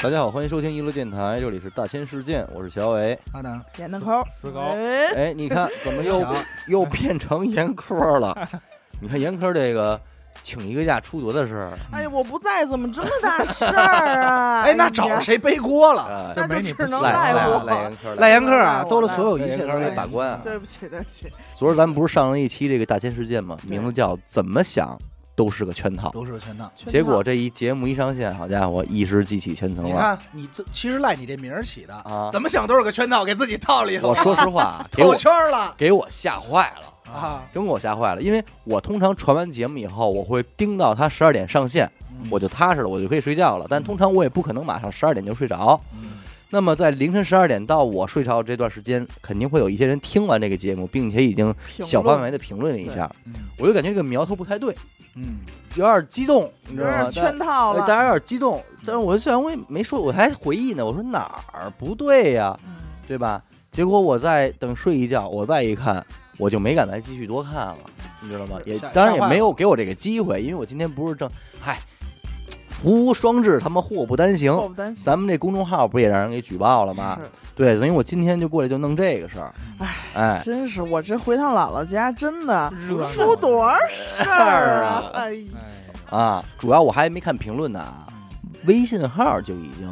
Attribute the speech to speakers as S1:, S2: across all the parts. S1: 大家好，欢迎收听一路电台，这里是大千世界，我是小伟。
S2: 阿南，
S3: 点的抠，
S4: 死高，
S3: 哎，
S1: 哎，你看怎么又
S2: 小
S1: 又变成严科了？你看严科这个请一个假出多大事儿
S3: 哎呀，我不在，怎么这么大事 儿啊？
S2: 哎，那找谁背锅了？
S1: 啊？
S3: 那就
S4: 没你
S3: 只
S4: 不
S3: 能
S4: 行
S1: 赖赖
S3: 赖我。
S1: 赖严科，
S2: 赖
S1: 严
S2: 严克啊，兜了所有一
S1: 呃严
S2: 切
S1: 科
S2: 都
S1: 那
S2: 是
S1: 把
S2: 赖。
S1: 关啊。
S3: 对不起，对不起，
S1: 昨儿咱们不是上了一期这个大千世界吗？
S3: 对
S1: 名字叫“怎么想都是个圈套
S2: 都是全套。”。
S1: 结果这一节目一上线，好家伙，一时激起千层
S2: 你
S1: 浪
S2: 看，你这其实赖你这名儿起的，
S1: 啊！
S2: 怎么想都是个圈套，给自己套里头
S1: 我，说实话啊，给
S2: 套
S1: 我
S2: 圈儿了
S1: 给我吓坏了。
S2: 啊！
S1: 真给我吓坏了，因为我通常传完节目以后，我会盯到它十二点上线，
S2: 嗯
S1: 我就踏实了，我就可以睡觉了。但通常我也不可能马上十二点就睡着。
S2: 嗯
S1: 那么在凌晨十二点到我睡着这段时间，肯定会有一些人听完这个节目，并且已经
S3: 评论
S1: 小范围的评论了一下，
S2: 嗯
S1: 我就感觉这个苗头不太对，
S2: 嗯，
S1: 有点激动，你知
S3: 有
S1: 道吗
S3: 点？圈套
S1: 大
S3: 了。
S1: 大家有点激动，但是我虽然我也没说，我还回忆呢，我说哪儿不对呀、
S3: 嗯
S1: 对吧？结果我在等睡一觉，我再一看，我就没敢再继续多看了，你知道吗？也
S2: 吓
S1: 当然
S2: 吓
S1: 也
S2: 坏
S1: 没有给我这个机会，因为我今天不是正嗨，福无双至，他妈祸不单行。
S3: 祸不单行。
S1: 咱们这公众号不也让人给举报了吗？
S3: 是
S1: 对，所以我今天就过来就弄这个事儿。哎，
S3: 真是我这回趟姥姥家，真的
S4: 热闹
S3: 出多少事儿啊！哎呀，
S2: 哎，
S1: 啊，主要我还没看评论呢啊，
S2: 嗯
S1: 微信号就已经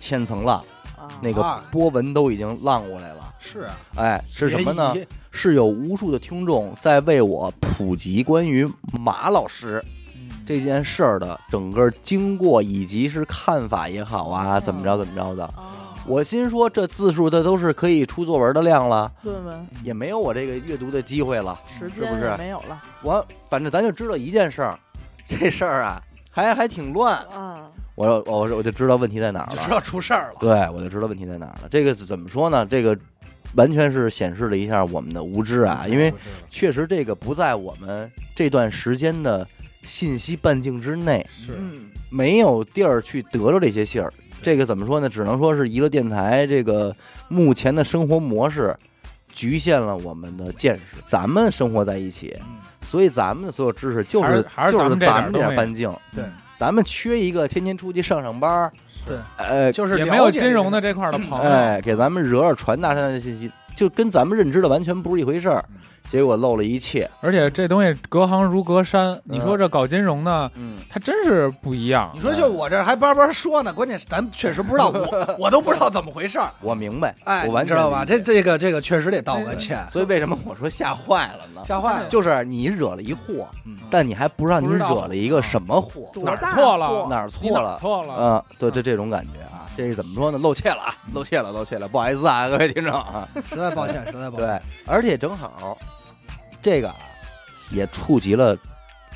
S1: 千层浪，
S3: 啊
S1: 那个
S2: 啊
S1: 波纹都已经浪过来了。
S2: 是啊，
S1: 哎，是什么呢
S2: 也？也
S1: 是有无数的听众在为我普及关于马老师
S2: 嗯
S1: 这件事儿的整个经过以及是看法也好啊，
S2: 嗯
S1: 怎么着怎么着的。
S3: 啊
S1: 我心说这字数的都是可以出作文的量了，
S3: 论文
S1: 也没有我这个阅读的机会了。
S3: 时
S1: 嗯是不
S3: 间
S1: 是
S3: 也没有了
S1: 我反正咱就知道一件事儿，这事儿啊还还挺乱。
S3: 啊！
S1: 我我我就知道问题在哪儿
S2: 嗯就知
S1: 了，
S2: 道出事儿了。
S1: 对我就知道问题在哪儿了。这个怎么说呢？这个完全是显示了一下我们的无知啊，因为
S2: 我知道了
S1: 确实这个不在我们这段时间的信息半径之内，
S2: 是
S3: 嗯，
S1: 没有地儿去得着这些信儿。这个怎么说呢？只能说是娱乐电台这个目前的生活模式局限了我们的见识。咱们生活在一起，
S2: 嗯
S1: 所以咱们的所有知识就
S4: 还
S1: 是
S4: 是还是
S1: 就
S4: 咱
S1: 是
S4: 们这点
S1: 咱
S4: 儿
S1: 们这点儿半径。嗯
S2: 对，
S1: 咱们缺一个天天出去上上班儿，
S2: 对，
S1: 呃，
S2: 就是
S4: 也没有
S2: 了解
S4: 金融的
S2: 这
S4: 这块儿的朋友，
S1: 哎，给咱们惹惹传达上来的信息，就跟咱们认知的完全不是一回事儿
S2: 嗯。
S1: 结果漏了一切，
S4: 而且这东西隔行如隔山。你说这搞金融的，
S1: 嗯，
S4: 它真是不一样
S2: 个。你。说就我这儿还叭叭说呢，关键是咱们确实不知道，我我都不知道怎么回事儿。
S1: 我明白，
S2: 哎，
S1: 我完
S2: 你
S1: 全
S2: 知道吧？
S1: 理解
S2: 这这个这个确实得道个歉，
S1: 所以为什么我说吓坏了呢？
S2: 吓坏了。
S1: 就是你惹了一祸，
S2: 嗯
S1: 但你还不知道你
S4: 不知道
S1: 惹了一个什么祸，
S3: 啊多
S4: 哪儿
S3: 大
S4: 错了
S3: 祸
S1: 哪儿
S4: 你
S1: 错
S4: 哪
S1: 了？
S4: 错了。
S1: 嗯，对，这这种感觉啊，这是怎么说呢？露怯了啊，露怯了，露怯了，不好意思啊， 各位听众啊。
S2: 实在抱歉，实在抱歉。
S1: 对，而且正好这个啊，也触及了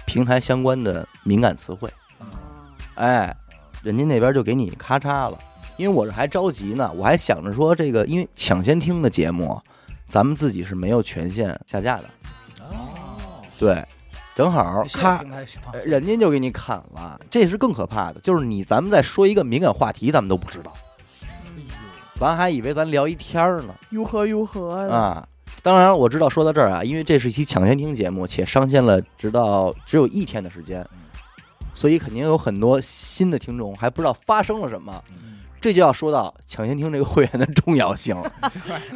S1: 平台相关的敏感词汇，
S3: 啊
S1: 哎，人家那边就给你咔嚓了。因为我这还着急呢，我还想着说这个，因为抢先听的节目，咱们自己是没有权限下架的。
S2: 哦，
S1: 对，正好
S2: 谢谢
S1: 咔，
S2: 平台小
S1: 呃人家就给你砍了，这是更可怕的。就是你咱们在说一个敏感话题，咱们都不知道，
S3: 嗯
S1: 咱还以为咱聊一天儿呢
S3: 如何如
S4: 嗯
S3: 何？
S1: 啊。当然，我知道说到这儿啊，因为这是一期抢先听节目，且上线了直到只有一天的时间，
S4: 嗯
S1: 所以肯定有很多新的听众还不知道发生了什么。
S4: 嗯
S1: 这就要说到抢先听这个会员的重要 性，
S4: 哎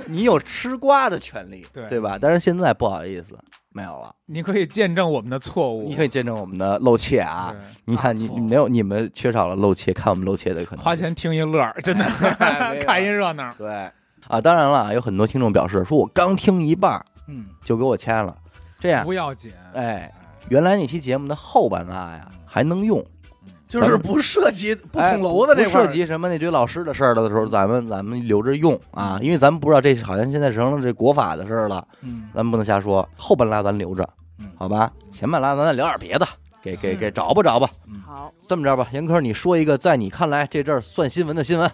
S1: 你有吃瓜的权利，
S4: 对
S1: 对吧？但是现在不好意思，没有了。
S4: 你可以见证我们的错误。
S1: 你可以见证我们的露怯啊！
S4: 对
S1: 你看，你
S2: 大错
S1: 你没有你们缺少了露怯，看我们露怯的可能
S4: 花钱听一乐儿，真的
S1: 哎没有
S4: 看一热闹。
S1: 对啊。当然了，有很多听众表示说，我刚听一半儿
S2: 嗯，
S1: 就给我签了，这样
S4: 不要紧，
S1: 哎，原来那期节目的后半拉呀还能用，
S2: 就是不涉及不
S1: 哎
S2: 捅娄子这
S1: 不
S2: 块儿
S1: 涉及什么那堆老师的事儿了的时候，咱们咱们留着用啊，
S3: 嗯
S1: 因为咱们不知道这好像现在成了这国法的事儿了，
S2: 嗯，
S1: 咱们不能瞎说。后半拉咱留着
S2: 嗯，
S1: 好吧？前半拉咱再聊点别的，给
S3: 嗯
S1: 给给找吧找吧。
S3: 好，
S1: 这么着吧，严科，你说一个在你看来这阵儿算新闻的新闻。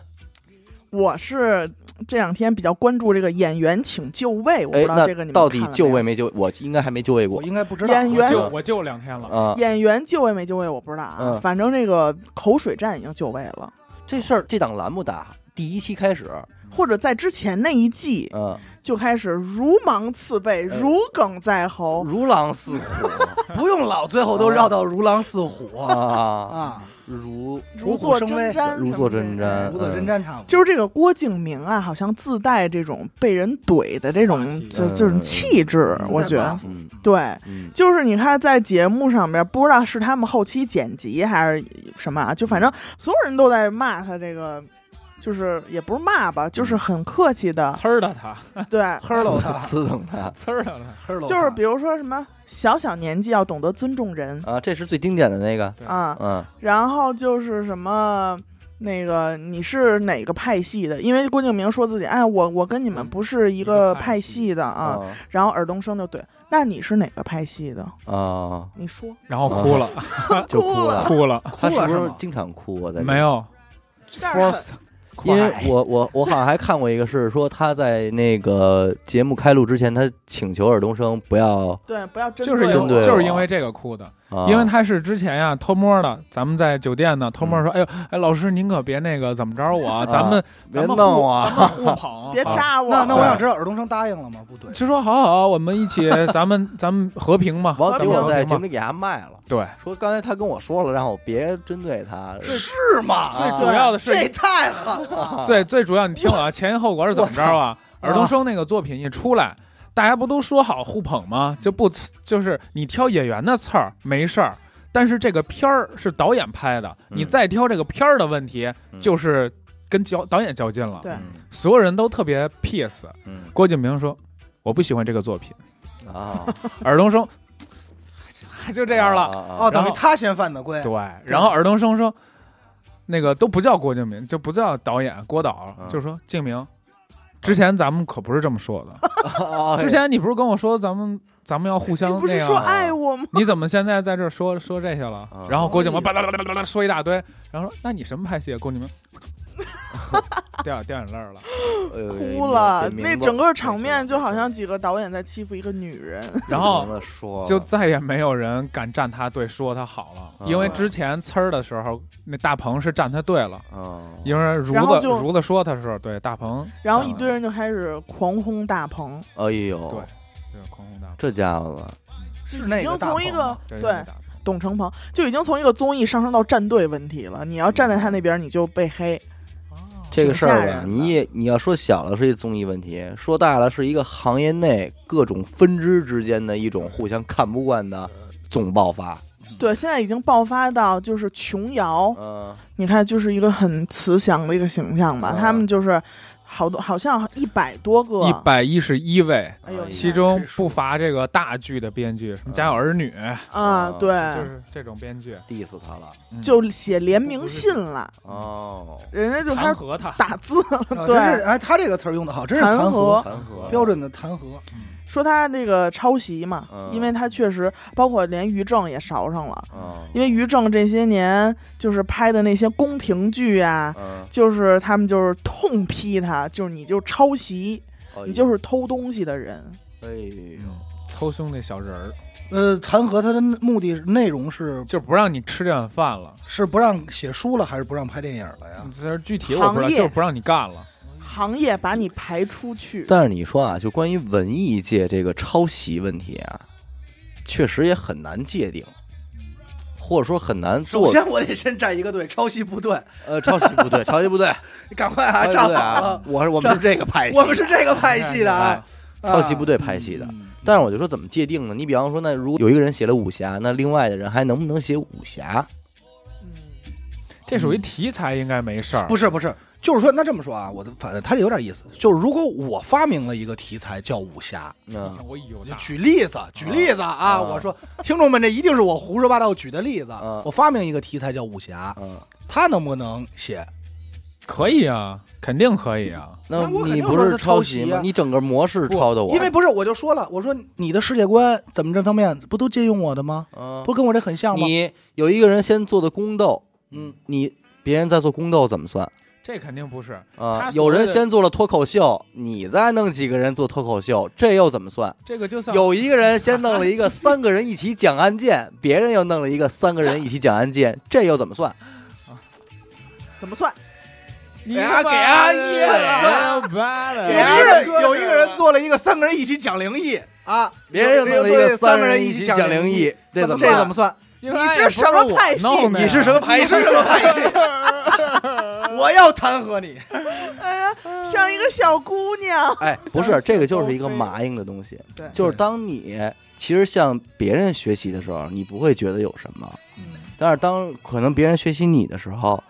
S3: 我是呃这两天比较关注这个演员请就位，我不
S1: 哎，
S3: 知道
S1: 那
S3: 这个你们
S1: 到底
S3: 看了没
S1: 就
S3: 有
S1: 位没就？我应该还没就位过
S2: 我。应该不知道
S3: 演员
S4: 就我就两天了。
S1: 啊、
S3: 演员就位没就位我不知道啊，
S1: 嗯
S3: 反正这个口水战已经就位了，
S1: 这事儿这档栏目打第一期开始，
S3: 或者在之前那一季
S1: 嗯、
S3: 就开始如芒刺
S1: 哎
S3: 背、如鲠在
S1: 嗯
S3: 喉。
S1: 如狼似虎
S2: 不用老，最后都绕到如狼似虎
S1: 啊！
S2: 啊！
S1: 如
S3: 如坐针毡什么的，
S1: 如坐针毡
S2: 如坐针毡差不多。
S3: 就是这个郭敬明啊，好像自带这种被人怼的这
S4: 话
S3: 种
S4: 题
S3: 就
S1: 嗯
S3: 这种气质，我觉得
S1: 嗯
S3: 对。
S1: 嗯
S3: 就是你看，在节目上面，不知道是他们后期剪辑还是什么啊，就反正所有人都在骂他这个，就是也不是骂吧，就是很客气
S1: 啊
S3: 的，
S4: 呲儿的他，
S3: 对，
S2: h e l 他
S1: 刺疼他
S4: 呲儿的
S1: 啊
S4: 他，
S2: h e l
S3: 就是比如说什么小小年纪要懂得尊重人
S1: 啊，这是最经典的那个，
S4: 对
S3: 啊，
S1: 嗯
S3: 然后就是什么。那个你是哪个派系的？因为郭敬明说自己，哎，我我跟你们不是一个派系的
S1: 啊
S3: 啊。然后尔冬升就怼，那你是哪个派系的？
S1: 啊，
S3: 你说，
S4: 然后哭了，
S1: 就
S3: 哭
S1: 哭
S3: 了
S1: 了。
S4: 哭了，
S1: 他是
S2: 了
S1: 不
S2: 是
S1: 是
S2: 吗
S1: 经常哭啊？在这
S4: 没，有
S3: 但是很
S4: ，forced，
S1: 因为
S4: 快
S1: 我我我好像还看过一个是说他在那个节目开录之前，他请求尔冬升不要
S3: 对，不要针
S4: 就是
S1: 针
S4: 因
S1: 对
S4: 为
S1: 我
S4: 就是因为这个哭的，
S1: 啊，嗯
S4: 因为他是之前呀偷摸的，咱们在酒店呢偷摸说，哎呦，哎老师您可别那个怎么着我啊，咱们
S1: 别
S4: 咱们
S1: 弄
S4: 互
S1: 我啊
S4: 咱们互 捧，
S3: 别
S4: 啊
S3: 扎我。
S2: 那那我
S1: 对
S2: 想知道尔冬升答应了吗？不对，
S4: 就说好好好，我们一 起，咱们咱们和平嘛，
S1: 王
S4: 咱
S1: 结
S4: 们
S1: 果
S4: 和
S1: 在
S4: 平
S1: 节
S4: 嘛
S1: 目里给他卖了，
S4: 对，
S1: 说刚才他跟我说了，让我别针对他，
S2: 是吗？
S1: 啊
S4: 最主要的是
S2: 这太狠了！
S4: 最最主要，你听我啊，前因后果是怎么着啊？尔冬升那个作品一出来，大家不都说好互捧吗？就不就是你挑演员的刺儿没事儿，但是这个片儿是导演拍的，
S1: 嗯
S4: 你再挑这个片儿的问题，
S1: 嗯
S4: 就是跟导导演较劲了。
S3: 对
S4: 所有人都特别 peace。
S1: 嗯
S4: 郭敬明说：“我不喜欢这个作品。
S1: 嗯啊，”
S4: 尔冬升就这样了。
S1: 啊
S2: 哦，
S1: 啊
S2: 等于他先犯的规，
S4: 对，然后尔冬升说：“那个都不叫郭敬明，就不叫导演郭导，
S1: 嗯
S4: 就说敬明。”之前咱们可不是这么说的，
S1: 啊，
S4: 之前你不是跟我说咱们咱们要互
S3: 你
S4: 相
S3: 不
S4: 那
S3: 是
S4: 样啊
S3: 说
S4: 吗？
S3: 爱我吗？
S4: 你怎么现在在这儿说 说这些了
S1: 啊？
S4: 然后郭敬
S2: 哎
S4: 明
S2: 呦
S4: 巴拉巴拉巴拉巴拉说一大堆，然后说那你什么拍戏啊？郭敬明 掉掉眼泪儿了，
S3: 哭了，那整个场
S1: 没
S3: 面
S1: 错
S3: 就好像几个导演在欺负一个女 人。
S4: 然后
S1: 说
S4: 就再也没有人敢站他队说他好了，
S1: 啊
S4: 因为之前呲儿的时候，那大鹏是站他队了，
S1: 嗯，
S4: 因为如
S3: 然后
S4: 子
S3: 就
S4: 如子说他是对大鹏，
S3: 然后一堆人就开始狂轰大鹏，
S1: 哎呦，
S4: 对对狂轰大鹏，
S1: 这家伙了，
S2: 是
S3: 已
S2: 那
S3: 经
S2: 个大
S3: 从一
S2: 鹏啊
S3: 个
S2: 吗
S4: 对
S3: 对
S4: 大鹏
S3: 董成鹏就已经从一个综艺上升到战队问题了。你要站
S4: 嗯
S3: 在他那边，你就被黑。
S1: 这个事儿吧，
S3: 挺吓人的
S1: 你也你要说小了是一综艺问题，说大了是一个行业内各种分支之间的一种互相看不惯的总爆发。
S4: 嗯
S3: 对，现在已经爆发到就是琼瑶，
S1: 嗯，
S3: 你看就是一个很慈祥的一个形象吧。
S1: 嗯
S3: 他们就是好多，好像一百多个，
S4: 一百一十一位，
S3: 哎呦，
S1: 其
S4: 其中不乏这个大剧的编剧，什么《家有儿女》，
S3: 啊，
S1: 嗯
S3: 对，
S4: 就是嗯这种编剧，
S1: diss 他了。
S3: 就写联名信了，
S1: 哦，
S3: 人家就开
S4: 弹
S3: 始
S4: 劾他。哎
S3: 打字
S2: 啊
S3: 对
S2: 真是哎，他这个词儿用的好，真是
S3: 弹
S2: 弹
S3: 劾
S2: 劾，
S1: 弹劾
S2: 标准的弹劾。
S3: 说他那个抄袭嘛，
S1: 嗯
S3: 因为他确实包括连于正也勺上了，
S1: 嗯
S3: 因为于正这些年就是拍的那些宫廷剧啊，
S1: 嗯，
S3: 就是他们就是痛批他，就是你就抄袭，你就是是偷东西的人。
S1: 哦哎呦，
S4: 偷胸那小人儿，
S2: 呃，弹劾他的目的内容是
S4: 就不让你吃这碗饭了。
S2: 是不让写书了，还是不让拍电影了呀？
S4: 这具体我不知道，
S3: 行业
S4: 就是不让你干了。
S3: 行业把你排出去，
S1: 但是你说啊，就关于文艺界这个抄袭问题啊，确实也很难界定，或者说很难
S2: 首
S1: 做。
S2: 先我得先站一个队，抄袭不对，
S1: 呃，抄袭不对， 抄袭不对，
S2: 你赶快啊，
S1: 抄袭
S2: 站
S1: 不
S2: 好
S1: 对啊
S2: 了！，
S1: 我是我们是这个派系
S2: 我，们是嗯这个派系的啊，
S4: 哎
S2: 啊
S1: 哎抄袭不对派系的。但是我就说怎么界定呢？你比方说，那如果有一个人写了武侠，那另外的人还能不能写武侠？
S3: 嗯，
S4: 这属于题材应该没事儿。
S2: 不是不是，就是说，那这么说啊，我的反正他这有点意思，就是如果我发明了一个题材叫武侠，
S1: 嗯
S4: 哎我有
S2: 就举例子，举例子啊，
S1: 啊
S2: 我说听众们，这一定是我胡说八道举的例子
S1: 啊。
S2: 我发明一个题材叫武侠，
S1: 嗯，
S2: 他能不能写？
S4: 可以啊，肯定可以啊。
S1: 那
S2: 那我肯
S1: 你
S2: 定
S1: 不
S2: 说
S1: 是
S2: 他
S1: 抄
S2: 抄
S1: 袭
S2: 袭
S1: 吗？
S2: 啊
S1: 你整个模式抄的我，
S2: 因为不是，我就说了，我说你的世界观怎么这方面不都借用我的吗？
S1: 嗯
S2: 不是跟我这很像吗？
S1: 你有一个人先做的宫斗，
S2: 嗯，
S1: 你别人在做宫斗怎么算
S4: 这肯定不是，
S1: 啊
S4: 他？所
S1: 有人
S4: 谓的
S1: 先做了脱口秀，你再弄几个人做脱口秀，这又怎么算？
S4: 这个就像
S1: 有一个人先弄了一个三个人一起讲案件，别人又弄了一个三个人一起讲案件，这又怎么算？
S3: 怎么算？
S4: 你
S2: 给啊给啊一人了
S4: 了
S2: 不
S3: 给啊
S1: 哎
S2: 是有一个人做了一个三个人一起讲灵异啊，
S1: 别人又弄了一
S2: 有有
S1: 个
S2: 三
S1: 人
S2: 一
S1: 起
S2: 讲
S1: 讲灵
S2: 异，
S1: 异，这怎
S2: 怎么
S1: 么
S2: 这
S1: 办
S2: 怎么算？
S4: 因为
S3: 你
S4: 也
S3: 是
S4: 不是
S3: 什么
S4: 我
S3: 派系
S4: 弄的
S2: 你
S4: 呀
S2: 是什么派系？什么派系？ 我要弹劾你。
S3: 像一个小姑娘，
S1: 哎，不
S4: 像
S1: 是
S4: 是
S1: 这个就是一个
S4: 高飞
S1: 麻硬的东 西，
S3: 对
S1: 就是当你其实向别人学习的时候，你不会觉得有什么，但是当可能别人学习你的时 候，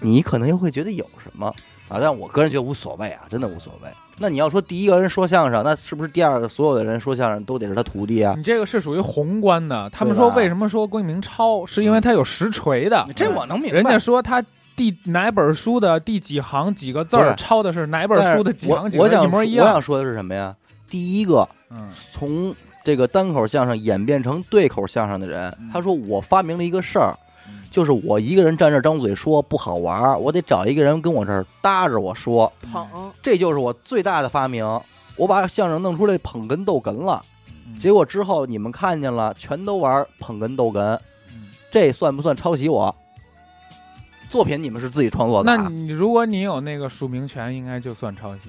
S1: 你可能又会觉得有什么啊。但我个人觉得无所谓啊，真的无所谓。那你要说第一个人说相声，那是不是第二个所有的人说相声都得是他徒弟 啊？
S4: 你这个是属于宏观的。他们
S1: 对吧
S4: 说为什么说郭敬明抄，是因为他有实锤的。
S2: 嗯这我能明白。
S4: 人家说他第哪本书的第几行几个字
S1: 不
S4: 儿
S1: 是
S4: 抄的是哪
S1: 但
S4: 本
S1: 是
S4: 书的几行几
S1: 我
S4: 个
S1: 我
S4: 字儿，
S1: 想
S4: 一模一
S1: 我想
S4: 样。
S1: 说的是什么呀？第一个
S4: 嗯，
S1: 从这个单口相声演变成对口相声的人
S4: 嗯，
S1: 他说我发明了一个事儿
S4: 嗯，
S1: 就是我一个人站这儿张嘴说不好玩儿，我得找一个人跟我这儿搭着我说，
S3: 捧
S1: 这就是我最大的发明。我把相声弄出来捧哏逗哏了，
S4: 嗯
S1: 结果之后你们看见了，全都玩捧哏逗哏，
S4: 嗯
S1: 这算不算抄袭我？作品你们是自己创作的
S4: 那
S1: 啊、
S4: 你如果你有那个署名权，应该就算抄袭。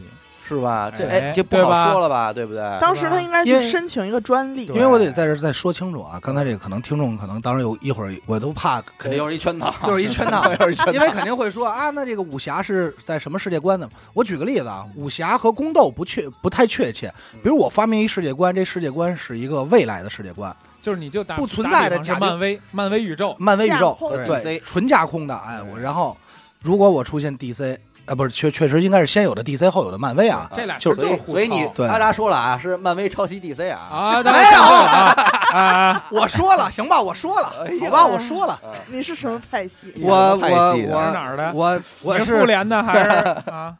S1: 是吧？这
S4: 哎
S1: 哎，这不
S4: 对吧
S1: 好说了吧？对不对？
S3: 当时他应该
S2: 因
S3: 去
S2: 为
S3: 申请一个专利
S2: 因，为我得在这儿再说清楚啊，刚才这个可能听众可能当时有一会儿我都怕肯定
S1: 又是一 圈套，
S2: 又是一圈套
S1: 又是一圈套。
S2: 因为肯定会说啊，那这个武侠是在什么世界观呢？我举个例子啊，武侠和宫斗不确不太确切。比如我发明一世界观，这世界观是一个未来的世界观，
S4: 就是你就打
S2: 不存在的
S4: 打比
S2: 假定
S4: 方是漫威漫威宇宙，
S2: 漫威宇
S3: 架
S2: 宙
S3: 空
S4: 的
S2: 对
S1: DC
S2: 纯架空的。哎，我然后如果我出现 DC，啊，不是确确实应该是先有的 DC 后有的漫威 啊。
S4: 这俩
S2: 就
S4: 其实就是互
S1: 所以你
S4: 抄
S2: 对
S1: 阿达说了啊，是漫威抄袭 DC 啊。
S4: 啊，
S2: 没
S4: 大
S2: 有
S4: 家想想啊 啊，
S2: 我说了，行吧，我说了
S1: 哎，呀
S2: 好吧，我说了，
S3: 你是什么派系？
S2: 我
S1: 太
S2: 我
S1: 细了
S4: 是
S2: 我
S4: 哪儿的？
S2: 我我
S4: 你是妇
S2: 是
S4: 联的还是啊？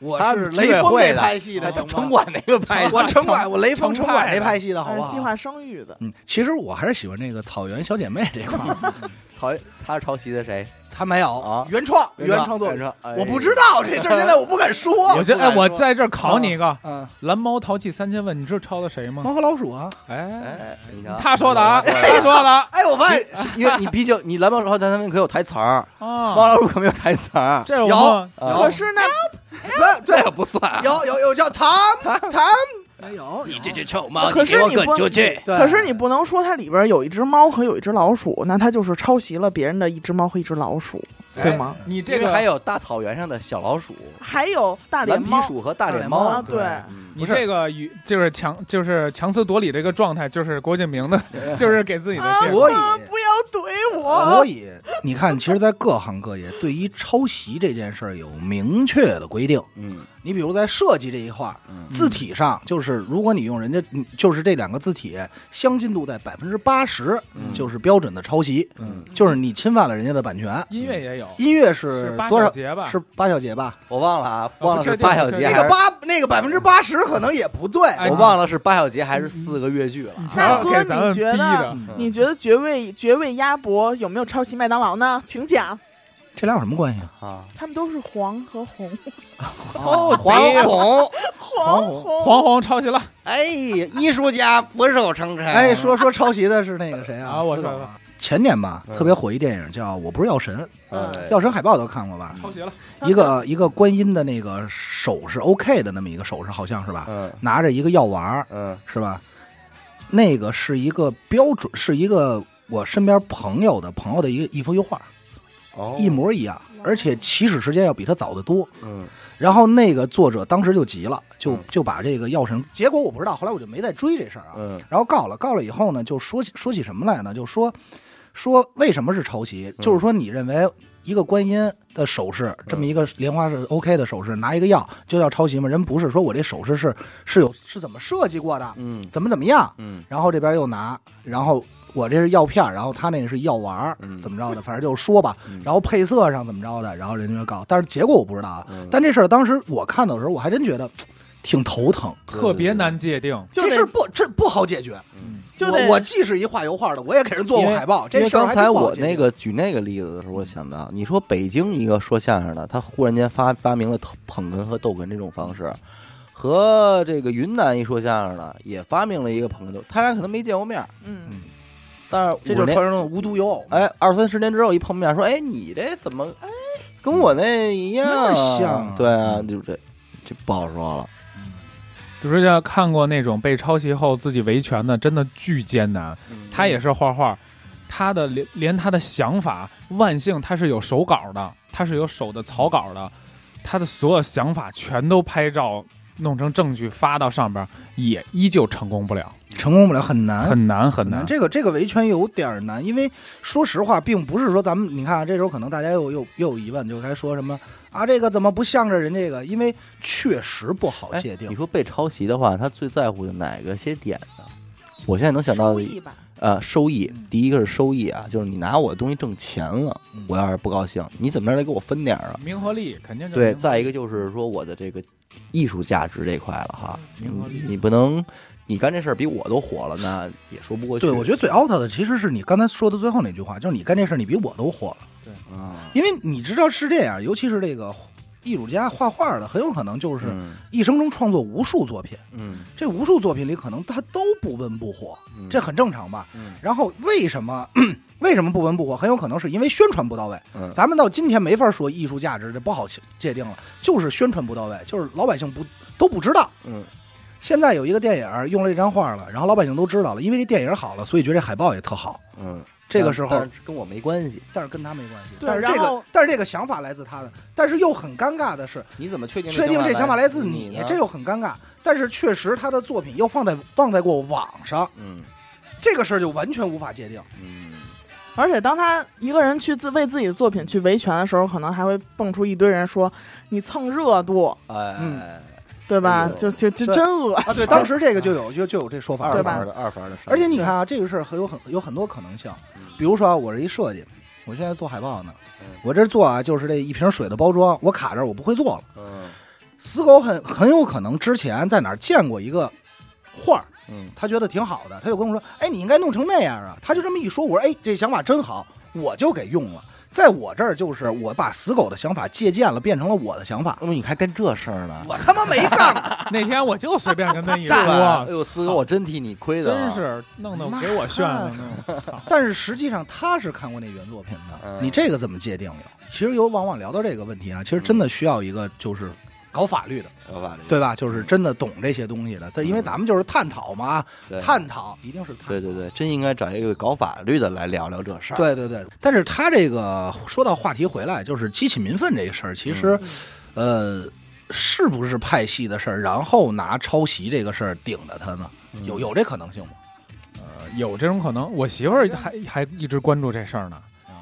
S2: 我
S1: 他是
S2: 是雷锋那派系的，
S1: 他
S2: 行吗
S1: 城管那个派系
S2: 我城管，我雷锋
S4: 城
S2: 城
S4: 派
S2: 管
S4: 的
S2: 那派系的好
S3: 呃
S2: 不
S3: 计
S2: 好？
S3: 划生育的，
S2: 嗯，其实我还是喜欢这个草原小姐妹这块儿，
S1: 曹他是抄袭的谁？
S2: 他没有
S1: 啊
S2: 原创
S1: 原
S2: 创作
S1: 原
S2: 者，
S1: 创哎
S2: 我不知道这事儿，现在我不敢说。
S4: 我这哎，我在这儿考你一个
S2: 嗯，
S4: 蓝猫淘气三千问，你知道抄的谁吗？
S2: 猫和老鼠啊，
S4: 哎，
S1: 哎，你看
S4: 他说的啊，
S1: 我
S4: 他说的啊
S2: 哎，我发现
S1: 因为你毕竟你蓝猫和咱们可有台词儿，猫
S4: 啊，
S1: 老鼠可没有台词儿，
S4: 这是我们
S2: 嗯
S1: 啊
S3: 可是呢，
S2: 不对，
S1: 这不算啊。
S2: 有有有叫哎唐唐，没有
S1: 哎你这只臭猫
S3: 可是
S1: 你
S3: 你不，
S2: 对
S3: 可是你不能说它里边有一只猫和有一只老鼠，那它就是抄袭了别人的一只猫和一只老鼠，
S1: 哎
S3: 对吗？
S4: 你
S1: 这
S4: 这
S1: 个
S4: 个
S1: 还有大草原上的小老鼠、
S3: 还有大脸
S1: 蓝皮
S3: 猫
S1: 鼠和大脸
S3: 啊，
S1: 猫，
S3: 对，
S1: 嗯
S4: 你这个与就是强就是强词夺理的一个状态，就是郭敬明的，就是给自己的借口
S2: 所以
S3: 啊不要怼
S2: 所
S3: 我，
S2: 以你看，其实，在各行各业对于抄袭这件事儿有明确的规定。
S1: 嗯
S2: 你比如在设计这一块儿，
S1: 嗯
S2: 字体上就是，如果你用人家，嗯就是这两个字体相近度在百分之八十，
S1: 嗯
S2: 就是标准的抄袭，
S4: 嗯，
S2: 就是你侵犯了人家的版权。
S4: 音乐也有，
S2: 音乐嗯
S4: 是
S2: 是
S4: 八
S2: 多
S4: 小
S2: 少？
S4: 节吧？
S2: 是八小节吧？
S1: 我忘了啊，
S4: 不
S1: 忘了
S4: 确
S1: 是
S4: 定
S1: 八小
S4: 不确
S1: 节
S4: 定
S2: 那
S1: 还
S2: 个
S1: 是，
S2: 八，那个百分之八十可能也不对。
S4: 哎
S1: 我忘了是八小节还是四个越剧了啊。
S3: 那
S4: 给
S3: 哥
S4: 咱们
S3: 你觉
S4: 逼
S3: 得
S4: 的
S2: 嗯
S3: 你觉得爵位爵位鸭脖有没有抄袭麦当劳呢？请讲，
S2: 这俩有什么关系啊？
S1: 啊，
S3: 他们都是黄和红，
S1: 哦，黄宏，
S3: 黄
S2: 红
S3: 红
S4: 黄宏抄袭了，
S1: 哎，艺术家俯首称臣。
S2: 哎，说说抄袭的是那个谁 啊？
S4: 啊我
S2: 司
S4: 知道
S2: 总啊前年吧，
S1: 嗯
S2: 特别火一电影叫《我不是药神》，
S3: 嗯
S2: 嗯
S1: 哎，
S2: 药神海报都看过吧？
S4: 抄袭了，
S2: 一个一个观音的那个手势 OK 的那么一个手势，好像是吧？
S1: 嗯
S2: 拿着一个药丸儿
S1: 嗯
S2: 是吧？那个是一个标准，是一个我身边朋友的朋友的一个一幅油画，
S1: 哦
S2: 一模一样，而且起始时间要比他早得多。
S1: 嗯
S2: 然后那个作者当时就急了，就
S1: 嗯
S2: 就把这个药神，结果我不知道，后来我就没再追这事儿啊。
S1: 嗯
S2: 然后告了，告了以后呢，就说起说起什么来呢？就说说为什么是抄袭？
S1: 嗯
S2: 就是说你认为一个观音的手势，这么一个莲花是 OK 的手势，拿一个药就叫抄袭吗？人不是说我这手势是是有是怎么设计过的，
S1: 嗯
S2: 怎么怎么样，
S1: 嗯
S2: 然后这边又拿，然后我这是药片儿，然后他那是药丸儿，
S1: 嗯
S2: 怎么着的，反正就是说吧
S1: 嗯，
S2: 然后配色上怎么着的，然后人家就告，但是结果我不知道啊。
S1: 嗯
S2: 但这事儿当时我看到的时候，我还真觉得挺头疼，
S4: 特别难界定。
S3: 就
S2: 这事
S3: 得
S2: 儿不这不好解决。
S3: 就
S2: 我
S3: 得
S2: 我既是一画油画的，我也给人做过海报，
S1: 因
S2: 这
S1: 为
S2: 事儿
S1: 刚
S2: 还
S1: 才
S2: 真不好
S1: 我
S2: 解决
S1: 那个举那个例子的时候，我想到你说北京一个说相声的，他忽然间发发明了捧哏和逗哏这种方式，和这个云南一说相声的也发明了一个捧哏逗，他俩可能没见过面儿，
S3: 嗯，
S1: 但是
S2: 这就是
S1: 五年
S2: 传说中的无独有偶，
S1: 哎二三十年之后一碰面说，哎你这怎么跟我那一样啊？
S2: 那么像啊
S1: 对啊，就这就不好说了。
S4: 比如像
S1: 嗯
S2: 嗯
S4: 看过那种被抄袭后自己维权的，真的巨艰难。他也是画画，他的连连他的想法，万幸他是有手稿的，他是有手的草稿的，他的所有想法全都拍照弄成证据发到上边儿，也依旧成功不了，
S2: 成功不了，很难，
S4: 很难很
S2: 很
S4: 难。
S2: 这个这个维权有点儿难，因为说实话，并不是说咱们你看啊，这时候可能大家又又又有疑问，就该说什么啊，这个怎么不向着人这个？因为确实不好
S1: 哎
S2: 界定
S1: 你。说被抄袭的话，他最在乎哪个些点呢？我现在能想到
S3: 收益吧，
S1: 呃，收益
S4: 嗯，
S1: 第一个是收益啊，就是你拿我的东西挣钱了
S2: 嗯，
S1: 我要是不高兴，你怎么着得给我分点儿啊？
S4: 名和利肯定就是
S1: 对，
S4: 名和
S1: 再
S4: 利
S1: 一个就是说我的这个艺术价值这块了哈，
S4: 嗯明白
S1: 你你不能你干这事儿比我都火了，那也说不过去。
S2: 对，我觉得最 out 的其实是你刚才说的最后那句话，就是你干这事儿你比我都火了，
S1: 得啊，
S2: 因为你知道是这样，尤其是这个艺术家画画的，很有可能就是
S1: 嗯
S2: 一生中创作无数作品，
S1: 嗯，
S2: 这无数作品里可能他都不温不火，
S1: 嗯
S2: 这很正常吧？
S1: 嗯
S2: 然后为什么 为什么不温不火？很有可能是因为宣传不到位。
S1: 嗯
S2: 咱们到今天没法说艺术价值，这不好界定了，就是宣传不到位，就是老百姓不都不知道。
S1: 嗯
S2: 现在有一个电影用了这张画了，然后老百姓都知道了，因为这电影好了，所以觉得这海报也特好。
S1: 嗯，
S2: 这个
S1: 但
S2: 时候
S1: 但是跟我没关系，
S2: 但是跟他没关系，
S3: 对
S2: 但是这
S3: 然
S2: 个
S3: 后
S2: 但是这个想法来自他的，但是又很尴尬的是，
S1: 你怎么确定
S2: 确定这想法来自
S1: 你
S2: 你
S1: 呢？，
S2: 这又很尴尬。但是确实他的作品又放在放在过网上，
S1: 嗯
S2: 这个事儿就完全无法界定。
S1: 嗯
S3: 而且当他一个人去自为自己的作品去维权的时候，可能还会蹦出一堆人说你蹭热度，
S2: 嗯
S1: 哎，
S3: 对吧？
S1: 哎呦
S3: 就就就
S2: 对
S3: 真恶
S2: 啊，对，
S3: 心。
S2: 当时这个就有就就有这说法，
S1: 二
S3: 对
S1: 法
S3: 吧
S1: 儿的二法儿的事儿，
S2: 而且你看啊，这个事儿很有很有很多可能性
S1: 嗯，
S2: 比如说啊，我是一设计，我现在做海报呢
S1: 嗯，
S2: 我这做啊就是这一瓶水的包装，我卡这儿我不会做了。
S1: 嗯
S2: 死狗很很有可能之前在哪儿见过一个画儿，
S1: 嗯
S2: 他觉得挺好的，他就跟我说，哎，你应该弄成那样啊。他就这么一说，我说，哎，这想法真好，我就给用了。在我这儿就是我把死狗的想法借鉴了，变成了我的想法。
S1: 要不你还干这事儿呢？
S2: 我他妈没干过，
S4: 那天我就随便 跟他一
S1: 对吧哎
S4: 说，
S1: 呦，四哥，我真替你亏的，啊
S4: 真。是弄得给我炫的那种。
S2: 但是实际上他是看过那原作品的，
S1: 嗯
S2: 你这个怎么界定了？其实有往往聊到这个问题啊，其实真的需要一个就是搞法律的，嗯
S1: 我把这
S2: 对吧？就是真的懂这些东西的，这因为咱们就是探讨嘛，啊
S1: 对
S2: 探讨一定是探讨
S1: 对对对，真应该找一个搞法律的来聊聊这事儿。，
S2: 对对对，但是他这个说到话题回来，就是激起民愤这个事儿，其实，呃，是不是派系的事儿，然后拿抄袭这个事儿顶着他呢？
S1: 嗯
S2: 有有这可能性吗？
S4: 有这种可能，我媳妇儿还还一直关注这事儿呢，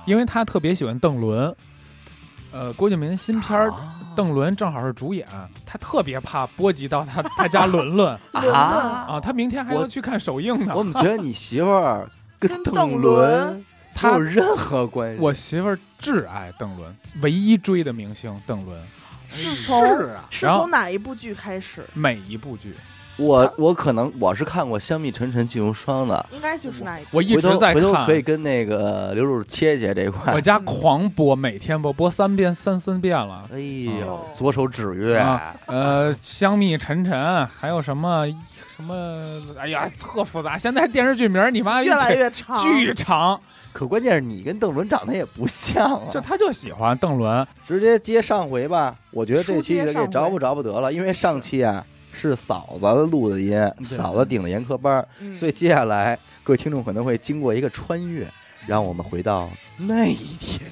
S4: 因为她特别喜欢邓伦。呃，郭敬明新片儿，
S1: 哦啊
S4: 邓伦正好是主演，她特别怕波及到 她她家 伦伦
S1: 啊，
S4: 啊，她明天还要
S1: 我
S4: 去看首映呢
S1: 我。怎么觉得你媳妇儿跟
S3: 跟
S1: 邓
S3: 邓
S1: 伦
S3: 伦
S1: 没有
S4: 她
S1: 任何关系？
S4: 我媳妇儿挚爱邓伦，唯一追的明星邓伦，
S3: 是
S2: 是
S3: 从
S2: 啊，
S3: 是
S4: 然后
S3: 从哪一部剧开始？
S4: 每一部剧，
S1: 我我可能我是看过《香蜜沉沉烬如霜》的，
S3: 应该就是那一部。
S4: 我一
S1: 回头
S4: 直在
S1: 回头可以
S4: 看。
S1: 跟那个刘主切切这一块
S4: 我。家狂播，每天播播三遍、三四遍了。
S1: 哎呦
S3: 哦，
S1: 左手指月，
S4: 啊呃，香蜜沉沉，还有什么什么？哎呀，特复杂。现在电视剧名儿你妈一
S3: 越来
S4: 起
S3: 越长，
S4: 巨长，
S1: 可关键是你跟邓伦长得也不像啊。
S4: 就他就喜欢邓伦，
S1: 直接接上回吧，我觉得这
S3: 书
S1: 期
S3: 接
S1: 就给
S3: 上回
S1: 着不着不得了，因为上期啊是嫂子录的音，嫂子顶的严苛班儿，
S3: 嗯
S1: 所以接下来各位听众可能会经过一个穿越，让我们回到那一天。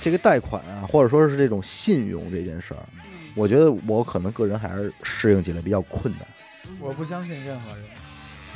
S1: 这个贷款啊，或者说是这种信用这件事儿，
S3: 嗯
S1: 我觉得我可能个人还是适应起来比较困难。
S4: 我不相信任何人。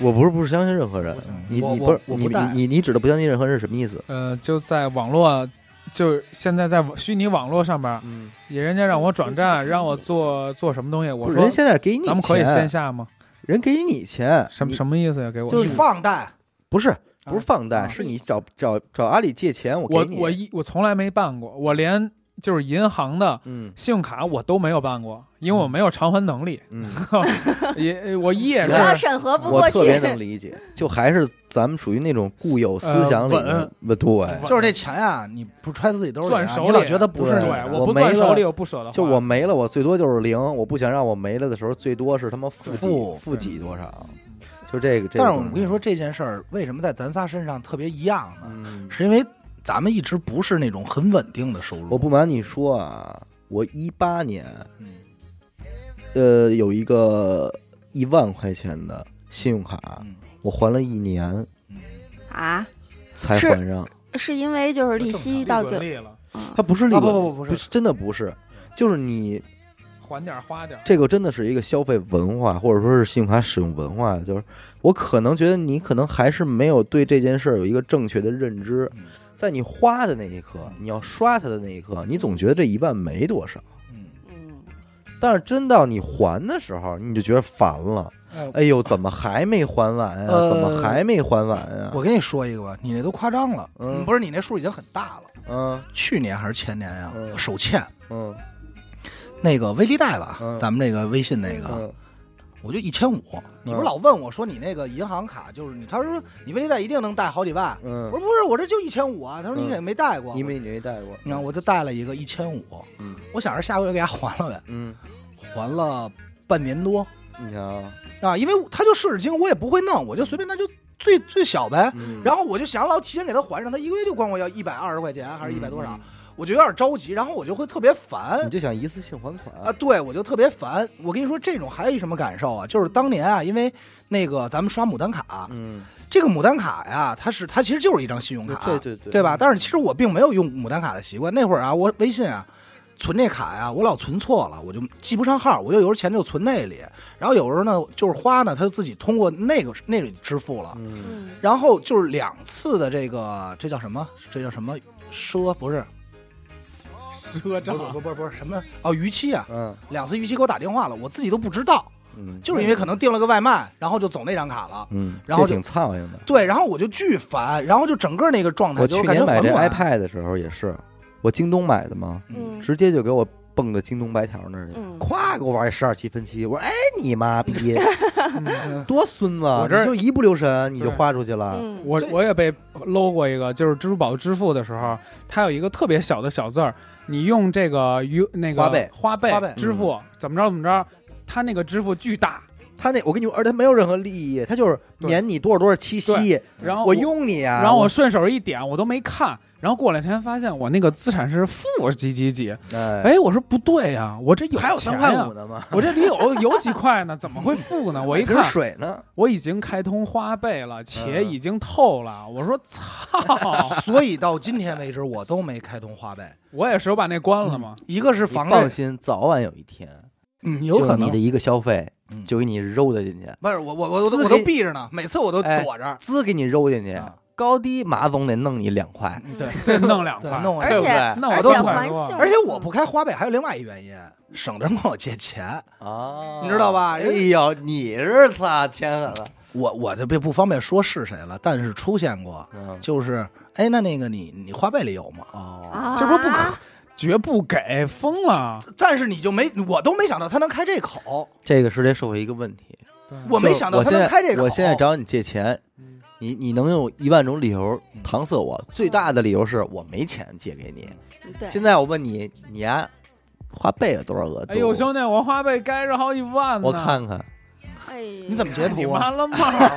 S1: 我不是不相信任何人
S4: 不相信，
S1: 嗯你
S2: 我
S1: 你
S2: 我
S1: 不是
S2: 我
S1: 你
S2: 不贷
S1: 你你你指的不相信任何人是什么意思？
S4: 呃，就在网络，就现在在网虚拟网络上边儿，
S1: 嗯，
S4: 也人家让我转站，让我做做什么东西，我说
S1: 人现在给你
S4: 咱们可以线下吗？
S1: 人给你钱，
S4: 什么
S1: 你
S4: 什么意思呀？给我
S1: 就
S2: 你
S1: 是
S2: 放贷，
S1: 不是不是放贷，
S2: 啊
S1: 是你找找找阿里借钱，我
S4: 我
S1: 给你
S4: 我一我从来没办过，我连就是银行的
S1: 嗯
S4: 信用卡我都没有办过，因为我没有偿还能力，
S1: 嗯，
S4: 也我也
S1: 对
S5: 他
S4: 是
S5: 审核不
S1: 我
S5: 过
S1: 特别
S5: 去，
S1: 能理 解，就还是咱们属于那种固有思想里
S4: 呃
S1: 的，不对，
S4: 稳
S2: 就是这钱啊，你不揣自己兜里、啊，
S4: 攥手
S2: 你老
S4: 里，
S2: 觉得不是你
S4: 对
S2: 的，
S4: 我不
S1: 没
S4: 攥手
S1: 了
S4: 里，我不舍得花。
S1: 就我没了，我最多就是零，我不想让我没了的时候，最多是他妈负
S2: 负
S1: 几负几多少，就这个。这个
S2: 但是我跟你说，这件事儿为什么在咱仨身上特别一样呢？
S1: 嗯，
S2: 是因为咱们一直不是那种很稳定的收入。
S1: 我不瞒你说啊，我一八年
S2: 嗯，
S1: 呃有一个一万块钱的信用卡
S2: 嗯，
S1: 我还了一年
S5: 啊，
S1: 才还上。
S5: 是因为就是利息到
S4: 利
S5: 最，
S4: 滚利了，
S5: 嗯
S1: 它不是利
S2: 啊
S1: 滚利，
S2: 不不不不是
S1: 不是，真的不是，就是你
S4: 还点儿花点儿。
S1: 这个真的是一个消费文化，或者说是信用卡使用文化。就是我可能觉得你可能还是没有对这件事儿有一个正确的认知
S2: 嗯，
S1: 在你花的那一刻，你要刷它的那一刻，你总觉得这一万没多少，
S2: 嗯，
S5: 嗯，
S1: 但是真到你还的时候，你就觉得烦了。
S2: 哎，
S1: 哎呦，怎么还没还完呀、
S2: 呃
S1: 怎么还没还完啊呀、
S2: 我跟你说一个吧，你那都夸张了，
S1: 嗯
S2: 不是你那数已经很大了。
S1: 嗯
S2: 去年还是前年呀、
S1: 嗯
S2: 我手欠
S1: 嗯
S2: 那个微利贷吧，
S1: 嗯
S2: 咱们这个微信那个，
S1: 嗯，
S2: 我就一千五。你不是老问我说你那个银行卡就是你，他说你微利贷一定能贷好几万。我
S1: 嗯，
S2: 说不是，我这就一千五啊。他说你
S1: 嗯
S2: 也没贷过，
S1: 你没你没带过，
S2: 那我就贷了一个一千五
S1: 嗯。
S2: 我想着下个月给他还了呗，
S1: 嗯，
S2: 还了半年多
S1: 你 瞧，
S2: 啊，因为他就设置金额，我也不会弄，我就随便那就最最小呗。
S1: 嗯
S2: 然后我就想老提前给他还上，他一个月就管我要一百二十块钱还是一百多
S1: 嗯
S2: 少，我就有点着急，然后我就会特别烦
S1: 你。就想一次性还款
S2: 啊，对，我就特别烦。我跟你说，这种还有一什么感受啊？就是当年啊，因为那个咱们刷牡丹卡，
S1: 嗯，
S2: 这个牡丹卡呀，它是它其实就是一张信用卡，
S1: 对对对，
S2: 对吧？但是其实我并没有用牡丹卡的习惯。那会儿啊，我微信啊存这卡呀，我老存错了，我就记不上号，我就有时候钱就存那里，然后有时候呢就是花呢，他就自己通过那个那里支付了。
S1: 嗯，
S5: 嗯
S2: 然后就是两次的这个，这叫什么？这叫什么？赊不是，
S4: 赊
S2: 不
S4: 账
S2: 不不不是什么哦，逾期啊！
S1: 嗯
S2: 两次逾期给我打电话了，我自己都不知道，
S1: 嗯，
S2: 就是因为可能订了个外卖，然后就走那张卡了。
S1: 嗯，
S2: 然后
S1: 这
S2: 就
S1: 挺操心的。
S2: 对，然后我就巨烦，然后就整个那个状态
S1: 我
S2: 就是
S1: 去
S2: 感觉
S1: 年买
S2: 很
S1: 这
S2: 乱。
S1: iPad 的时候也是，我京东买的嘛，
S5: 嗯
S1: 直接就给我蹦到京东白条那儿去了，
S5: 嗯
S1: 咵给我玩十二七分期，我说哎你妈逼，
S4: 嗯
S1: 多孙子，啊
S4: 我这儿
S1: 你就一不留神你就
S4: 对
S1: 花出去了，
S5: 嗯，
S4: 我
S2: 所以
S4: 我也被搂过一个，就是支付宝支付的时候，它有一个特别小的小字儿，你用这个余那个
S1: 花呗嗯
S4: 花
S2: 花呗
S4: 呗支付，怎么着怎么着，它那个支付巨大，
S1: 他那我跟你说，而且没有任何利益，他就是
S4: 对
S1: 免你多少多少期息，
S2: 嗯
S4: 然后
S1: 我用你啊，
S4: 然后我顺手一点，我都没看。然后过两天发现我那个资产是负几几几，
S1: 哎，
S4: 哎，我说不对呀、我这有
S1: 还有
S4: 钱
S1: 三
S4: 呀、
S1: 块五呢吗？
S4: 我这里有有几块呢，怎么会 负呢？我一
S1: 还
S4: 看
S1: 跟，水嗯呢，
S4: 我已经开通花呗了，且已经透了。我说操，
S2: 所以到今天为止，我都没开通花呗，
S4: 我也是我把那关了嘛。
S2: 一个是
S1: 你
S2: 防着
S1: 放，心，早晚有一天，
S2: 嗯，有
S1: 就
S2: 可
S1: 你的
S2: 能
S1: 一个消费
S2: 嗯
S1: 就给你揉的进去，
S2: 不是我我我我都
S1: 私
S2: 我都
S1: 给
S2: 避着呢，每次我都
S1: 哎
S2: 躲着。
S1: 滋给你揉进去
S2: 啊，
S1: 高低马总得弄你两块，
S2: 嗯对
S4: 对，弄两
S2: 对
S4: 块，，
S2: 弄我
S5: 而
S1: 对不
S5: 且
S1: 对
S4: 那我
S5: 而且
S4: 都
S5: 还
S4: 管
S5: 信
S4: 过
S5: 用，
S2: 而且我不开花呗还有另外一原因，省着管我借钱，
S1: 啊
S2: 你知道吧
S1: 哎呦，你是擦钱狠了，
S2: 我我就别不方便说是谁了，但是出现过，
S1: 嗯，
S2: 就是哎，那那个你你花呗里有吗？
S1: 哦，
S5: 啊，
S4: 这不是不可绝不给，疯了。
S2: 但是你就没，我都没想到他能开这口，
S1: 这个是这社会一个问题，
S2: 我没想到
S1: 我
S2: 他
S1: 现
S2: 能
S1: 在
S2: 开这口。嗯
S1: 我现在找你借钱，你你能用一万种理由搪塞我，最大的理由是我没钱借给你。
S5: 嗯对，
S1: 现在我问你，你呀，花呗有多少额度？
S4: 哎呦，兄弟，我花呗该着好几万呢。
S1: 我看看，
S5: 哎，
S2: 你怎么截
S4: 嗯你
S2: 图啊？
S4: 妈了帽。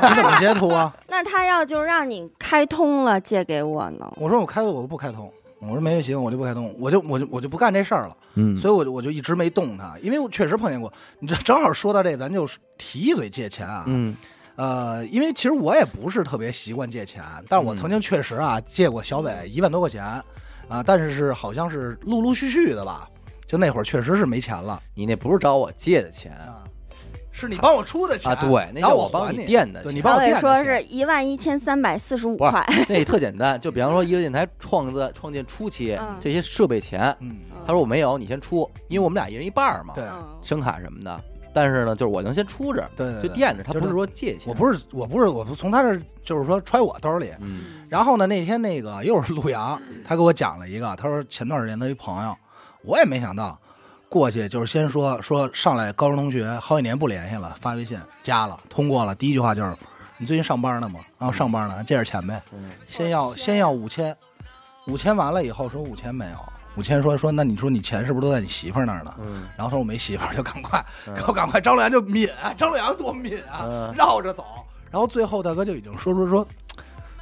S2: 你怎么截图啊？
S5: 那他要就让你开通了借给我呢？
S2: 我说我开我不开通，我说没这习惯，我就不开通，我就我就我就不干这事儿了，
S1: 嗯，
S2: 所以我就我就一直没动它，因为我确实碰见过。你这正好说到这，咱就提一嘴借钱啊。
S1: 嗯
S2: 呃，因为其实我也不是特别习惯借钱，但是我
S1: 嗯
S2: 曾经确实啊借过小北一万多块钱，啊、但是是好像是陆陆续续的吧，就那会儿确实是没钱了
S1: 你那不是找我借的钱啊？
S2: 啊，是你帮我出的钱
S1: 对，那
S2: 然
S1: 叫
S2: 后
S1: 我帮
S2: 还
S1: 你
S2: 你
S1: 垫的
S2: 对
S1: 钱。
S2: 你帮
S5: 小
S2: 我
S5: 伟
S2: 垫的
S5: 说
S2: 钱
S5: 是一万一千三百四十五
S1: 不是
S5: 块，
S1: 那也特简单，就比方说一个电台创造创建初期
S5: 嗯
S1: 这些设备钱，
S2: 嗯，
S1: 他说我没有，你先出，因为我们俩一人一半儿嘛，
S2: 对
S5: 嗯，
S1: 声卡什么的。但是呢，就是我能先出着，
S2: 对对
S1: 就
S2: 对
S1: 垫着，他
S2: 就
S1: 不是
S2: 是
S1: 说借钱，
S2: 我不是我不是我不从他这儿就是说揣我兜里，
S1: 嗯
S2: 然后呢那天那个又是陆阳，他给我讲了一个，他说前段时间他一朋友，我也没想到。过去就是先说说上来高中同学好几年不联系了，发微信加了通过了，第一句话就是你最近上班呢吗？然后上班呢，借点钱呗，
S1: 嗯
S2: 先要先要五千，五千完了以后说五千没有，五千说说那你说你钱是不是都在你媳妇儿那儿呢？
S1: 嗯
S2: 然后他说我没媳妇儿，就赶快，
S1: 嗯
S2: 然后赶快，张洛阳就抿，张洛阳多抿啊，
S1: 嗯
S2: 绕着走，然后最后大哥就已经说说说，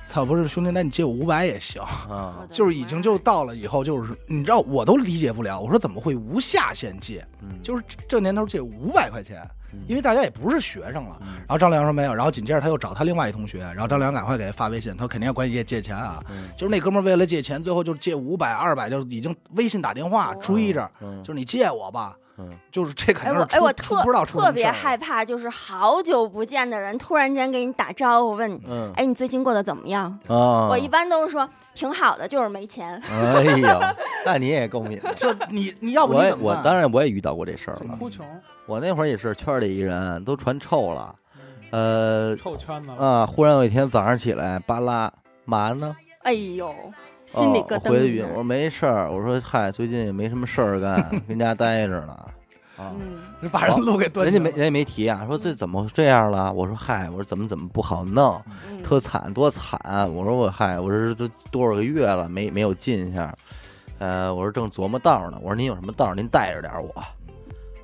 S2: 操，不是兄弟，那你借我五百也行。
S5: 嗯我
S1: 啊，
S5: 的
S2: 就是
S5: 妈
S2: 已经
S5: 呀
S2: 就到了以后，就是你知道我都理解不了，我说怎么会无下限借？
S1: 嗯
S2: 就是这这年头借五百块钱
S1: 嗯，
S2: 因为大家也不是学生了。
S1: 嗯
S2: 然后张良说没有，然后紧接着他又找他另外一同学，然后张良赶快给他发微信，他说肯定要管你借借钱啊。
S1: 嗯
S2: 就是那哥们儿为了借钱，最后就借五百、二百，就是已经微信打电话
S5: 哦
S2: 追着，
S1: 嗯
S2: 就是你借我吧，
S1: 嗯
S2: 就是这肯
S5: 哎
S2: 定
S5: 我
S2: 是
S5: 哎
S2: 出
S5: 我
S2: 出
S5: 特
S2: 不知道出什么
S5: 特
S2: 事
S5: 别
S2: 儿
S5: 害
S2: 了。
S5: 怕，就是好久不见的人突然间给你打招呼问你，
S1: 嗯
S5: 哎，你最近过得怎么样？
S1: 啊，
S5: 我一般都是说挺好的，就是没钱。
S1: 哎呀，那你也够 敏感。
S2: 这你你要不
S1: 我
S2: 你
S1: 也
S2: 怎么
S1: 我
S2: 办
S1: 当然我也遇到过这事儿了，
S2: 哭
S6: 哭 穷，
S1: 我那会儿也是圈里一人都传臭了，呃
S6: 臭圈子了。
S1: 啊，忽然有一天早上起来，巴拉嘛呢？
S5: 哎呦，
S1: 哦
S5: 心里咯噔
S1: 回
S5: 一
S1: 语，
S5: 下
S1: 我说没事儿，我说嗨，最近也没什么事儿干， 跟家待着呢。啊，
S5: 嗯，
S2: 就把人路给断
S1: 人
S2: 绝
S1: 家
S2: 了。
S1: 没人家没提啊，说这怎么这样了？我说嗨，我说怎么怎么不好弄，
S5: 嗯
S1: 特惨多惨。我说我嗨，我说都多少个月了没没有进项，呃，我说正琢磨道呢。我说您有什么道儿您带着点儿我。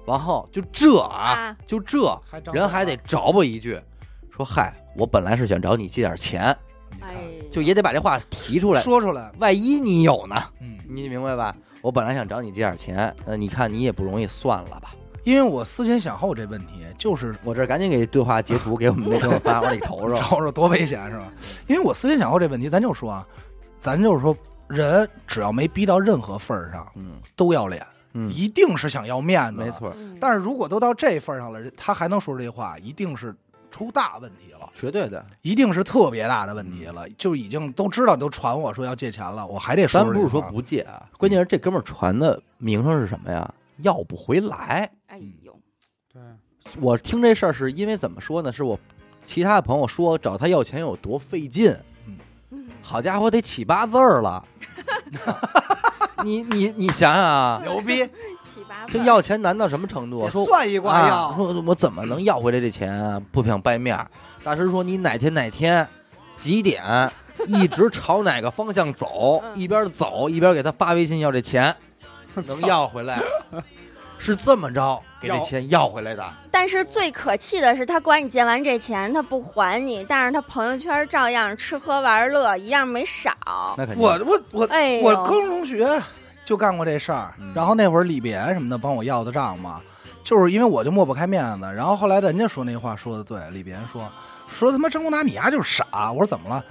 S1: 然后就这啊，
S5: 啊，
S1: 就这
S6: 还张
S1: 人还得着吧一句，说嗨，我本来是想找你借点钱，
S5: 哎，
S1: 就也得把这话提出来，
S2: 说出来，
S1: 万一你有呢。
S2: 嗯，
S1: 你明白吧？我本来想找你借点钱，那你看你也不容易，算了吧。
S2: 因为我思前想后这问题，就是
S1: 我这儿赶紧给对话截图给我们那朋友发，我说你瞅 瞅。
S2: 找着多危险是吧？
S1: 嗯
S2: 因为我思前想后这问题，咱就说啊，咱就是说，人只要没逼到任何份儿上，
S1: 嗯
S2: 都要脸，
S1: 嗯，
S2: 一定是想要面子，
S1: 没。错，
S5: 嗯
S2: 但是如果都到这份儿上了，人他还能说这话，一定是出大问题了，
S1: 绝对的。
S2: 一定是特别大的问题了，就已经都知道都传我说要借钱了，我还得说
S1: 嗯咱
S2: 出这话。
S1: 不是说不借啊，关键是这哥们儿传的名声是什么呀？要不回来。
S5: 哎呦，
S6: 对，
S1: 我听这事儿是因为怎么说呢？是我其他的朋友说找他要钱有多费劲，
S5: 嗯
S1: 好家伙得起八字儿 了。你你你想想 啊，
S2: 牛逼，
S5: 七八
S1: 这
S5: 份儿
S1: 要钱难到什么程度啊？
S2: 我
S1: 说
S2: 算一卦
S1: 啊。
S2: 要，
S1: 说我怎么能要回来这钱啊？不想掰面儿。大师说你哪天哪天几点一直朝哪个方向走，
S5: 嗯
S1: 一边走一边给他发微信要这钱， 能要回来。是这么着给这
S6: 要
S1: 钱要回来的，
S5: 但是最可气的是，他管你借完这钱，他不还你，但是他朋友圈照样吃喝玩乐，一样没少。
S1: 那肯定。
S2: 我我我
S5: 哎呦，
S2: 我高中同学就干过这事儿
S1: 嗯，
S2: 然后那会儿李别什么的帮我要的账嘛，就是因为我就抹不开面子。然后后来人家说那话说的对，李别说说他妈张公达你丫就是傻，我说怎么了？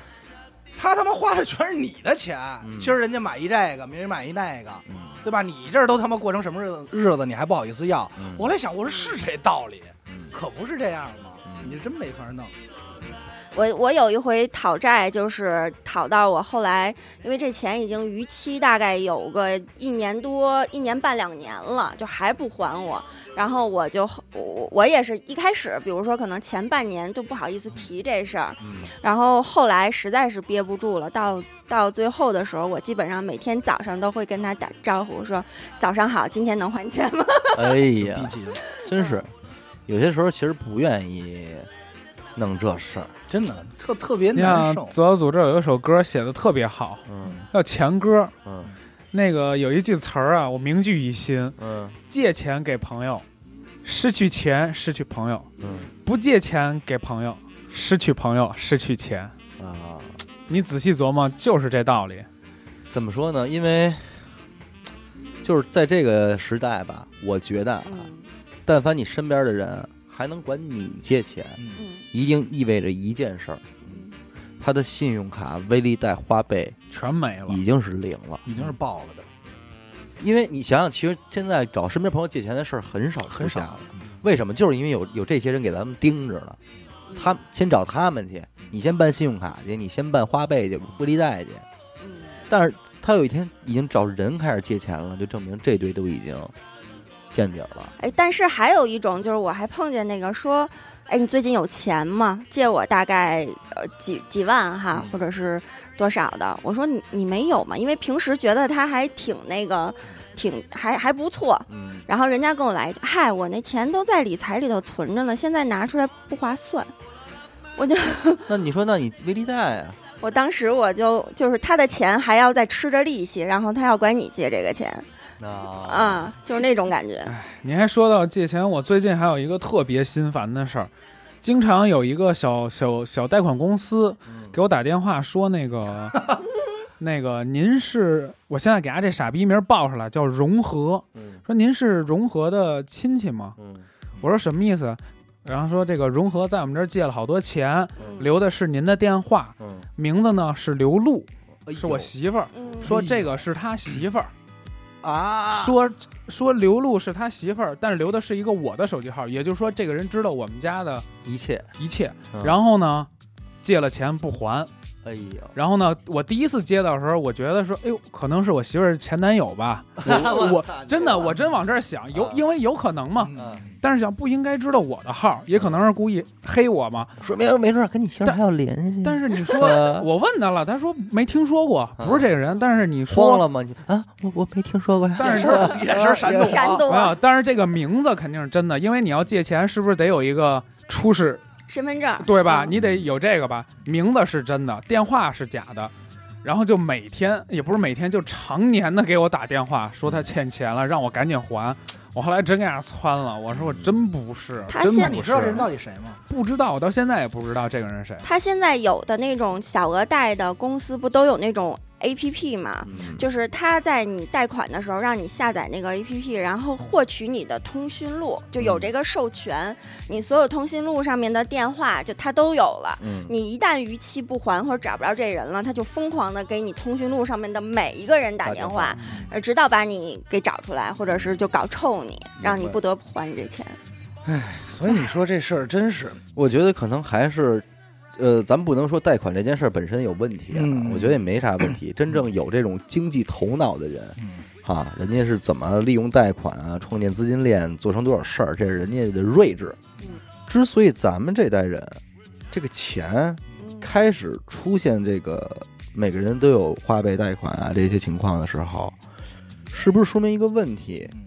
S2: 他他妈花的全是你的钱，
S1: 嗯
S2: 今儿人家买一这个，明儿买一那个，
S1: 嗯
S2: 对吧？你这儿都他妈过成什么日子日子，你还不好意思要？
S1: 嗯
S2: 我来想，我说是这道理，
S1: 嗯
S2: 可不是这样吗？
S1: 嗯
S2: 你这真没法弄。
S5: 我我有一回讨债，就是讨到我后来，因为这钱已经逾期，大概有个一年多、一年半两年了，就还不还我。然后我就我我也是一开始，比如说可能前半年就不好意思提这事儿，
S1: 嗯
S5: 然后后来实在是憋不住了，到到最后的时候，我基本上每天早上都会跟他打招呼，说早上好，今天能还钱吗？
S1: 哎
S2: 就
S1: 呀
S2: 逼，急了，
S1: 真是，有些时候其实不愿意弄这事儿。
S2: 真的特特别
S4: 你
S2: 难
S4: 像
S2: 受。
S4: 左小诅咒有一首歌写的特别好，
S1: 嗯
S4: 叫《钱歌》，
S1: 嗯
S4: 那个有一句词儿啊，我铭记于心：
S1: 嗯
S4: 借钱给朋友，失去钱失去朋友；
S1: 嗯
S4: 不借钱给朋友，失去朋友失去钱。
S1: 啊，
S4: 你仔细琢磨，就是这道理。
S1: 怎么说呢？因为就是在这个时代吧，我觉得啊，
S5: 嗯
S1: 但凡你身边的人还能管你借钱，
S2: 嗯，
S5: 嗯
S1: 一定意味着一件事儿，
S5: 嗯，
S1: 他的信用卡、微粒贷、花呗
S4: 全没了，
S1: 已经是零了。
S2: 已经是爆了的。
S1: 因为你想想，其实现在找身边朋友借钱的事儿很少出
S2: 很
S1: 现
S2: 少
S1: 了。为什么？就是因为有有这些人给咱们盯着呢。他先找他们去，你先办信用卡去，你先办花呗去、微粒贷去。
S5: 嗯
S1: 但是他有一天已经找人开始借钱了，就证明这堆都已经见底儿了。
S5: 哎，但是还有一种就是，我还碰见那个说，哎，你最近有钱吗？借我大概呃几几万哈，
S1: 嗯
S5: 或者是多少的？我说你你没有嘛，因为平时觉得他还挺那个，挺还还不错。
S1: 嗯，
S5: 然后人家跟我来一句，嗨，我那钱都在理财里头存着呢，现在拿出来不划算。我就
S1: 那你说，那你微粒贷啊？
S5: 我当时我就就是他的钱还要再吃着利息，然后他要管你借这个钱
S1: 那
S5: 啊，就是那种感觉。
S4: 您还说到借钱，我最近还有一个特别心烦的事儿，经常有一个小小小贷款公司，
S1: 嗯
S4: 给我打电话说 那个那个您是，我现在给他这傻逼名报出来，叫融合，
S1: 嗯
S4: 说您是融合的亲戚吗？
S1: 嗯
S4: 我说什么意思？然后说这个融合在我们这儿借了好多钱，
S1: 嗯
S4: 留的是您的电话，
S1: 嗯，
S4: 名字呢是刘露，
S1: 哎呦
S4: 是我媳妇儿。
S5: 嗯，
S4: 说这个是他媳妇儿，
S2: 啊
S4: 说说刘露是他媳妇儿，但是留的是一个我的手机号，也就是说这个人知道我们家的
S1: 一切，
S4: 一切
S1: 嗯。
S4: 然后呢，借了钱不还。
S1: 哎呦，
S4: 然后呢，我第一次接到的时候，我觉得说，哎呦，可能是我媳妇儿前男友吧。 我我
S1: 操
S4: 真的，我真往这儿想，有
S1: 啊
S4: 因为有可能嘛，
S1: 嗯
S4: 但是想不应该知道我的号，也可能是故意黑我嘛。
S1: 说明没准跟你媳妇儿还有联系，
S4: 但
S1: 是
S4: 是你说，我问他了，他说没听说过，不是这个人。但是你
S1: 慌
S4: 说，
S1: 嗯了吗？你啊，我我没听说过呀，
S4: 但是
S2: 眼神闪躲，
S5: 山东
S4: 没有，啊但是这个名字肯定是真的，因为你要借钱，是不是得有一个出示，
S5: 身份证，
S4: 对吧？
S5: 嗯
S4: 你得有这个吧？名字是真的，电话是假的，然后就每天也不是每天，就常年的给我打电话，说他欠钱了，让我赶紧还。我后来真给他窜了，我说我真不是，
S5: 他
S4: 真
S5: 现
S4: 不
S2: 你
S4: 是
S2: 知道这人到底谁吗？
S4: 不知道，我到现在也不知道这个人是谁。
S5: 他现在有的那种小额贷的公司不都有那种 A P P 吗？
S1: 嗯
S5: 就是他在你贷款的时候，让你下载那个 A P P，然后获取你的通讯录，就有这个授权，你所有通讯录上面的电话就他都有了。
S1: 嗯
S5: 你一旦逾期不还或者找不着这人了，他就疯狂的给你通讯录上面的每一个人打电话，呃，直到把你给找出来，或者是就搞臭你，让你不得不还你这钱。
S2: 所以你说这事儿真是，
S1: 我觉得可能还是，呃，咱不能说贷款这件事儿本身有问题啊，
S2: 嗯
S1: 我觉得也没啥问 题。真正有这种经济头脑的人，
S2: 嗯
S1: 啊，人家是怎么利用贷款啊，创建资金链，做成多少事儿，这是人家的睿智。
S5: 嗯
S1: 之所以咱们这代人，这个钱
S5: 嗯
S1: 开始出现这个每个人都有花呗贷款啊这些情况的时候，是不是说明一个问题
S2: 嗯，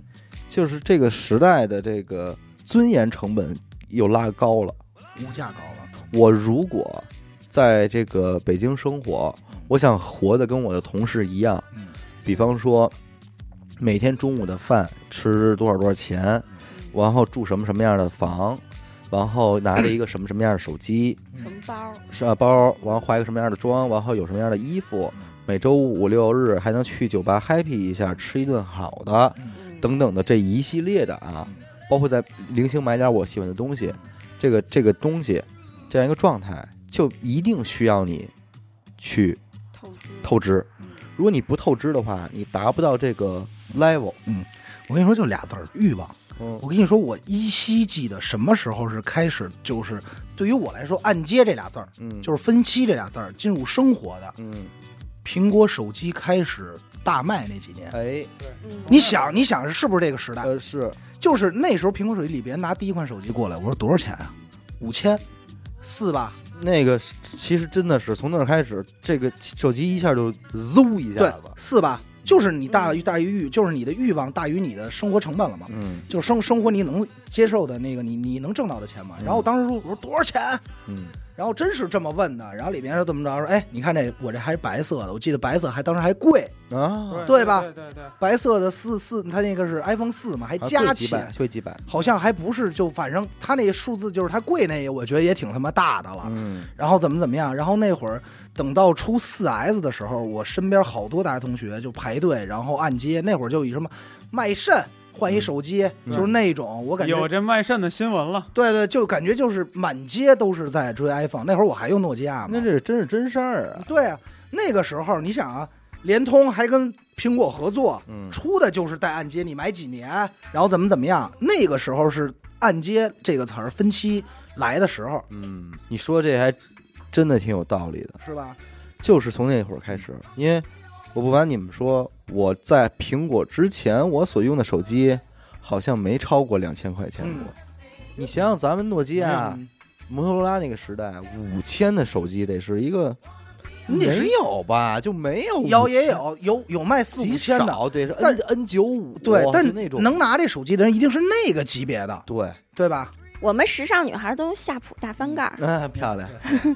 S1: 就是这个时代的这个尊严成本又拉高了？
S2: 物价高了，
S1: 我如果在这个北京生活，我想活得跟我的同事一样
S2: 嗯，
S1: 比方说每天中午的饭吃多少多少钱，然后住什么什么样的房，然后拿着一个什么什么样的手机、
S5: 什么包？
S1: 是啊包，然后化一个什么样的妆，然后有什么样的衣服，每周五六日还能去酒吧 happy 一下，吃一顿好的，
S5: 嗯
S1: 等等的这一系列的啊
S2: 嗯，
S1: 包括在零星买点我喜欢的东西，这个这个东西这样一个状态，就一定需要你去
S5: 透支
S1: 透支
S5: 嗯。
S1: 如果你不透支的话，你达不到这个 level。
S2: 嗯我跟你说就俩字儿，欲望。
S1: 嗯
S2: 我跟你说，我依稀记得什么时候是开始，就是对于我来说，按揭这俩字儿，
S1: 嗯，
S2: 就是分期这俩字儿进入生活的。
S1: 嗯，
S2: 苹果手机开始大卖那几年，
S1: 哎，
S5: 嗯
S2: 你想，你想是不是这个时代？
S1: 呃是，
S2: 就是那时候苹果手机里边拿第一款手机过来，我说多少钱啊？五千，四吧？
S1: 那个是其实真的是从那儿开始，这个手机一下就嗖一下嗯
S2: 对
S1: 子，，
S2: 四吧？就是你大于大于欲，就是你的欲望大于你的生活成本了嘛？
S1: 嗯
S2: 就生生活你能接受的那个你你能挣到的钱嘛？然后我当时说我说多少钱？
S1: 嗯
S2: 然后真是这么问的，然后里边是这么着说，哎，你看这我这还是白色的，我记得白色还当时还贵，
S1: 啊，
S2: 对吧
S4: 对对对，
S2: 白色的四四，它那个是 iPhone 四嘛，还
S1: 啊
S2: 加
S1: 贵几
S2: 钱
S1: 百，，贵几百，
S2: 好像还不是就反正它那个数字就是它贵那个，我觉得也挺他妈大的了。
S1: 嗯
S2: 然后怎么怎么样，然后那会儿等到出四 S 的时候，我身边好多大学同学就排队，然后按揭，那会儿就以什么卖肾换一手机，
S1: 嗯
S2: 就是那种我感觉
S4: 有这卖肾的新闻了。
S2: 对对，就感觉就是满街都是在追 iPhone。那会儿我还用诺基亚嘛，
S1: 那这真是真事儿啊，
S2: 对啊，那个时候你想啊，联通还跟苹果合作，
S1: 嗯
S2: 出的就是带按揭，你买几年，然后怎么怎么样。那个时候是按揭这个词儿分期来的时候，
S1: 嗯，你说这还真的挺有道理的。
S2: 是吧？
S1: 就是从那会儿开始，因为我不瞒你们说，我在苹果之前，我所用的手机好像没超过两千块钱过。
S2: 嗯
S1: 你想想，咱们诺基亚、摩托罗拉那个时代，五千的手机得是一个，
S2: 你得是
S1: 没有吧？就没有5000，
S2: 有也有有有卖四五
S1: 极
S2: 千的，
S1: 少，得是
S2: 但
S1: N N 九五，
S2: 对，但
S1: 就那种
S2: 能拿这手机的人一定是那个级别的，
S1: 对，
S2: 对吧？
S5: 我们时尚女孩都用夏普大翻盖儿，
S1: 啊，漂 亮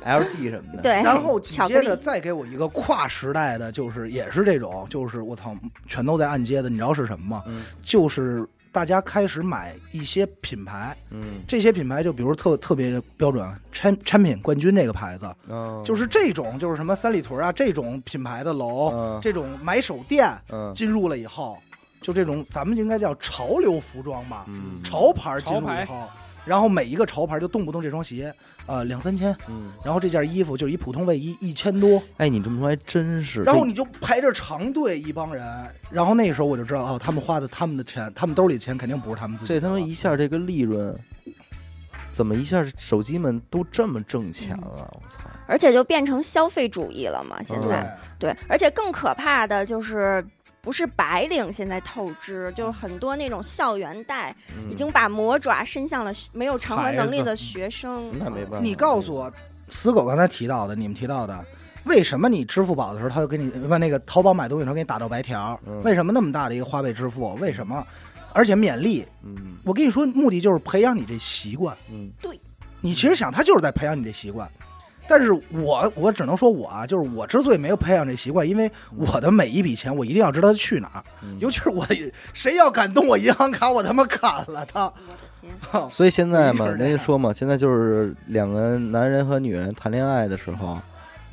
S1: ，LG 什么的，
S5: 对，
S2: 嗯然后紧
S5: 哎巧克
S2: 接
S5: 力
S2: 着再给我一个跨时代的，就是也是这种，就是我操，全都在按揭的，你知道是什么吗？
S1: 嗯
S2: 就是大家开始买一些品牌，
S1: 嗯，
S2: 这些品牌就比如特特别标准啊产产品冠军这个牌子，
S1: 嗯
S2: 就是这种就是什么三里屯啊这种品牌的楼，
S1: 嗯
S2: 这种买手店
S1: 嗯
S2: 进入了以后，就这种咱们应该叫潮流服装吧，
S1: 嗯
S2: 潮牌进入以后，然后每一个潮牌就动不动这双鞋，呃两三千，
S1: 嗯，
S2: 然后这件衣服就是一普通卫衣一千多，
S1: 哎，你这么说还真是。
S2: 然后
S1: 这
S2: 你就排着长队一帮人，然后那时候我就知道哦，他们花的他们的钱，他们兜里的钱肯定不是他们自己
S1: 这
S2: 的
S1: 他妈一下这个利润，怎么一下手机们都这么挣钱
S2: 嗯
S1: 了？我操！
S5: 而且就变成消费主义了嘛，现
S1: 嗯
S5: 在。
S2: 对
S5: 对，而且更可怕的就是。不是白领现在透支，就很多那种校园贷
S2: 嗯
S1: 嗯
S5: 已经把魔爪伸向了没有偿还能力的学生
S1: 嗯。那没办法。
S2: 你告诉我，死狗刚才提到的，你们提到的，为什么你支付宝的时候，他就给你不那个淘宝买东西的时候给你打到白条？
S1: 嗯
S2: 为什么那么大的一个花呗支付？为什么？而且勉励，
S1: 嗯
S2: 我跟你说，目的就是培养你这习惯。
S1: 嗯
S2: 你其实想，他就是在培养你这习惯。但是我我只能说我啊，就是我之所以没有培养这习惯，因为我的每一笔钱，我一定要知道它去哪儿。
S1: 嗯
S2: 尤其是我的，谁要敢动我银行卡，我他妈砍了 他！
S5: 我的天，
S1: 所以现在嘛，
S2: 没事儿
S1: 人
S2: 的
S1: 家说嘛，现在就是两个男人和女人谈恋爱的时候，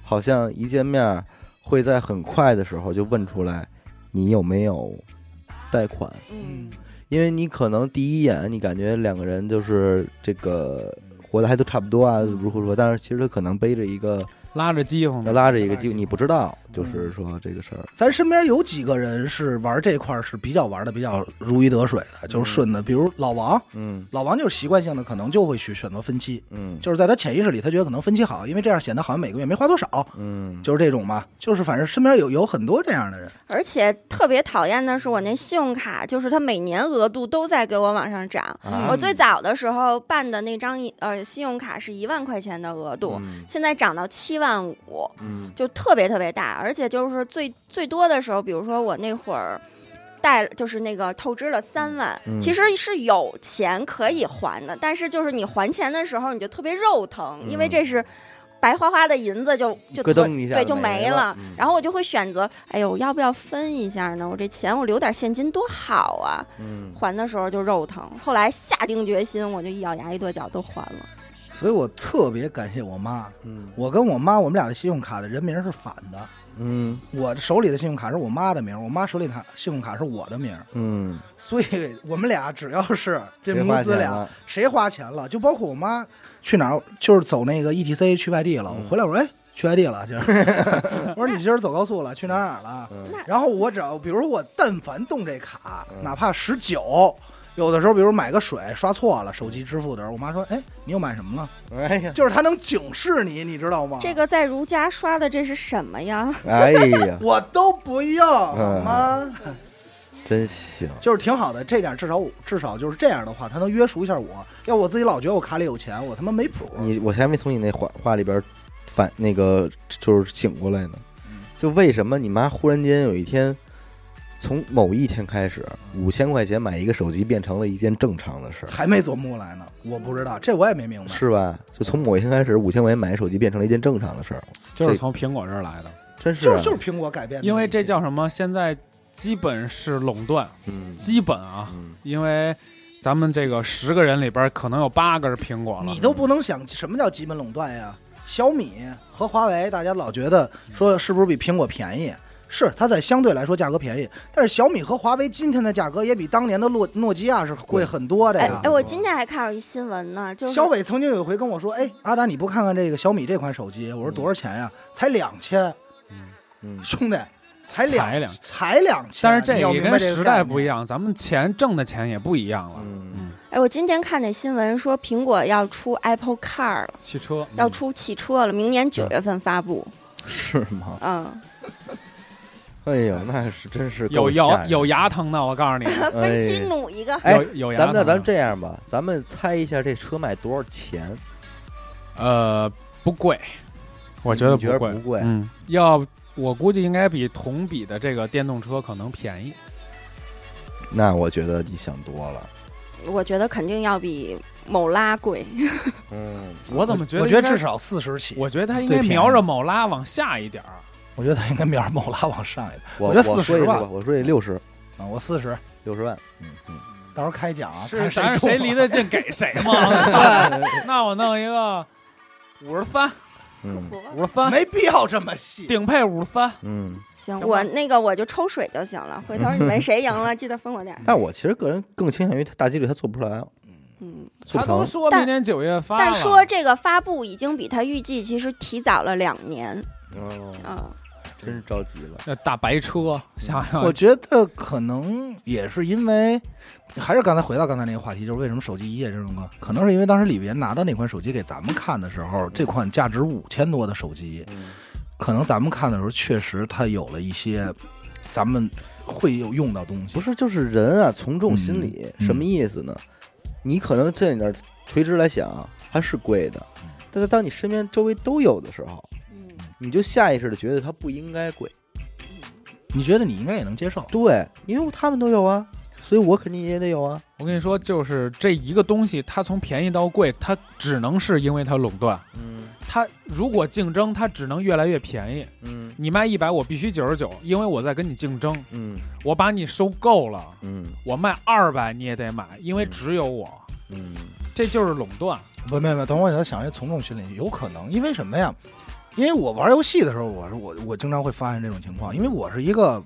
S1: 好像一见面会在很快的时候就问出来你有没有贷款，
S5: 嗯，
S1: 因为你可能第一眼你感觉两个人就是这个活的还都差不多啊，如何如何，但是其实他可能背着一个
S4: 拉着机会
S1: 要
S4: 嘛，
S1: 拉着一个机，你不知道，就是说这个事儿，
S2: 咱身边有几个人是玩这块儿是比较玩的比较如鱼得水的，就是顺的。比如老王，
S1: 嗯
S2: 老王就是习惯性的可能就会去选择分期，
S1: 嗯
S2: 就是在他潜意识里，他觉得可能分期好，因为这样显得好像每个月没花多少，
S1: 嗯，
S2: 就是这种嘛。就是反正身边有有很多这样的人，
S5: 而且特别讨厌的是我那信用卡，就是它每年额度都在给我往上涨。
S1: 啊
S5: 我最早的时候办的那张呃信用卡是一万块钱的额度，
S1: 嗯
S5: 现在涨到七万五。
S1: 嗯
S5: 就特别特别大，而且就是最最多的时候，比如说我那会儿贷就是那个透支了三万，
S1: 嗯
S5: 其实是有钱可以还的，但是就是你还钱的时候你就特别肉疼，
S1: 嗯
S5: 因为这是。白花花的银子就就
S1: 咯
S5: 特
S1: 噔一下
S5: 对
S1: 就
S5: 就
S1: 没
S5: 没
S1: 了
S5: 了
S1: 嗯，
S5: 然后我就会选择，哎呦，要不要分一下呢？我这钱我留点现金多好啊！
S1: 嗯，
S5: 还的时候就肉疼，后来下定决心，我就一咬牙一跺脚都还了。
S2: 所以我特别感谢我妈。
S1: 嗯
S2: 我跟我妈，我们俩的信用卡的人名是反的，
S1: 嗯
S2: 我手里的信用卡是我妈的名，我妈手里的信用卡是我的名，
S1: 嗯，
S2: 所以我们俩只要是这
S1: 谁
S2: 母
S1: 花
S2: 子
S1: 钱
S2: 俩
S1: 了
S2: 谁花钱了，就包括我妈去哪儿，就是走那个 E T C 去外地了。
S1: 嗯
S2: 我回来我说，哎，去外地了，今儿 我说你今儿走高速了，去哪儿哪儿了？
S1: 嗯
S5: 那
S2: 然后我只要，比如我但凡动这卡，
S1: 嗯
S2: 哪怕十九，有的时候比如买个水刷错了，手机支付的时候，我妈说，哎，你又买什么了？
S1: 哎呀，
S2: 就是她能警示你，你知道
S1: 哦
S2: 吗？
S5: 这个在如家刷的这是什么呀？
S1: 哎呀，
S2: 我都不用，
S1: 嗯
S2: 好吗？
S1: 真 行，
S2: 就是挺好的，这点至少我至少就是这样的话，他能约束一下我。要我自己老觉得我卡里有钱，我他妈没谱。
S1: 你我还没从你那话话里边反那个就是醒过来呢。就为什么你妈忽然间有一天，从某一天开始，五千块钱买一个手机变成了一件正常的事儿，
S2: 还没琢磨过来呢，我不知
S4: 嗯
S2: 道，这我也没明白。
S1: 是吧？就从某一天开始，五千块钱买手机变成了一件正常的事儿，
S4: 就是从苹果这儿来的。
S1: 真是、
S2: 就
S1: 啊，
S2: 是就是苹果改变的，
S4: 因为这叫什么？现在基本是垄断，
S1: 嗯
S4: 基本啊，
S1: 嗯
S4: 因为咱们这个十个人里边儿可能有八个是苹果了
S2: 你。都不能想什么叫基本垄断呀。小米和华为，大家老觉得
S4: 嗯
S2: 说是不是比苹果便宜？是，它在相对来说价格便宜，但是小米和华为今天的价格也比当年的诺诺基亚是贵很多的
S5: 哎
S4: 啊
S2: 呀
S5: 哎，。我今天还看到一新闻呢，就是
S2: 小伟曾经有一回跟我说：“哎，阿达，你不看看这个小米这款手机？”我说：“多少钱呀？才两千。”
S1: 嗯
S2: 兄弟，才
S4: 才
S2: 两
S4: 两
S2: 才两千，
S4: 但是这
S2: 你要
S4: 也
S2: 明白
S4: 跟
S2: 这个
S4: 时
S2: 概
S4: 代
S2: 念
S4: 不一。样，咱们钱挣的钱也不一样了。
S1: 嗯
S5: 哎，我今天看那新闻说苹果要出 Apple Car 了，
S4: 汽车嗯
S5: 要出汽车了，明年九月份发布。
S1: 是吗？
S5: 嗯，
S1: 哎呦，那是真是
S4: 有
S1: 够吓
S4: 有
S1: 人
S4: 有牙疼的，我告诉你，
S5: 分期努一个，
S1: 哎
S4: 有有牙
S1: 咱
S4: 疼啊
S1: 们那
S4: 的。
S1: 咱们这样吧，咱们猜一下这车卖多少钱？
S4: 呃不贵，我觉得
S1: 你觉得
S4: 贵，
S1: 不贵
S4: 嗯，要我估计应该比同比的这个电动车可能便宜。
S1: 那我觉得你想多了。
S5: 我觉得肯定要比某拉贵。
S1: 嗯，
S4: 我怎么觉得？
S2: 我觉得至，少四十起，
S4: 我觉得它应
S2: 最
S4: 该
S2: 便宜
S4: 瞄着某拉往下一点儿。啊
S2: 我觉得他应该面儿某拉往上一点
S1: 我
S2: 我觉得
S1: 说
S2: 40
S1: 一个
S2: 吧
S1: 我说这六十嗯
S2: 啊，我四十，
S1: 六十万。
S2: 到时候开奖啊，
S4: 是
S2: 看
S4: 咱
S2: 中
S4: 谁离得近给谁 嘛。那我弄一个五十三，
S1: 嗯
S4: 五十三，
S2: 没必要这么细。
S4: 顶配五十三。
S1: 嗯。
S5: 行，
S4: 行吧
S5: 我那个我就抽水就行了。回头你 们谁赢了，记得分我点儿。
S1: 但我其实个人更倾向于他大几率他做不出来，
S5: 嗯，
S1: 做
S4: 他
S1: 不
S4: 都
S1: 成。
S4: 说明年九月发了，
S5: 但说这个发布已经比他预计其实提早了两年
S1: 哦，
S5: 啊。
S1: 真是着急了。
S4: 那大白车，想想
S2: 我觉得可能也是因为，还是刚才回到刚才那个话题，就是为什么手机一夜之功，可能是因为当时李别拿到那款手机给咱们看的时候，这款价值五千多的手机，
S1: 嗯
S2: 可能咱们看的时候确实它有了一些咱们会有用到东西，
S1: 不是，就是人啊，从众心理、
S2: 嗯
S1: 什么意思呢？你可能在你那儿垂直来想，它是贵的，但是当你身边周围都有的时候，
S5: 嗯
S1: 你就下意识的觉得它不应该贵。
S2: 你觉得你应该也能接受，
S1: 对，因为他们都有啊，所以我肯定也得有啊。
S4: 我跟你说，就是这一个东西，它从便宜到贵，它只能是因为它垄断。
S1: 嗯
S4: 它如果竞争，它只能越来越便宜。
S1: 嗯
S4: 你卖一百，我必须九十九，因为我在跟你竞争。
S1: 嗯
S4: 我把你收购了，
S1: 嗯
S4: 我卖二百你也得买，因为只有我，
S1: 嗯
S4: 这就是垄断。
S2: 不，没有没有，等会儿我想一从众心理，有可能，因为什么呀？因为我玩游戏的时候，我是我我经常会发现这种情况，因为我是一个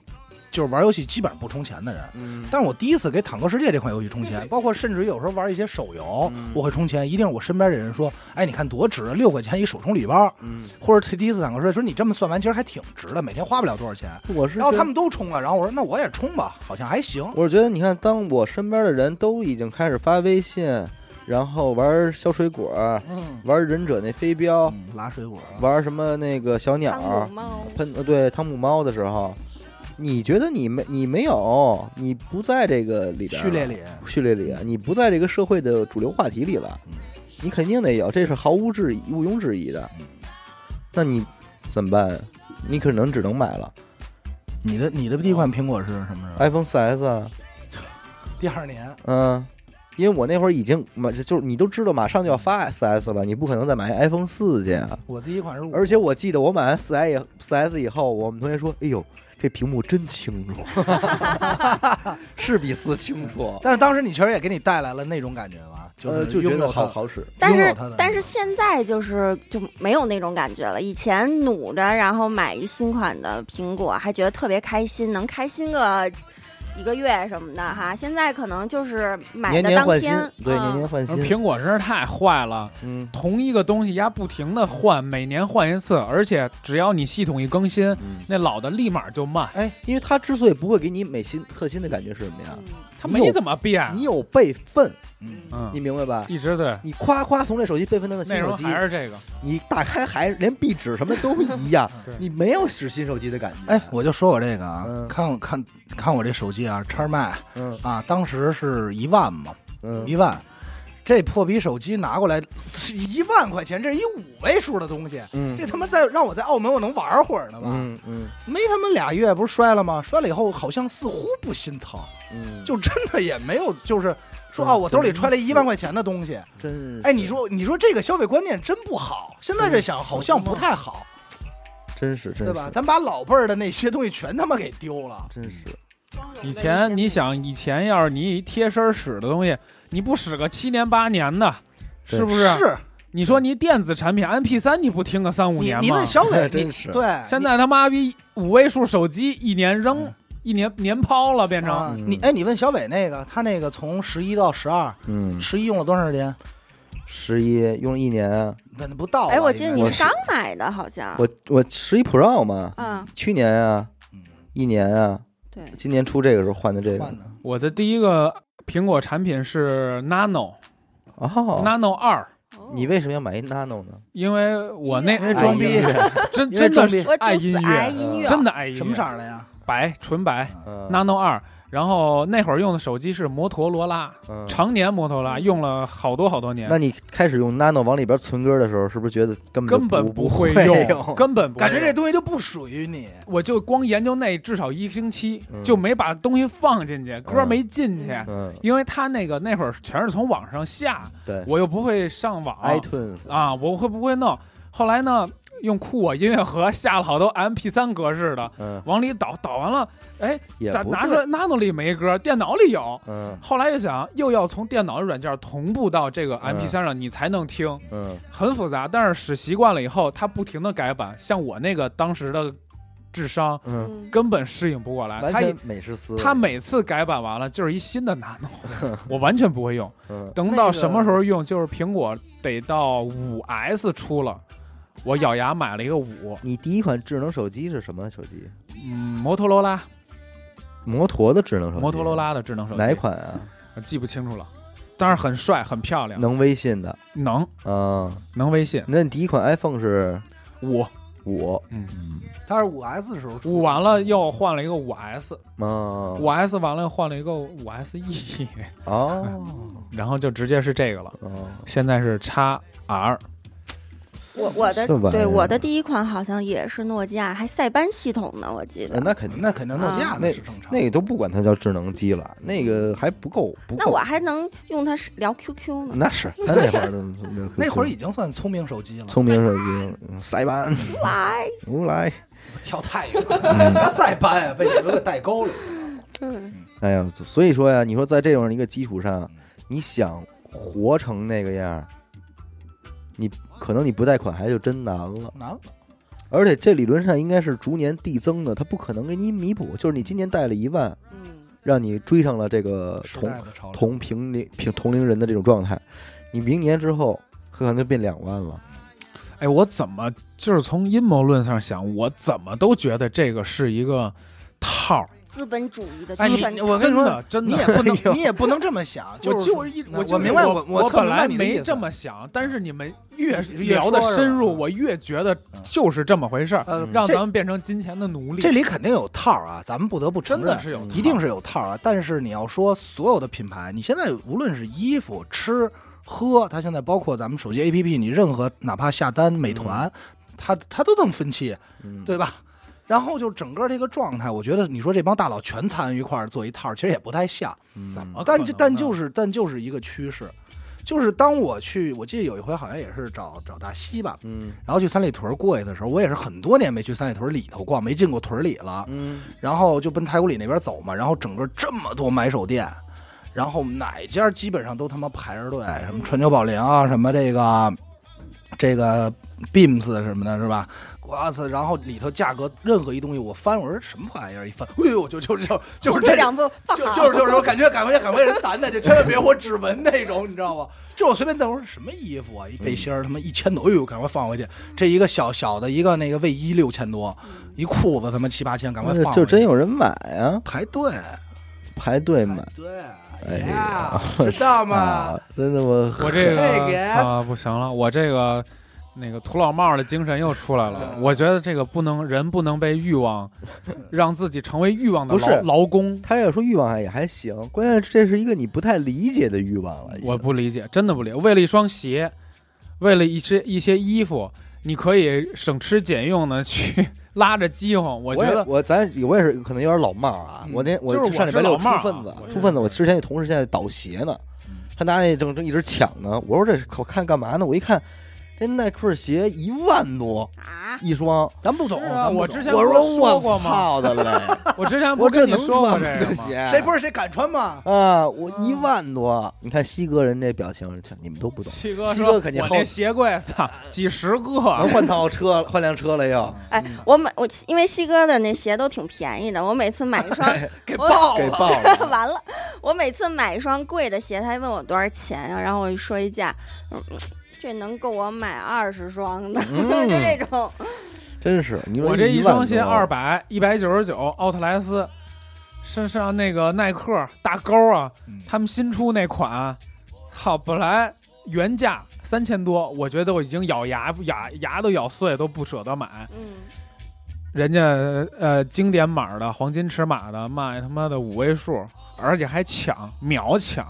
S2: 就是玩游戏基本上不充钱的人，
S1: 嗯
S2: 但是我第一次给《坦克世界》这款游戏充钱，包括甚至有时候玩一些手游，
S1: 嗯
S2: 我会充钱，一定是我身边的人说，哎，你看多值，六块钱一手冲礼包，
S1: 嗯，
S2: 或者第一次《坦克世界》说你这么算完，其实还挺值的，每天花不了多少钱。
S1: 我是
S2: 然后
S1: 觉
S2: 他们都充了，然后我说那我也充吧，好像还行。
S1: 我是觉得，你看，当我身边的人都已经开始发微信，然后玩小水果，
S2: 嗯，
S1: 玩忍者那飞镖，
S2: 拉水果，
S1: 玩什么那个小鸟
S5: 汤
S4: 啊
S5: 姆猫，
S1: 喷呃对汤姆猫的时候，你觉得你没你没有，你不在这个里边儿
S2: 序列里，
S1: 序列里，啊你不在这个社会的主流话题里了
S2: 嗯，
S1: 你肯定得有，这是毫无质疑、毋庸置疑的。那你怎么办？你可能只能买了
S2: 你的你的第一款苹果是什么时候？
S1: iPhone 4S 啊。
S2: 第二年。
S1: 嗯，因为我那会儿已经买，就是你都知道马上就要发 4S 了，你不可能再买 iPhone 四去啊。
S2: 我第一款是五，
S1: 而且我记得我买完 4S 以 4S 以后，我们同学说：“哎呦，这屏幕真清 楚， 是比四清楚。
S2: 但是当时你确实也给你带来了那种感觉吧，” 就
S1: 呃，
S2: 是
S1: 就觉
S2: 拥
S1: 得
S2: 有
S1: 好
S2: 它，
S1: 好使。
S5: 但
S2: 拥有
S5: 是
S2: 它的
S5: 但是现在就是就没有那种感觉了。以前努着然后买一新款的苹果，还觉得特别开心，能开心个一个月什么的哈。现在可能就是买
S1: 年
S5: 的
S1: 年
S5: 当
S1: 换新
S5: 天，，
S1: 对，
S5: 嗯
S1: 年年换新。
S4: 苹果真是太坏了，
S1: 嗯
S4: 同一个东西呀不停的换，每年换一次，而且只要你系统一更新，
S1: 嗯，
S4: 那老的立马就慢，
S1: 哎，因为它之所以不会给你美新特新的感觉是什
S5: 嗯
S1: 么呀？
S4: 它
S1: 你
S4: 没
S1: 有
S4: 怎么变。
S1: 你有备份，
S2: 啊嗯
S1: 你
S4: 嗯，
S1: 明白吧？
S4: 一直对，
S1: 你夸夸从这手机备份到那新
S4: 内
S1: 手
S4: 容
S1: 机，
S4: 还是这个。
S1: 你打开还是连壁纸什么都一 样
S4: 对，
S1: 你没有使新手机的感觉。
S2: 哎，我就说我这个啊，
S1: 嗯
S2: 看我看看我这手机啊，叉麦
S1: 嗯
S2: 啊，当时是一万嘛，
S1: 嗯
S2: 一万，这破逼手机拿过来一万块钱，这是一五位数的东西，
S1: 嗯
S2: 这他妈在让我在澳门我能玩会儿呢吧？
S1: 嗯嗯
S2: 没他妈俩月不是摔了吗？摔了以后好像似乎不心疼，
S1: 嗯，
S2: 就真的也没有就是说
S1: 嗯
S2: 啊，我兜里
S1: 真
S2: 揣了一万块钱的东西，
S1: 真是
S2: 哎，你说你说这个消费观念真不好，现在这想好像不太好，
S1: 真是真
S2: 对
S1: 是
S2: 吧？？咱把老辈儿的那些东西全他妈给丢了。
S1: 真是
S4: 以前你想，以前要是你一贴身使的东西，你不使个七年八年的，
S1: 对
S4: 是不是？你说你电子产品 MP 3你不听个三五
S2: 你
S4: 年
S2: 你
S4: 吗
S2: 那？小 伟，
S1: 真
S2: 你
S1: 是
S2: 对，
S4: 现在他妈逼五位数手机一年扔
S2: 嗯
S4: 一年年抛了，变
S2: 你
S4: 成
S2: 啊
S1: 嗯
S2: 你哎，你问小伟那个，他那个从十一到十二，
S1: 嗯，
S2: 十一用了多长时间？
S1: 十一用了一年，啊
S2: 那不到吧。
S5: 哎，我记得
S2: 应
S5: 你
S2: 该
S5: 是刚买的，好像，
S1: 我我十一 Pro 嘛，
S5: 嗯，
S1: 去年啊，
S2: 嗯
S1: 一年啊，
S5: 对，
S1: 今年出这个时候换的这个
S2: 换的
S4: 我的第一个苹果产品是 Nano、
S1: 哦，
S4: Nano 二，
S5: 哦
S1: 你为什么要买一 Nano 呢？
S4: 因为我那
S2: 因为装逼
S1: 哎 呀
S4: 真
S2: 因为
S4: 真的
S2: 装逼
S4: 是
S5: 我
S4: 爱
S5: 就
S4: 音
S5: 死爱
S4: 乐，嗯
S5: 音乐，
S4: 真的爱音乐，
S2: 什么色儿的呀？
S4: 白纯白
S1: 嗯
S4: Nano 二。然后那会儿用的手机是摩托罗拉，
S1: 嗯
S4: 常年摩托罗拉用了好多好多年
S1: 那，你开始用 Nano 往里边存歌的时候，是不是觉得根本就
S4: 根本
S1: 不
S4: 会
S1: 用？
S4: 用，根本不会
S2: 感觉这
S4: 用
S2: 东西就不属于你。
S4: 我就光研究那至少一星期
S1: 嗯，
S4: 就没把东西放进去，歌没进去，
S1: 嗯，
S4: 因为他那个那会儿全是从网上下，
S1: 对
S4: 我又不会上网 啊
S1: ，iTunes
S4: 啊，我会不会弄？后来呢，用酷我音乐盒下了好多 MP 三格式的，
S1: 嗯，
S4: 往里导，导完了，哎，
S1: 也
S4: 咱
S1: 不
S4: 拿出
S1: 对
S4: 来 Nano 里没歌，电脑里有。
S1: 嗯
S4: 后来又想，又要从电脑的软件同步到这个 MP 三上，你才能听，
S1: 嗯
S4: 很复杂。但是使习惯了以后，它不停的改版，像我那个当时的智商
S1: 嗯，
S5: 嗯
S4: 根本适应不过来。
S1: 完
S4: 它一
S1: 全美式思维，
S4: 它每次改版完了就是一新 的 Nano，我完全不会用。
S1: 嗯
S4: 等到什么时候用？就是苹果得到五 S 出了，我咬牙买了一个五，
S1: 你第一款智能手机是什么手机？
S4: 嗯，摩托罗拉，
S1: 摩托的智能手机，
S4: 摩托罗拉的智能手机，
S1: 哪？款啊？
S4: 记不清楚了，但是很帅，很漂亮，
S1: 能微信的
S4: 能
S1: 啊？
S4: 能微信
S1: 那你第一款 iPhone 是
S4: 五，
S1: 五
S4: 嗯，
S2: 它是五 S 的嗯时候出
S4: 五完了又换了一个五 S，
S1: 啊？
S4: 五 S 完了又换了一个五 E SE，
S1: 哦
S4: 然后就直接是这个了，
S1: 哦，
S4: 现在是 x R，
S5: 我我的
S1: 这玩意儿
S5: 对我的第一款好像也是诺基亚，还塞班系统呢，我记
S1: 呃
S5: 得。
S1: 那肯定，
S2: 那肯定诺基亚
S5: 啊
S2: 那是正常。
S1: 那个都不管它叫智能机了，那个还不够，不够。
S5: 那我啊还能用它是聊 QQ 呢，
S1: 那是他那会儿的那
S2: 那会儿已经算聪明手机了，
S1: 聪明手机嗯塞班
S5: 出来。
S1: 无来，
S2: 跳太远
S4: 嗯
S2: 了，他塞班呀，被你们给带沟里。
S1: 哎呀，所以说呀，你说在这种一个基础上，你想活成那个样儿，你可能你不贷款还就真难
S4: 嗯
S1: 了。
S2: 难了，
S1: 而且这理论上应该是逐年递增的，它不可能给你弥补。就是你今年贷了一万，
S5: 嗯，
S1: 让你追上了这
S4: 呃
S1: 个
S2: 时
S1: 同
S2: 代的潮流。
S1: 同平龄平同龄人的这种状态，你明年之后可能就变两万了。
S4: 哎，我怎么就是从阴谋论上想，我怎么都觉得这个是一个套儿，
S5: 资本主义的
S2: 哎，
S5: 资
S2: 你
S5: 本，
S2: 我跟
S4: 真
S2: 你说，
S4: 的真
S2: 你
S4: 的
S2: 也。不
S1: 哎呦
S2: 能，你也不能这么想。
S4: 我
S2: 是
S4: 就是一，我
S2: 我
S4: 就
S2: 明白，
S4: 我
S2: 我
S4: 我
S2: 特
S4: 本
S2: 明
S4: 来
S2: 白你的
S4: 没
S2: 意思
S4: 这。么想，但是你们越
S2: 越
S4: 聊的
S2: 说是
S4: 深入，
S2: 嗯
S4: 我越觉得就是这么回事儿，
S2: 呃，
S4: 嗯让咱
S2: 这
S4: 们变成金钱的奴隶。
S2: 这里肯定有套儿啊，咱们不得不承
S4: 真的
S2: 认，
S4: 是有，
S2: 一定是有套儿啊。但是你要说所有的品牌，你现在无论是衣服、吃、喝，它现在包括咱们手机 APP，你任何哪怕下单
S4: 嗯
S2: 美团，它它都能分期，
S1: 嗯，
S2: 对吧？然后就整个这个状态，我觉得你说这帮大佬全参与一块儿做一套儿，其实也不太像。
S1: 嗯
S4: 怎么啊可
S2: 但
S4: 能
S2: 就
S4: 呢
S2: 但就是但就是一个趋势，就是当我去，我记得有一回好像也是找找大西吧，
S1: 嗯
S2: 然后去三里屯过去的时候，我也是很多年没去三里屯里头逛，没进过屯里了，
S1: 嗯
S2: 然后就奔太古里那边走嘛，然后整个这么多买手店，然后哪家基本上都他妈排着队，什么川久保玲啊，什么这个这个 Beams 什么的，是吧？我操！然后里头价格任何一东西，我翻我说什么玩意儿，一翻，哎呦，就就就就是
S5: 这
S2: 这种
S5: 两部 放
S2: 就
S5: 好，
S2: 就是就是我感觉赶快赶快人掸掸，就千万别我指纹那种，你知道吗？就我随便我说什么衣服啊，一背心
S1: 嗯
S2: 儿他妈一千多，哎呦，赶快放回去。这一个小小的一个那个卫衣六千多，一裤子他妈七八千，赶快放
S1: 那
S2: 回去。
S1: 嗯哎就真有人买啊，
S2: 排队
S1: 排队
S2: 排
S1: 买。
S2: 队，
S1: 哎
S2: 呀
S1: 呀，
S2: 知道吗
S1: 啊？，真的我
S4: 我这
S2: 这
S4: 个
S2: 个
S4: 啊，不行了，我这个那个土老帽的精神又出来了。
S1: 嗯
S4: 我觉得这个不能，人不能被欲望，让自己成为欲望的
S1: 不是
S4: 劳劳工。
S1: 他要说欲望也还行，关键这是一个你不太理解的欲望了。已经
S4: 我不理解，真的不理解。为了一双鞋，为了一些一些衣服，你可以省吃俭用的去 拉着饥荒。我
S1: 我
S4: 觉
S1: 也
S4: 得
S1: 我咱我也是可能有点老帽啊，
S4: 嗯
S1: 我那
S4: 就是我
S1: 上礼拜六
S4: 是
S1: 出
S4: 老帽啊
S1: 分子
S4: 我，
S1: 出分子，我之前那同事现在倒鞋呢，
S4: 嗯
S1: 他拿那正正一直抢呢，我说这是我看干嘛呢？我一看这耐克鞋一万多
S5: 啊，
S1: 一双，
S2: 咱不懂，
S4: 是啊
S2: 咱
S4: 我
S2: 不
S4: 之
S2: 懂。
S4: 前
S1: 我
S4: 不是说过
S1: 我
S4: 吗？
S1: 操的嘞，
S4: 我 之前不
S1: 我
S4: 跟你
S1: 能
S4: 说过
S1: 穿
S4: 这
S1: 吗？
S4: 个
S1: 这
S4: 吗？
S1: 鞋
S2: 谁不是谁敢穿吗？
S1: 啊？我
S2: 嗯
S1: 一万多，你看西哥人这表情，你们都不懂。
S4: 七哥
S1: 七
S4: 说，
S1: 哥肯定
S4: 我
S1: 后
S4: 那鞋柜操几十
S1: 能
S4: 个，
S1: 换套车，换辆车了又，
S5: 哎，我每我因为西哥的那鞋都挺便宜的，我每次买一双
S2: 哎给
S5: 我
S2: 爆
S1: 给
S2: 了！
S1: 爆了。
S5: 完了，我每次买一双贵的鞋，他还问我多少钱呀、然后我一说一价，他说嗯这能够我买二十双的，
S2: 嗯
S5: 就这种。
S1: 真是，你说
S4: 我这一
S1: 一万
S4: 双鞋
S1: 多
S4: 二百一百九十九，奥特莱斯，身上那个耐克大勾啊
S2: 嗯，
S4: 他们新出那款，好本来原价三千多，我觉得我已经咬牙牙牙都咬碎，都不舍得买。
S5: 嗯，
S4: 人家呃经典码的黄金尺码的卖他妈的五位数，而且还抢秒抢，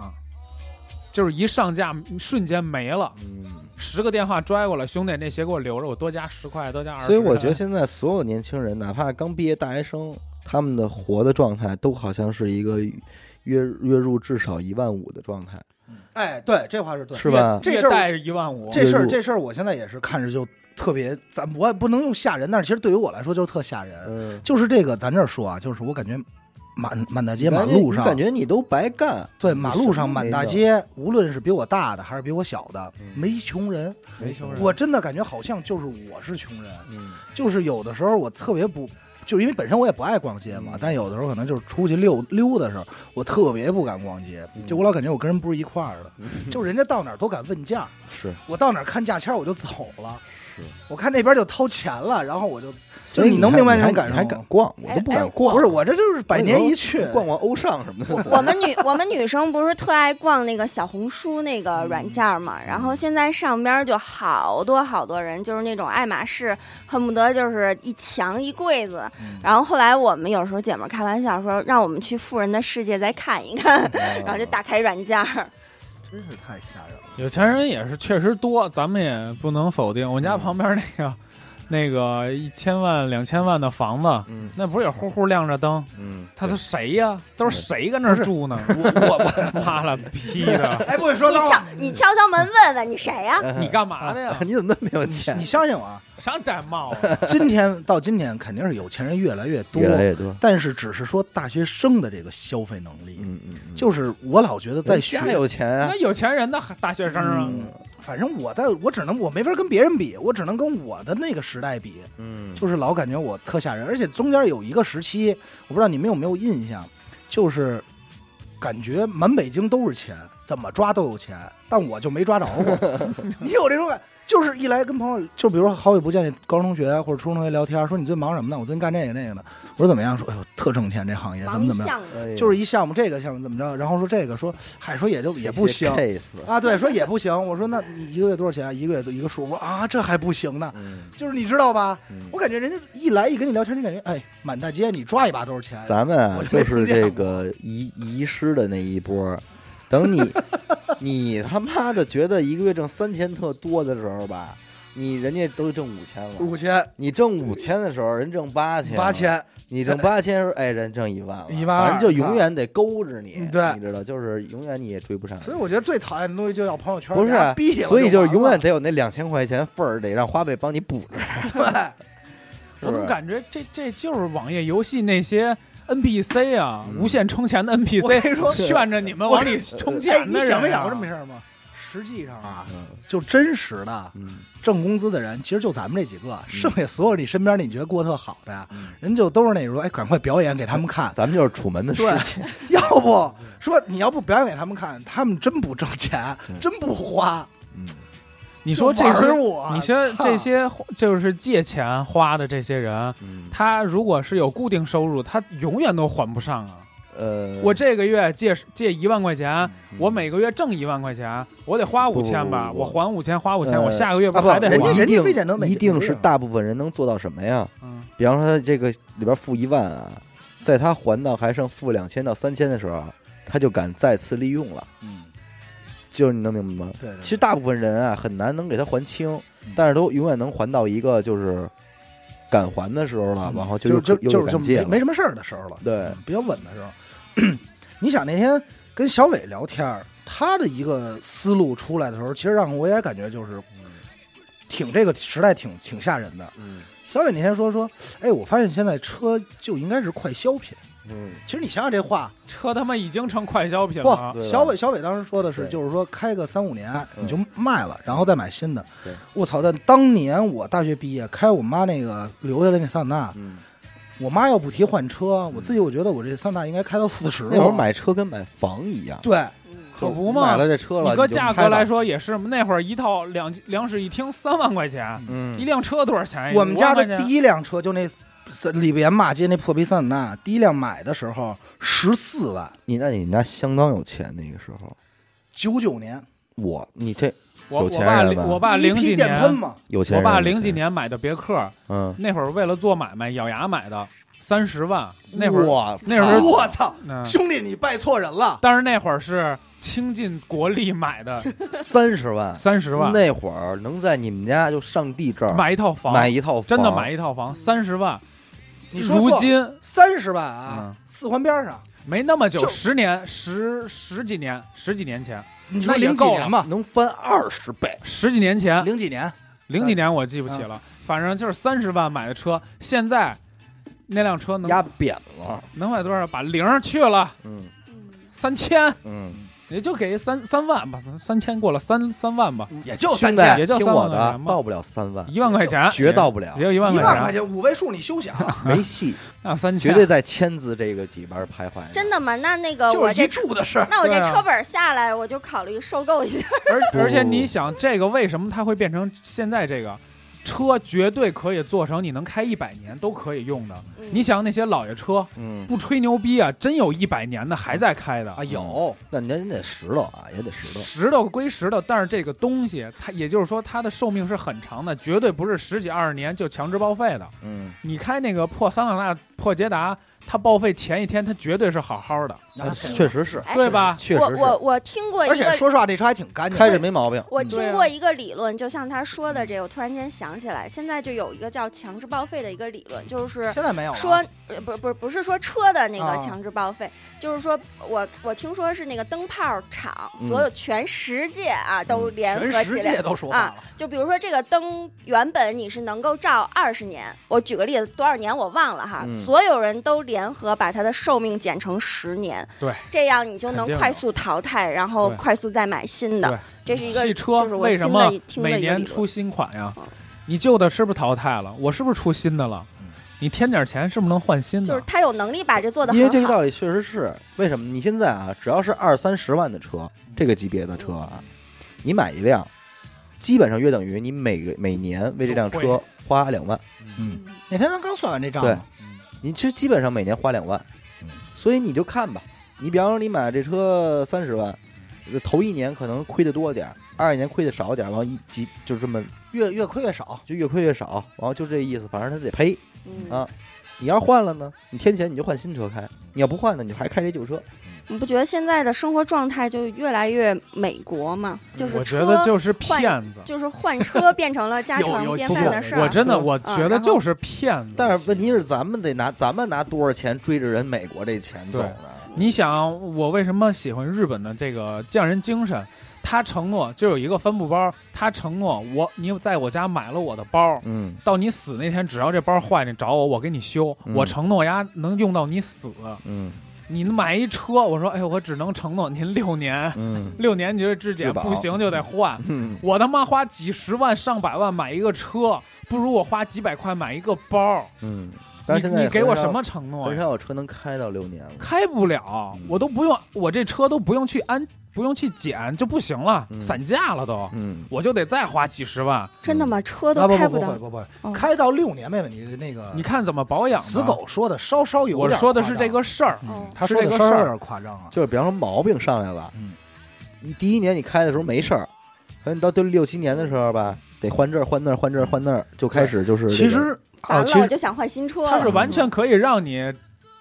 S4: 就是一上架瞬间没了，
S1: 嗯
S4: 十个电话拽过来，兄弟那鞋给我留着，我多加十块，多加二十。
S1: 所以我觉得现在所有年轻人，哪怕是刚毕业大学生，他们的活的状态都好像是一个月月入至少一万五的状态，
S2: 哎，对，这话是对，
S1: 是吧？
S2: 这
S4: 越
S2: 事儿
S4: 带着一万五，
S2: 这事
S1: 月
S2: 儿
S1: 入
S2: 这事儿，我现在也是看着就特别，咱我不能用吓人，但是其实对于我来说就是特吓人。
S6: 嗯，
S2: 就是这个，咱这儿说啊，就是我感觉满满大街、
S6: 感
S2: 满
S6: 觉
S2: 路
S6: 你
S2: 上，
S6: 感觉你都白干，
S2: 对
S6: 你
S2: 马
S6: 什
S2: 路
S6: 么
S2: 上满
S6: 没
S2: 大
S6: 有，
S2: 街，无论是比我大的还是比我小的，
S6: 嗯啊
S2: 没穷人。
S4: 没穷人，
S2: 我真的感觉好像就是我是穷人，
S6: 嗯
S2: 就是有的时候我特别不，就是因为本身我也不爱逛街嘛
S6: 嗯，
S2: 但有的时候可能就是出去溜溜的时候，我特别不敢逛街，
S6: 嗯
S2: 就我老感觉我跟人不是一块 儿的，就人家到哪儿都敢问价，
S6: 是，
S2: 我到哪儿看价签儿我就走了
S6: 是，
S2: 我看那边就掏钱了，然后我就
S6: 所以
S2: 你能
S6: 还
S2: 明白
S6: 你
S2: 这
S6: 还
S2: 种感
S6: 你还
S2: 受
S6: 敢
S2: 吗
S6: 逛，我
S5: 哎
S6: 都不
S5: 哎
S6: 敢逛，
S2: 不是我这就是百
S6: 有
S2: 年
S6: 时
S2: 一
S6: 候
S2: 去，
S6: 逛逛欧尚什么的，
S5: 我们女我们女生不是特爱逛那个小红书那
S2: 嗯
S5: 个软件儿嘛，然后现在上边儿就好多好多人，就是那种爱马仕，恨不得就是一墙一柜子。
S2: 嗯
S5: 然后后来我们有时候姐妹儿开玩笑说，让我们去富人的世界再看一
S2: 哦
S5: 看，然后就打开软件儿。
S2: 真是太吓人了。
S4: 有钱人也是确实多，咱们也不能否定。
S2: 嗯
S4: 我们家旁边那个那个一千万两千万的房子，
S6: 嗯
S4: 那不是也呼呼亮着灯？
S6: 嗯，
S4: 他都谁呀？都是谁跟那儿住呢？
S2: 我我我，
S4: 擦了屁的，
S2: 哎，不许说
S5: 你
S2: 脏
S5: 敲
S2: 话，
S5: 你敲敲门问问你谁呀、
S2: 嗯
S4: 你干嘛的呀？
S6: 你怎么那么 有
S2: 你
S6: 钱
S2: 你？相 信我啊，
S4: 上戴帽子，
S2: 今天到今天，肯定是有钱人越来越多，
S1: 越来越多，
S2: 但是只是说大学生的这个消费能力，
S6: 嗯嗯嗯，
S2: 就是我老觉得在
S6: 人
S2: 学
S6: 家，有钱啊
S4: 那，有钱人的大学生啊，
S2: 嗯，反正我在我只能我没法跟别人比，我只能跟我的那个时代比，
S6: 嗯，
S2: 就是老感觉我特吓人，而且中间有一个时期，我不知道你们有没有印象，就是感觉满北京都是钱，怎么抓都有钱，但我就没抓着过。你有这种感？就是一来跟朋友，就比如说好久不见，高中同学或者初中同学聊天，说你最近忙什么呢？我最近干这个那个呢。我说怎么样？说哎呦，特挣钱这行业，怎
S5: 忙
S2: 么
S5: 一
S2: 怎么样？
S5: 项目，
S6: 哎呀
S2: 就是一项目这个项目怎么着？然后说这个说，嗨，说也就也不
S6: 这些
S2: 行
S6: case，
S2: 啊，对，说也不行。我说那你一个月多少钱啊？一个月一个数，我说啊，这还不行呢。
S6: 嗯
S2: 就是你知道吧？
S6: 嗯
S2: 我感觉人家一来一跟你聊天，你感觉哎，满大街你抓一把都是钱。
S1: 咱们啊
S2: 我，就
S1: 就
S2: 没
S1: 是
S2: 见
S1: 这
S2: 过
S1: 个遗遗失的那一波儿。 等你，你他妈的觉得一个月挣三千特多的时候吧，你人家都挣五千了。
S2: 五千、
S1: 你挣五千的时候，人挣八千；
S2: 八，千，
S1: 你挣八千的时候，哎，人挣一万了，
S2: 一万二
S1: 反正就永远得勾着你，
S2: 嗯对
S1: 你知道，就是永远你也追不上。
S2: 所以我觉得最讨厌的东西就叫朋友圈，
S1: 不是啊
S2: 给他逼，
S1: 所以
S2: 就
S1: 就是永远
S2: 完了
S1: 得有那两千块钱份儿，得让花呗帮你补着。 对，
S4: 我怎么感觉这这就是网页游戏那些 NPC 啊，
S1: 嗯
S4: 无限充钱的
S2: 我跟
S4: NPC，
S2: 你说
S4: 炫着你们往里充
S2: 哎，
S4: 钱
S2: 你
S4: 的人
S2: 想
S4: 啊，
S2: 没想过这么事儿吗？实际上啊，
S1: 嗯
S2: 就真实的
S1: 嗯，
S2: 挣工资的人，其实就咱们这几个，剩下所有你身边你觉得过特好的呀，
S1: 嗯
S2: 人就都是那种哎，赶快表演给他们看，
S1: 咱们就是楚门的事
S2: 对
S1: 情，
S2: 要不说你要不表演给他们看，他们真不挣钱，
S1: 对
S2: 真不花，
S1: 嗯
S4: 你说这
S2: 就
S4: 些
S2: 玩，我，
S4: 你说
S2: 操
S4: 这些就是借钱花的这些人，
S1: 嗯，
S4: 他如果是有固定收入，他永远都还不上啊。
S1: 呃，
S4: 我这个月借借一万块钱，
S1: 嗯
S4: 我每个月挣一万块钱，我得花五千吧，
S1: 不不不
S4: 我还五千，花五千，
S1: 呃
S4: 我下个月
S2: 啊不
S4: 还得
S2: 人家
S4: 还
S1: 一？
S2: 人家
S1: 定
S2: 非典都每
S1: 一定
S2: 每个
S1: 是
S2: 月
S1: 大部分人能做到什么呀？
S4: 嗯，
S1: 比方说他这个里边负一万啊，在他还到还剩负两千到三千的时候，他就敢再次利用了。
S2: 嗯，
S1: 就是你能明白吗？
S2: 对，对
S1: 其实大部分人啊很难能给他还清
S2: 嗯，
S1: 但是都永远能还到一个就是敢还的时候了，啊然后
S2: 嗯就
S1: 又
S2: 就
S1: 又
S2: 就
S1: 又
S2: 就
S1: 敢借
S2: 没
S1: 了
S2: 没什么事儿的时候了，嗯
S1: 对，
S2: 比较稳的时候。 你想那天跟小伟聊天儿，他的一个思路出来的时候，其实让我也感觉就是挺这个时代挺挺吓人的。
S1: 嗯
S2: 小伟那天说说，哎，我发现现在车就应该是快消品。
S1: 嗯
S2: 其实你想想这话，
S4: 车他妈已经成快啊消品了
S2: 不，
S1: 对吧啊
S2: 小伟小伟当时说的是，
S1: 对
S2: 就是说开个三五年
S1: 嗯
S2: 你就卖了，然后再买新的
S1: 对。
S2: 我操！但当年我大学毕业开我妈那个留下来那桑塔纳，
S1: 嗯，
S2: 我妈要不提换车，我自己我觉得我这桑塔纳应该开到四十了。
S1: 那会儿买车跟买房一样，
S2: 对，
S5: 嗯
S4: 可不
S1: 就
S4: 嘛
S1: 买了这车了，
S4: 你搁
S1: 就
S4: 价
S1: 开
S4: 格
S1: 吧
S4: 来，说也是，那会儿一套两两室一厅三万块钱，一
S1: 嗯，
S4: 辆车多少钱？
S2: 我们家的第
S4: 一
S2: 一辆车就那里边骂街那破皮桑塔纳，第一辆买的时候十四万，
S1: 你那你那相当有钱那个时候，
S2: 九九年
S1: 我你这
S4: 我
S1: 有
S4: 我
S1: 钱
S4: 爸
S1: 人
S4: 零
S1: 吧
S4: 我爸
S2: 第一
S4: 零
S2: 批
S4: 几
S2: 电喷
S4: 年，
S2: 嘛，
S1: 有钱
S4: 我
S1: 人，
S4: 爸
S1: 有
S4: 零几
S1: 钱人，
S4: 年买的别克，
S1: 嗯，
S4: 那会儿为了做买卖咬牙买的，三十万。那会儿，
S1: 哇
S4: 那会儿
S2: 我操，
S4: 嗯，
S2: 兄弟你拜错人了，
S4: 但是那会儿是倾尽国力买的，
S1: 三十万，
S4: 三十万
S1: 那会儿能在你们家就上地这儿
S4: 买一套房，
S1: 买一套房，
S4: 真的买一套房，三十万。
S2: 你说
S4: 如
S2: 错
S4: 今
S2: 三十万
S1: 嗯
S2: 啊，四环边上，
S4: 没那么久，
S2: 就
S4: 十年十十几年，十几年前，
S2: 你说
S4: 那也
S2: 零几
S4: 够了
S2: 年吧，
S1: 能翻二十倍，
S4: 十几年前，
S2: 零几年
S4: 零几年我记不起了，
S1: 嗯
S4: 反正就是三十万买的车，现在那辆车能
S1: 压扁了，
S4: 能买多少？把零儿去了
S1: 嗯
S4: 三千，
S1: 嗯，
S4: 也就给三三万吧，三千过了三三万吧，
S6: 也就
S1: 兄
S6: 三
S1: 弟
S6: 千，
S4: 嗯也就
S1: 听
S4: 三万
S1: 我
S4: 块
S1: 的
S4: 钱，吧
S1: 到不了三万，
S4: 一万块钱
S1: 绝到不了
S4: 也，有一万
S2: 一
S4: 块
S2: 万块
S4: 钱，啊
S2: 钱五位数，你休想，
S1: 没 戏，
S4: 那三千
S1: 绝对在千字这个几边徘徊。
S5: 真，的吗？那那个
S2: 就
S5: 呃我
S2: 是一
S5: 这
S2: 住的事
S1: 嗯
S2: 儿。
S5: 那我这
S4: 对啊
S5: 车本下来，我就考虑收购一下。
S4: 而而且
S1: 不
S4: 你想，这个为什么它会变成现在这个？车绝对可以做成你能开一百年都可以用的。
S5: 嗯
S4: 你想那些老爷车，
S1: 嗯，
S4: 不吹牛逼啊，真有一百年的还在开的
S1: 哎
S2: 啊，。有，
S1: 那你得得石头啊，也得石头。
S4: 石头归石头，但是这个东西，它也就是说它的寿命是很长的，绝对不是十几二十年就强制报废的。
S1: 嗯，
S4: 你开那个破桑塔纳、破捷达，它报废前一天，它绝对是好好的，
S2: 那
S1: 呃确实是，
S5: 哎
S4: 对吧？
S1: 确
S5: 我
S1: 实
S5: 我
S1: 是，
S5: 我听过一
S2: 而且
S5: 个，
S2: 说实话，这车还挺干净的。
S1: 开着没毛病。
S5: 我
S1: 嗯
S5: 听过一个理论，就像他说的这个，我突然间想起来，现在就有一个叫强制报废的一个理论，就是
S2: 现在没有了
S5: 说，呃，不不不是说车的那
S2: 啊
S5: 个强制报废，就是说我我听说是那个灯泡厂，
S1: 嗯
S5: 所有全世界啊都
S1: 嗯
S5: 联合
S2: 全
S5: 起
S2: 世
S5: 来啊
S2: 界。都说话了，
S5: 就比如说这个灯，原本你是能够照二十年，我举个例子，多少年我忘了哈。
S1: 嗯
S5: 所有人都联合把它的寿命减成十年，
S4: 对，
S5: 这样你就
S4: 肯
S5: 能
S4: 定的
S5: 快速淘汰，然后
S4: 对
S5: 快速再买新的
S4: 对。
S5: 这是一个
S4: 汽车
S5: 就是我
S4: 为什
S5: 新
S4: 么
S5: 的一听的一
S4: 每
S5: 个
S4: 年
S5: 理
S4: 出
S5: 论
S4: 新款呀
S5: 嗯？
S4: 你旧的是不是淘汰了？我是不是出新的了？
S1: 嗯
S4: 你添点钱是不是能换新
S5: 就是
S4: 的？
S5: 他有能力把这做的
S1: 因为这
S5: 很
S1: 个
S5: 好。
S1: 道理确实是为什么？你现在啊，只要是二三十万的车，这个级别的车啊，你买一辆，基本上约等于你每个每年为这辆
S4: 都
S1: 车
S4: 会
S1: 花两万，
S2: 嗯，那天咱刚算完这账
S1: 对
S2: 嘛，
S1: 你其实基本上每年花两万
S2: 嗯，
S1: 所以你就看吧，你比方说你买这车三十万，呃头一年可能亏的多点儿，二二年亏的少点儿，然后一几就这么
S2: 越越亏越少。
S1: 就越亏越少，然后就这意思，反正他得赔
S5: 嗯
S1: 啊。你要换了呢，你添钱你就换新车开；你要不换呢，你就还开这旧车。
S5: 你不觉得现在的生活状态就越来越美国吗？就是
S4: 我觉
S5: 车
S4: 得就是骗子。
S5: 就是换车变成了家
S2: 有
S5: 常
S2: 有
S5: 便
S2: 几
S5: 饭
S2: 种
S5: 的
S2: 人
S5: 事
S4: 我
S5: 儿。
S4: 真的，
S2: 是吧
S4: 我觉得就是骗子。
S1: 但是问题是，咱们得拿咱们拿多少钱追着人美国这钱走呢？
S4: 你想，我为什么喜欢日本的这个匠人精神？他承诺就有一个帆布包，他承诺我，你在我家买了我的包，
S1: 嗯
S4: 到你死那天，只要这包坏，你找我，我给你修。
S1: 嗯
S4: 我承诺呀，能用到你死。
S1: 嗯
S4: 你买一车，我说，哎呦，我只能承诺您六年，
S1: 嗯
S4: 六年你这质检
S1: 质保
S4: 不行就得换。
S1: 嗯，
S4: 我他妈花几十万、上百万买一个车，不如我花几百块买一个包。
S1: 嗯。但是
S4: 你
S1: 现在
S4: 你给我什么承诺
S1: 很少？很
S4: 呀？
S1: 少有车能开到六年了。
S4: 开不了，
S2: 嗯
S4: 我都不用，我这车都不用去安，不用去检就不行了，
S1: 嗯
S4: 散架了都，
S1: 嗯，
S4: 我就得再花几十万。
S5: 真的吗？车都
S2: 啊不
S5: 开
S2: 不
S5: 到
S2: 不。不不
S5: 哦
S2: 不，开到六年没问题。那个
S4: 你看怎么保养吧
S2: 嗯死狗说的稍稍有
S4: 我
S2: 点，
S4: 说的是这个，事儿，
S5: 哦
S2: 他
S4: 是
S2: 说
S4: 这
S2: 的
S4: 个
S2: 稍
S4: 事
S2: 稍有
S4: 儿。
S2: 点夸张啊。
S1: 就是比方说毛病上来了，
S2: 嗯，
S1: 你第一年你开的时候没事儿，可能你到第六七年的时候吧，得换这儿换那儿换这儿换那儿，就开始就是这
S2: 其
S1: 个
S2: 实啊，
S5: 完
S2: 其
S5: 了，我
S2: 实
S5: 就想换新车
S4: 它是
S5: 了。
S4: 完全可以让你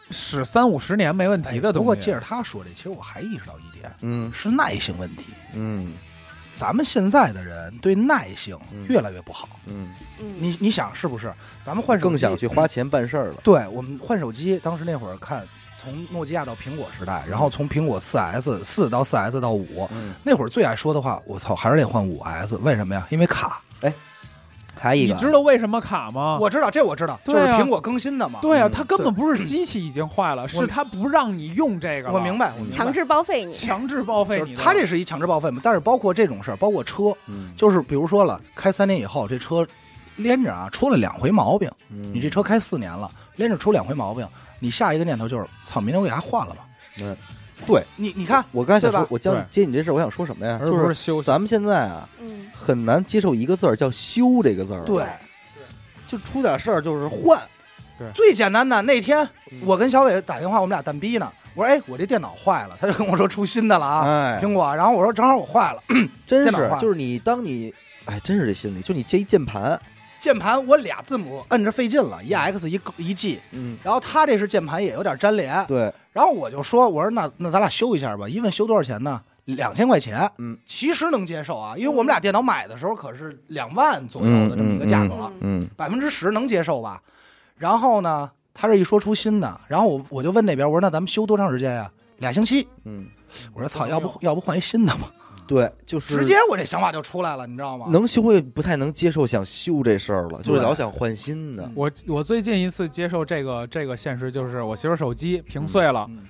S4: 使三五十年没问题的
S2: 哎不过
S4: 东西。
S2: 借着他说这，其实我还意识到一点
S1: 嗯
S2: 是耐性问题。
S1: 嗯
S2: 咱们现在的人对耐性
S1: 嗯
S2: 越来越不好。
S1: 嗯，
S5: 嗯，
S2: 你你想是不是？咱们换手机
S1: 更想去花钱办事儿了。
S2: 对我们换手机，当时那会儿看从诺基亚到苹果时代，然后从苹果四 S 四到四 S 到五，
S1: 嗯，
S2: 那会儿最爱说的话，我操，还是得换五 S，为什么呀？因为卡。
S1: 还有一
S4: 你
S1: 个，
S4: 知道为什么卡吗？
S2: 我知道，这我知道，就
S4: 啊对
S2: 是
S4: 啊
S2: 苹果更新的嘛。
S4: 对啊，
S1: 嗯
S4: 它根本
S2: 对
S4: 不是机器已经坏了，是它不让你用这个了。
S2: 我明白，我明白。
S5: 强制报废你。
S4: 啊强制报废
S2: 就
S4: 你
S2: 是
S4: 的。
S2: 它这是一强制报废嘛，但是包括这种事儿，包括车，
S1: 嗯，
S2: 就是比如说了，开三年以后这车连着啊出了两回毛病，
S1: 你
S2: 你这车开四年了，连着出两回毛病，你下一个念头就是操，明天我给它换了吧。
S1: 嗯，
S2: 对你你看，
S1: 我刚才想
S2: 对
S1: 说
S2: 吧，
S1: 我将
S4: 对
S1: 接你这事儿，我想说什么呀？
S4: 而
S1: 就
S4: 不是
S1: 是
S4: 修
S1: 咱们现在啊，
S5: 嗯，
S1: 很难接受一个字儿叫“修”这个字儿。
S2: 对，
S1: 就出点事儿就是换。
S2: 最简单的那天
S1: 嗯
S2: 我跟小伟打电话，我们俩蛋逼呢，我说哎，我这电脑坏了，他就跟我说出新的了啊，
S1: 哎，
S2: 苹果，然后我说正好我坏了，
S1: 真
S2: 电脑
S1: 是
S2: 换
S1: 就是你当你哎，真是这心理，就你接一键盘，
S2: 键盘我俩字母摁着费劲了，一 X 一一 G，
S1: 嗯，
S2: 然后他这是键盘也有点粘连，
S1: 对，
S2: 然后我就说，我说那那咱俩修一下吧，一问修多少钱呢？两千块钱，
S1: 嗯，
S2: 其实能接受啊，因为我们俩电脑买的时候可是两万左右的这么一个价格，
S5: 嗯
S1: 嗯
S2: 百分之十能接受吧？然后呢，他这一说出新的，然后我我就问那边，我说那咱们修多长时间呀、俩星期。
S1: 嗯，
S2: 我说操，
S4: 嗯
S2: 要不要不换一新的吧？
S1: 对，就是
S2: 直接我这想法就出来了，你知道吗？
S1: 能修会不太能接受想修这事儿了，就是
S2: 对
S1: 老想换新的。
S4: 我我最近一次接受这个这个现实，就是我媳妇儿手机屏碎了，
S2: 嗯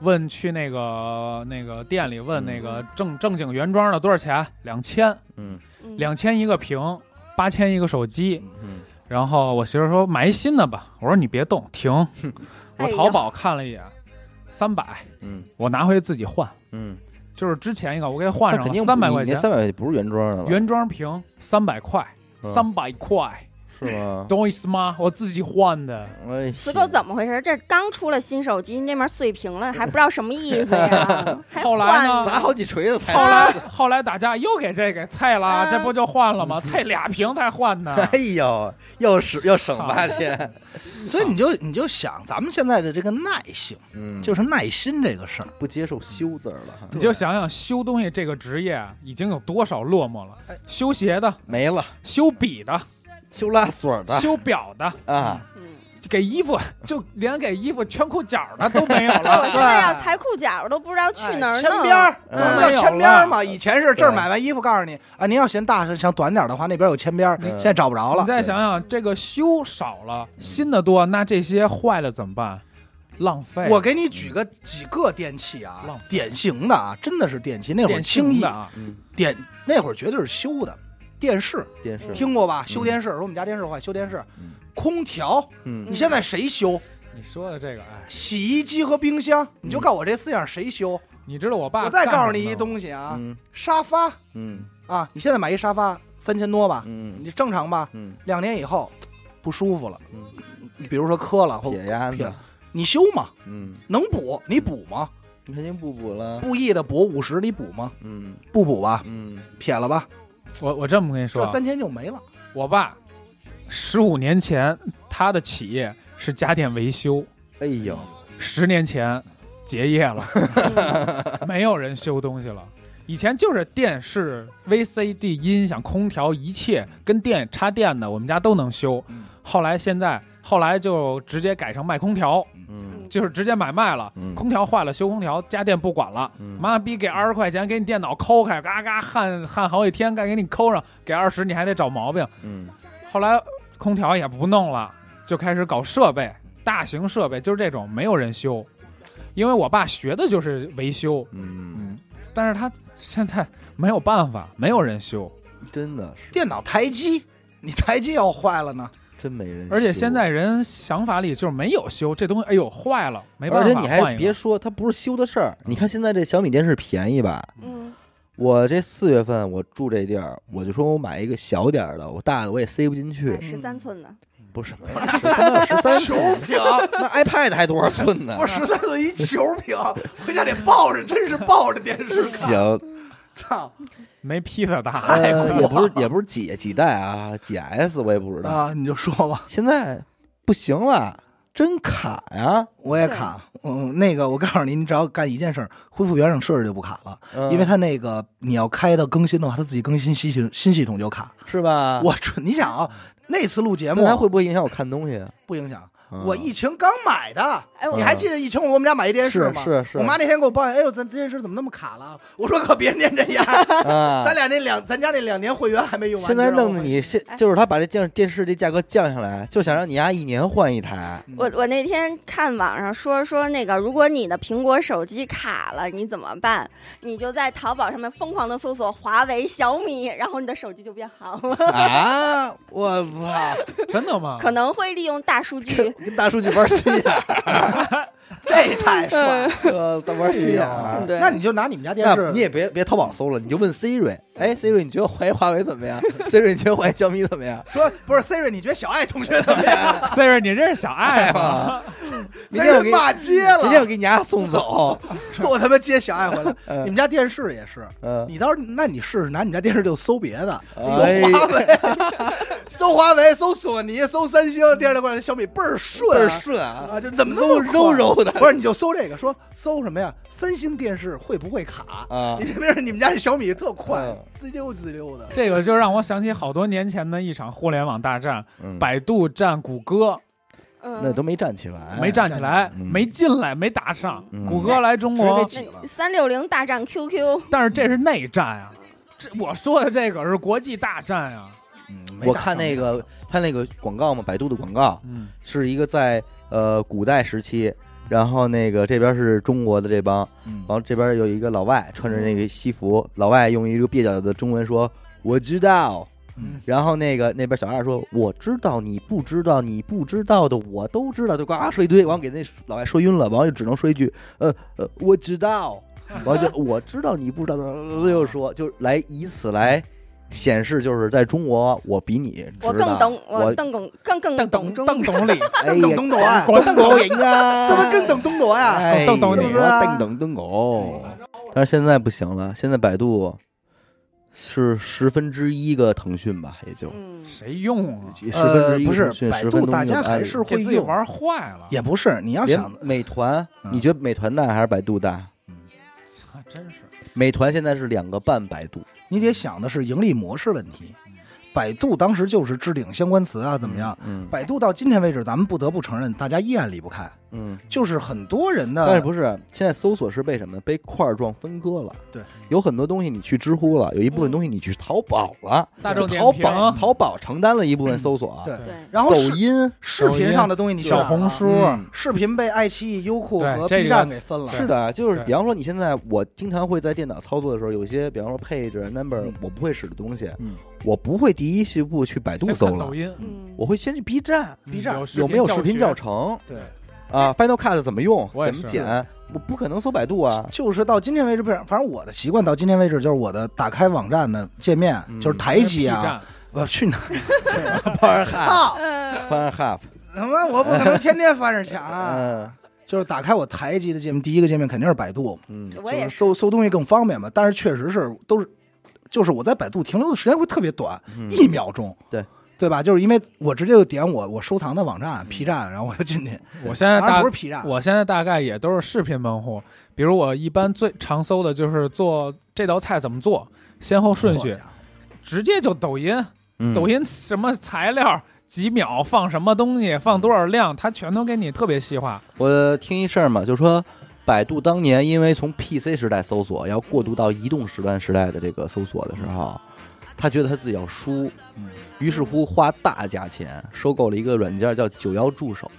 S4: 问去那个那个店里问那
S2: 嗯
S4: 个正正经原装的多少钱？两千，
S7: 嗯
S5: 嗯
S4: 两千一个屏，八千一个手机。
S7: 嗯，
S4: 然后我媳妇儿说买一新的吧，我说你别动，停。我
S5: 哎呀
S4: 淘宝看了一眼，三百，
S7: 嗯
S4: 我拿回去自己换，
S7: 嗯，
S4: 就是之前一个我给它换
S1: 但
S4: 上
S1: 肯定
S4: 了三百块
S1: 你
S4: 钱
S1: 那，三百块钱不是原装的了，
S4: 原装屏三百块，
S1: 嗯
S4: 三百块，
S1: 是 吗？
S4: 懂我意思吗？我自己换的。
S1: 哎，
S5: 死狗怎么回事？这刚出了新手机，你这面碎屏了，还不知道什么意思呀？还
S4: 后来呢
S5: 换
S1: 砸好几锤子才
S4: 后来后来打架又给这给菜了，
S5: 啊
S4: 这不就换了吗？菜俩屏才换呢。
S1: 嗯哎呦，要省要省八千，
S4: 啊
S2: 所以你就你就想咱们现在的这个耐性，
S1: 嗯，
S2: 就是耐心这个事儿。
S1: 不接受“修”字儿了哈，
S4: 你就想想修东西这个职业啊已经有多少落寞了，
S1: 哎
S4: 修鞋的、
S1: 没了，
S4: 修笔的、
S1: 啊修拉锁的
S4: 修表的，
S1: 啊，
S5: 嗯，
S4: 给衣服就连给衣服圈裤角的都没有
S5: 哎我
S2: 啊
S4: 了。
S5: 现在要裁裤脚都不知道去哪儿
S2: 前哎
S5: 弄。哎
S2: 边儿，
S1: 嗯
S2: 咱们叫前边儿嘛。以前是这儿买完衣服，告诉你啊，您要嫌大想短点儿的话，那边有前边儿，
S1: 嗯
S2: 现在找不着
S4: 你
S2: 了。
S4: 再想想，这个修少了，新的多，那这些坏了怎么办？浪费。
S2: 我给你举个几个电器
S4: 浪
S2: 啊
S4: 费，
S2: 典型的啊，真的是电器。那会儿
S4: 典
S2: 轻易
S4: 型的啊，
S1: 嗯，
S2: 电，那会儿绝对是修的。电视
S1: 电视，
S2: 听过吧？
S4: 嗯
S2: 修电视，说我们家电视坏，修电视。空调，
S1: 嗯
S2: 你现在谁修？
S4: 你说的这个，哎，
S2: 洗衣机和冰箱，你就告我这四样谁修？
S4: 你知道嗯我爸？
S2: 我再告诉你一，东西啊，
S1: 嗯
S2: 沙发
S1: 嗯
S2: 啊，你现在买一沙发三千多吧，
S1: 嗯
S2: 你正常吧？
S1: 嗯，
S2: 两年以后不舒服了，
S1: 嗯
S2: 你比如说磕了或
S1: 铁压呢，
S2: 你修吗？
S1: 嗯，
S2: 能补你补吗？
S1: 你肯定不补了，
S2: 故意的补五十你补吗？
S1: 嗯
S2: 不补吧，
S1: 嗯，
S2: 撇了吧，
S4: 我我这么跟你说
S2: 这
S4: 啊，
S2: 三千就没了。
S4: 我爸十五年前他的企业是家电维修，
S1: 哎呦，
S4: 十年前结 业了，没有人修东西了。以前就是电视、VCD、音响、空调，一切跟电插电的，我们家都能修。
S1: 嗯
S4: 后来现在，后来就直接改成卖空调，
S1: 嗯
S4: 就是直接买卖了。
S1: 嗯
S4: 空调坏了修空调，家电不管了。
S1: 嗯，
S4: 妈逼，给二十块钱给你电脑抠开，嘎嘎焊焊好几天，再给你抠上，给二十你还得找毛病。
S1: 嗯
S4: 后来空调也不弄了，就开始搞设备，大型设备就是这种没有人修，因为我爸学的就是维修，
S1: 嗯，
S4: 嗯，但是他现在没有办法，没有人修，
S1: 真的是
S2: 电脑台机，你台机要坏了呢，
S1: 真没人修，
S4: 而且现在人想法里就是没有修这东西，哎呦坏了，没办
S1: 而
S4: 法
S1: 且你
S4: 换
S1: 还
S4: 一
S1: 别
S4: 个。
S1: 说，它不是修的事儿。你看现在这小米电视便宜吧？
S5: 嗯，
S1: 我这四月份我住这地儿，我就说我买一个小点儿的，我大的我也塞不进去。
S5: 哎十三寸的，
S1: 不是什么呀，十三球屏，那 iPad 还多少寸呢？
S2: 我十三寸一球屏，回家得抱着，真是抱着 电视看。
S1: 行，
S2: 操
S4: 没披 萨大，
S1: 呃，也不是也不是几几代啊，几 S 我也不知道。
S2: 啊！你就说吧，
S1: 现在不行了，真卡呀！
S2: 我也卡。嗯，那个我告诉你，你只要干一件事儿，恢复原厂设置就不卡了，
S1: 嗯
S2: 因为它那个你要开到更新的话，它自己更新新系统新系统就卡。
S1: 是吧？
S2: 我纯你想啊，那次录节目
S1: 嗯那它会不会影响我看东 西啊？
S2: 不影响？
S1: 嗯
S2: 我疫情刚买的，
S5: 哎我
S2: 你还记得疫情我给我们家买一电视
S1: 是
S2: 吗？
S1: 是是，
S2: 我妈那天给我抱怨，哎呦，咱这电视怎么那么卡了？我说可别念这 样，
S1: 啊
S2: 咱俩那两咱家那两年会员还没用完。
S1: 现在
S2: 知道
S1: 弄
S2: 吗
S1: 得你现就是他把这降电视这价格降下来，就想让你丫一年换一 台。
S5: 我我那天看网上说说那个，如果你的苹果手机卡了，你怎么办？你就在淘宝上面疯狂的搜索华为、小米，然后你的手机就变好了，
S1: 啊！我操，
S4: 真的吗？
S5: 可能会利用大数据。
S1: 跟大数据玩心眼儿，
S2: 这 太帅了。
S1: 呃， 玩心眼儿。
S5: 对
S2: 那你就拿你们家电
S1: 那
S2: 视，
S1: 你也别别淘宝搜了，你就问 Siri，哎，Siri，你觉得怀华为怎 么样？Siri，你觉得怀小米怎么样？
S2: 说不是 Siri，你觉得小爱同学怎么样
S4: Siri，你认识小爱啊
S1: 哎
S4: 吗？
S1: 明天我给
S2: ？Siri
S1: 你，
S2: 骂街
S1: 明天我
S2: 了，
S1: 给你丫送走。
S2: 我他妈接小爱回来。
S1: 嗯
S2: 你们家电视也是，
S1: 嗯，
S2: 你到时候那你试试拿你们家电视就搜别的，
S1: 哎
S2: 搜华为，搜华为，搜索尼，搜三星，第二天过来小米倍儿顺
S1: 倍
S2: 啊、
S1: 儿顺啊！
S2: 啊，就怎么那么快
S1: 柔柔的
S2: 不是，你就搜这个，说搜什么呀？三星电视会不会卡？
S1: 啊
S2: 你没事，你们家这小米特快
S1: 嗯，
S2: 滋溜滋溜的。
S4: 这个就让我想起好多年前的一场互联网大战，
S1: 嗯
S4: 百度战谷歌，
S1: 那
S5: 嗯，
S1: 都没站起来，
S4: 没站起来，
S1: 嗯
S4: 没进来，没打上
S1: 嗯。
S4: 谷歌来中
S2: 直接给
S4: 国，
S2: 挤了。
S5: 三六零大战 QQ，
S4: 但是这是内战啊，这我说的这个是国际大战啊。
S2: 嗯
S1: 我看那个他那个广告嘛，百度的广告
S4: 嗯，
S1: 是一个在呃古代时期，然后那个这边是中国的这帮，然后这边有一个老外穿着那个西服，老外用一个蹩脚的中文说我知道
S2: 嗯。
S1: 然后那个那边小二说：“我知道你不知道，你不知道的我都知道。”就呱呱说一堆，完了给那老外说晕了，完了就只能说一句：“呃呃，我知道。”完了就我知道你不知道，又说就来以此来显示，就是在中国我比你知道
S5: 我更懂，
S1: 我
S5: 更懂，更更
S4: 邓
S5: 懂
S4: 董
S5: 中
S4: 邓总 理，
S1: 哎
S2: 邓
S1: 呀
S2: 董，董啊，
S1: 广东人啊，
S2: 怎么更懂董董呀？
S1: 哎
S4: 邓董
S1: 呀
S4: 你
S1: 邓董邓狗，但是现在不行了，现在百度是十分之一个腾讯吧，也就
S5: 嗯，
S4: 谁用啊？
S1: 十分
S2: 呃
S1: 之，一
S2: 不
S1: 个
S2: 是
S1: 腾讯，
S2: 百
S1: 十分
S2: 度，
S1: 之一
S2: 大家
S1: 个阿
S2: 还
S1: 里
S2: 是
S4: 给
S2: 会
S4: 自己
S2: 用，
S4: 玩坏了，
S2: 也不是你要
S1: 连
S2: 想，
S1: 美团，
S2: 嗯
S1: 你觉得美团大还是百度大？
S4: 操啊真是
S1: 美团现在是两个半百度，
S2: 你得想的是盈利模式问题。百度当时就是置顶相关词啊，怎么样？
S1: 嗯
S2: 百度到今天为止，咱们不得不承认，大家依然离不开，
S1: 嗯。
S2: 就是很多人
S1: 但是
S2: 的
S1: 不是现在搜索是被什么？被块状分割了。
S2: 对，嗯
S1: 有很多东西你去知乎了，有一部分东西你去淘宝了。
S4: 大众点
S1: 淘
S4: 评
S1: 宝淘宝承担了一部分搜索。啊
S2: 嗯对
S5: 对，
S2: 然后
S1: 抖
S2: 视
S1: 音
S2: 视频上的东西，你想想
S4: 小
S2: 啊
S4: 红书，
S1: 嗯
S2: 视频被爱奇艺、优酷和
S4: 对这
S2: B
S4: 个
S2: 站给分了，
S1: 是的，就是
S4: 啊对
S1: 比方说你现在，我经常会在电脑操作的时候，有一些比方说配置、number
S4: 嗯
S1: 我不会使的东西，
S2: 嗯
S1: 我不会第一去步去百度
S4: 啊先
S1: 搜
S4: 看
S1: 了
S4: 抖，音
S5: 嗯，
S1: 我会先去 B 站，
S2: B 站
S1: 有没有视频教
S4: 学？
S1: 程
S2: 对。
S1: 啊？Final Cut 怎么用？
S4: 我也
S1: 怎
S4: 是
S1: 么剪？我不可能搜百度啊。
S2: 就是到今天为止，不是，反正我的习惯到今天为止就是我的打开网站的界面
S1: 嗯
S2: 就是台机
S4: B
S2: 啊，
S4: 站，
S2: 我去哪儿？
S1: Pornhub，Pornhub，
S2: 操！他妈，我不可能天天翻着墙啊！
S1: 嗯
S2: 就是打开我台机的界面，第一个界面肯定是百度，
S1: 嗯，
S5: 我
S2: 就
S5: 也
S2: 是
S5: 是，
S2: 搜搜东西更方便嘛。但是确实是都是，就是我在百度停留的时间会特别短，
S1: 嗯
S2: 一秒钟。
S1: 对。
S2: 对吧？就是因为我直接就点我我收藏的网
S1: 嗯
S2: 站 P 站，然后我就进 去，
S4: 我现在
S2: 当然
S4: 大
S2: 不是 P 站，
S4: 我现在大概也都是视频门户，比如我一般最常搜的就是做这道菜怎么做，先后顺序，直接就抖音，
S1: 嗯
S4: 抖音什么材料几秒放什么东西，放多少量，它全都给你特别细化。
S1: 我听一事儿嘛，就说百度当年因为从 PC 时代搜索要过渡到移动时段时代的这个搜索的时候，他觉得他自己要输，
S4: 嗯
S1: 于是乎花大价钱收购了一个软件叫九幺助手，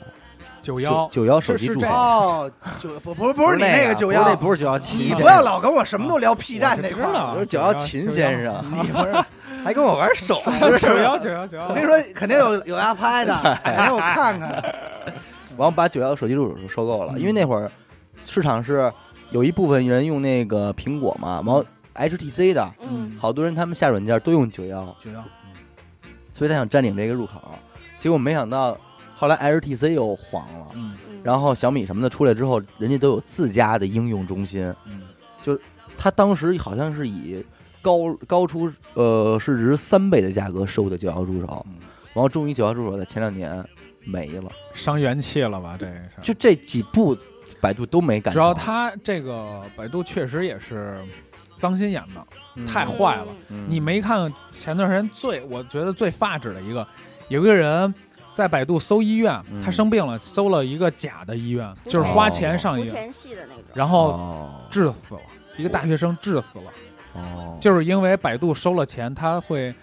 S1: 九
S4: 九幺，
S1: 九幺手机
S4: 是
S1: 助
S4: 这
S1: 手
S4: 样。
S2: 哦，就不不不是你
S1: 那
S2: 那
S1: 个
S2: 个九幺
S1: 那，不是啊九幺七，啊
S2: 你不要老跟我什么都聊 P 站那
S4: 知
S2: 块儿，
S4: 道
S1: 我是九幺秦先生，
S2: 你不是
S1: 还跟我玩 手
S4: 九幺九幺九
S2: 我
S4: 幺
S2: 跟你，说，肯定有有丫 拍的，肯定我看看。
S1: 然后把九幺手机助手收购了，因为那会儿市场是有一部分人用那个苹果嘛，然
S4: 嗯
S1: 后 HTC 的，
S5: 嗯，
S1: 好多人他们下软件都用九幺，
S2: 九幺，
S1: 所以他想占领这个入口，结果没想到后来 HTC 又黄了，
S2: 嗯
S5: 嗯
S1: 然后小米什么的出来之后，人家都有自家的应用中心，
S2: 嗯，
S1: 他当时好像是以高高出呃市值三倍的价格收的九幺助手，
S2: 嗯
S1: 然后终于九幺助手在前两年没了，
S4: 伤元气了吧？这个是。
S1: 就这几步百度都没赶
S4: 主
S1: 上，
S4: 要它这个百度确实也是脏心眼子，
S1: 嗯
S4: 太坏了。
S1: 嗯
S4: 你没看前段时间最我觉得最发指的一个，有个人在百度搜医院，
S1: 嗯
S4: 他生病了，搜了一个假的医院，
S5: 莆
S4: 就是花
S1: 田
S4: 钱上医
S5: 莆
S4: 院，
S5: 田系的那种，
S4: 然后
S1: 哦
S4: 致死了，一个大学生致死了，
S1: 哦，
S4: 就是因为百度收了钱，他会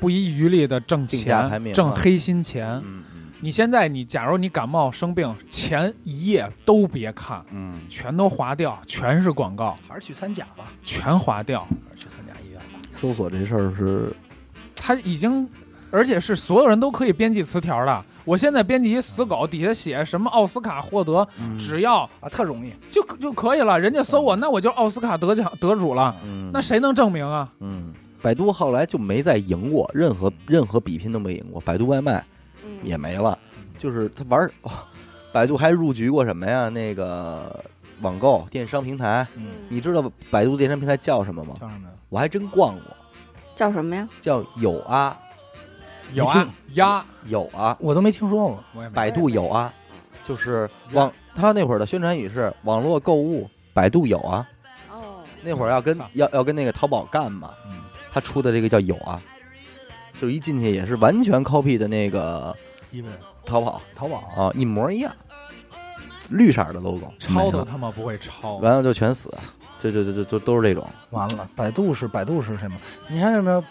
S4: 不遗余力的挣
S1: 竞价排
S4: 钱，
S1: 名
S4: 挣
S1: 嘛
S4: 黑心钱。
S1: 嗯嗯
S4: 你现在你假如你感冒生病，前一夜都别看。
S1: 嗯
S4: 全都划掉，全是广告，
S2: 还是去三甲吧，
S4: 全划掉。
S2: 还是去三甲医院吧。
S1: 搜索这事儿是
S4: 他已经，而且是所有人都可以编辑词条的。我现在编辑一死狗，底下写什么奥斯卡获得，
S1: 嗯
S4: 只要
S2: 啊，特容易。
S4: 就就可以了。人家搜我，那我就奥斯卡得奖得主了。
S1: 嗯
S4: 那谁能证明啊？
S1: 嗯，百度后来就没再赢过任何任何比拼都没赢过，百度外卖
S5: 嗯
S1: 也没了，就是他玩儿、哦百度还入局过什么呀？那个网购电商平台，
S5: 嗯
S1: 你知道百度电商平台叫什么吗？
S2: 叫什么呀？
S1: 我还真逛过，
S5: 叫什么呀？
S1: 叫有啊
S4: 有啊，鸭
S1: 有啊，
S2: 我都没听说过。
S4: 我也没
S1: 百度有啊，就是网他那会儿的宣传语是网络购物，百度有啊。
S5: 哦，
S1: 那会儿要跟
S4: 操
S1: 要要跟那个淘宝干嘛，
S2: 嗯，
S1: 他出的这个叫有啊，就是一进去也是完全 copy 的那个
S2: 因为
S1: 淘宝
S2: 淘宝
S1: 啊，一模一样，绿色的 logo，
S4: 抄
S1: 没
S4: 都
S1: 了
S4: 他妈不会抄，
S1: 完了就全死，就就就就就都是这种，
S2: 完了，百度是百度是什么？你看什么？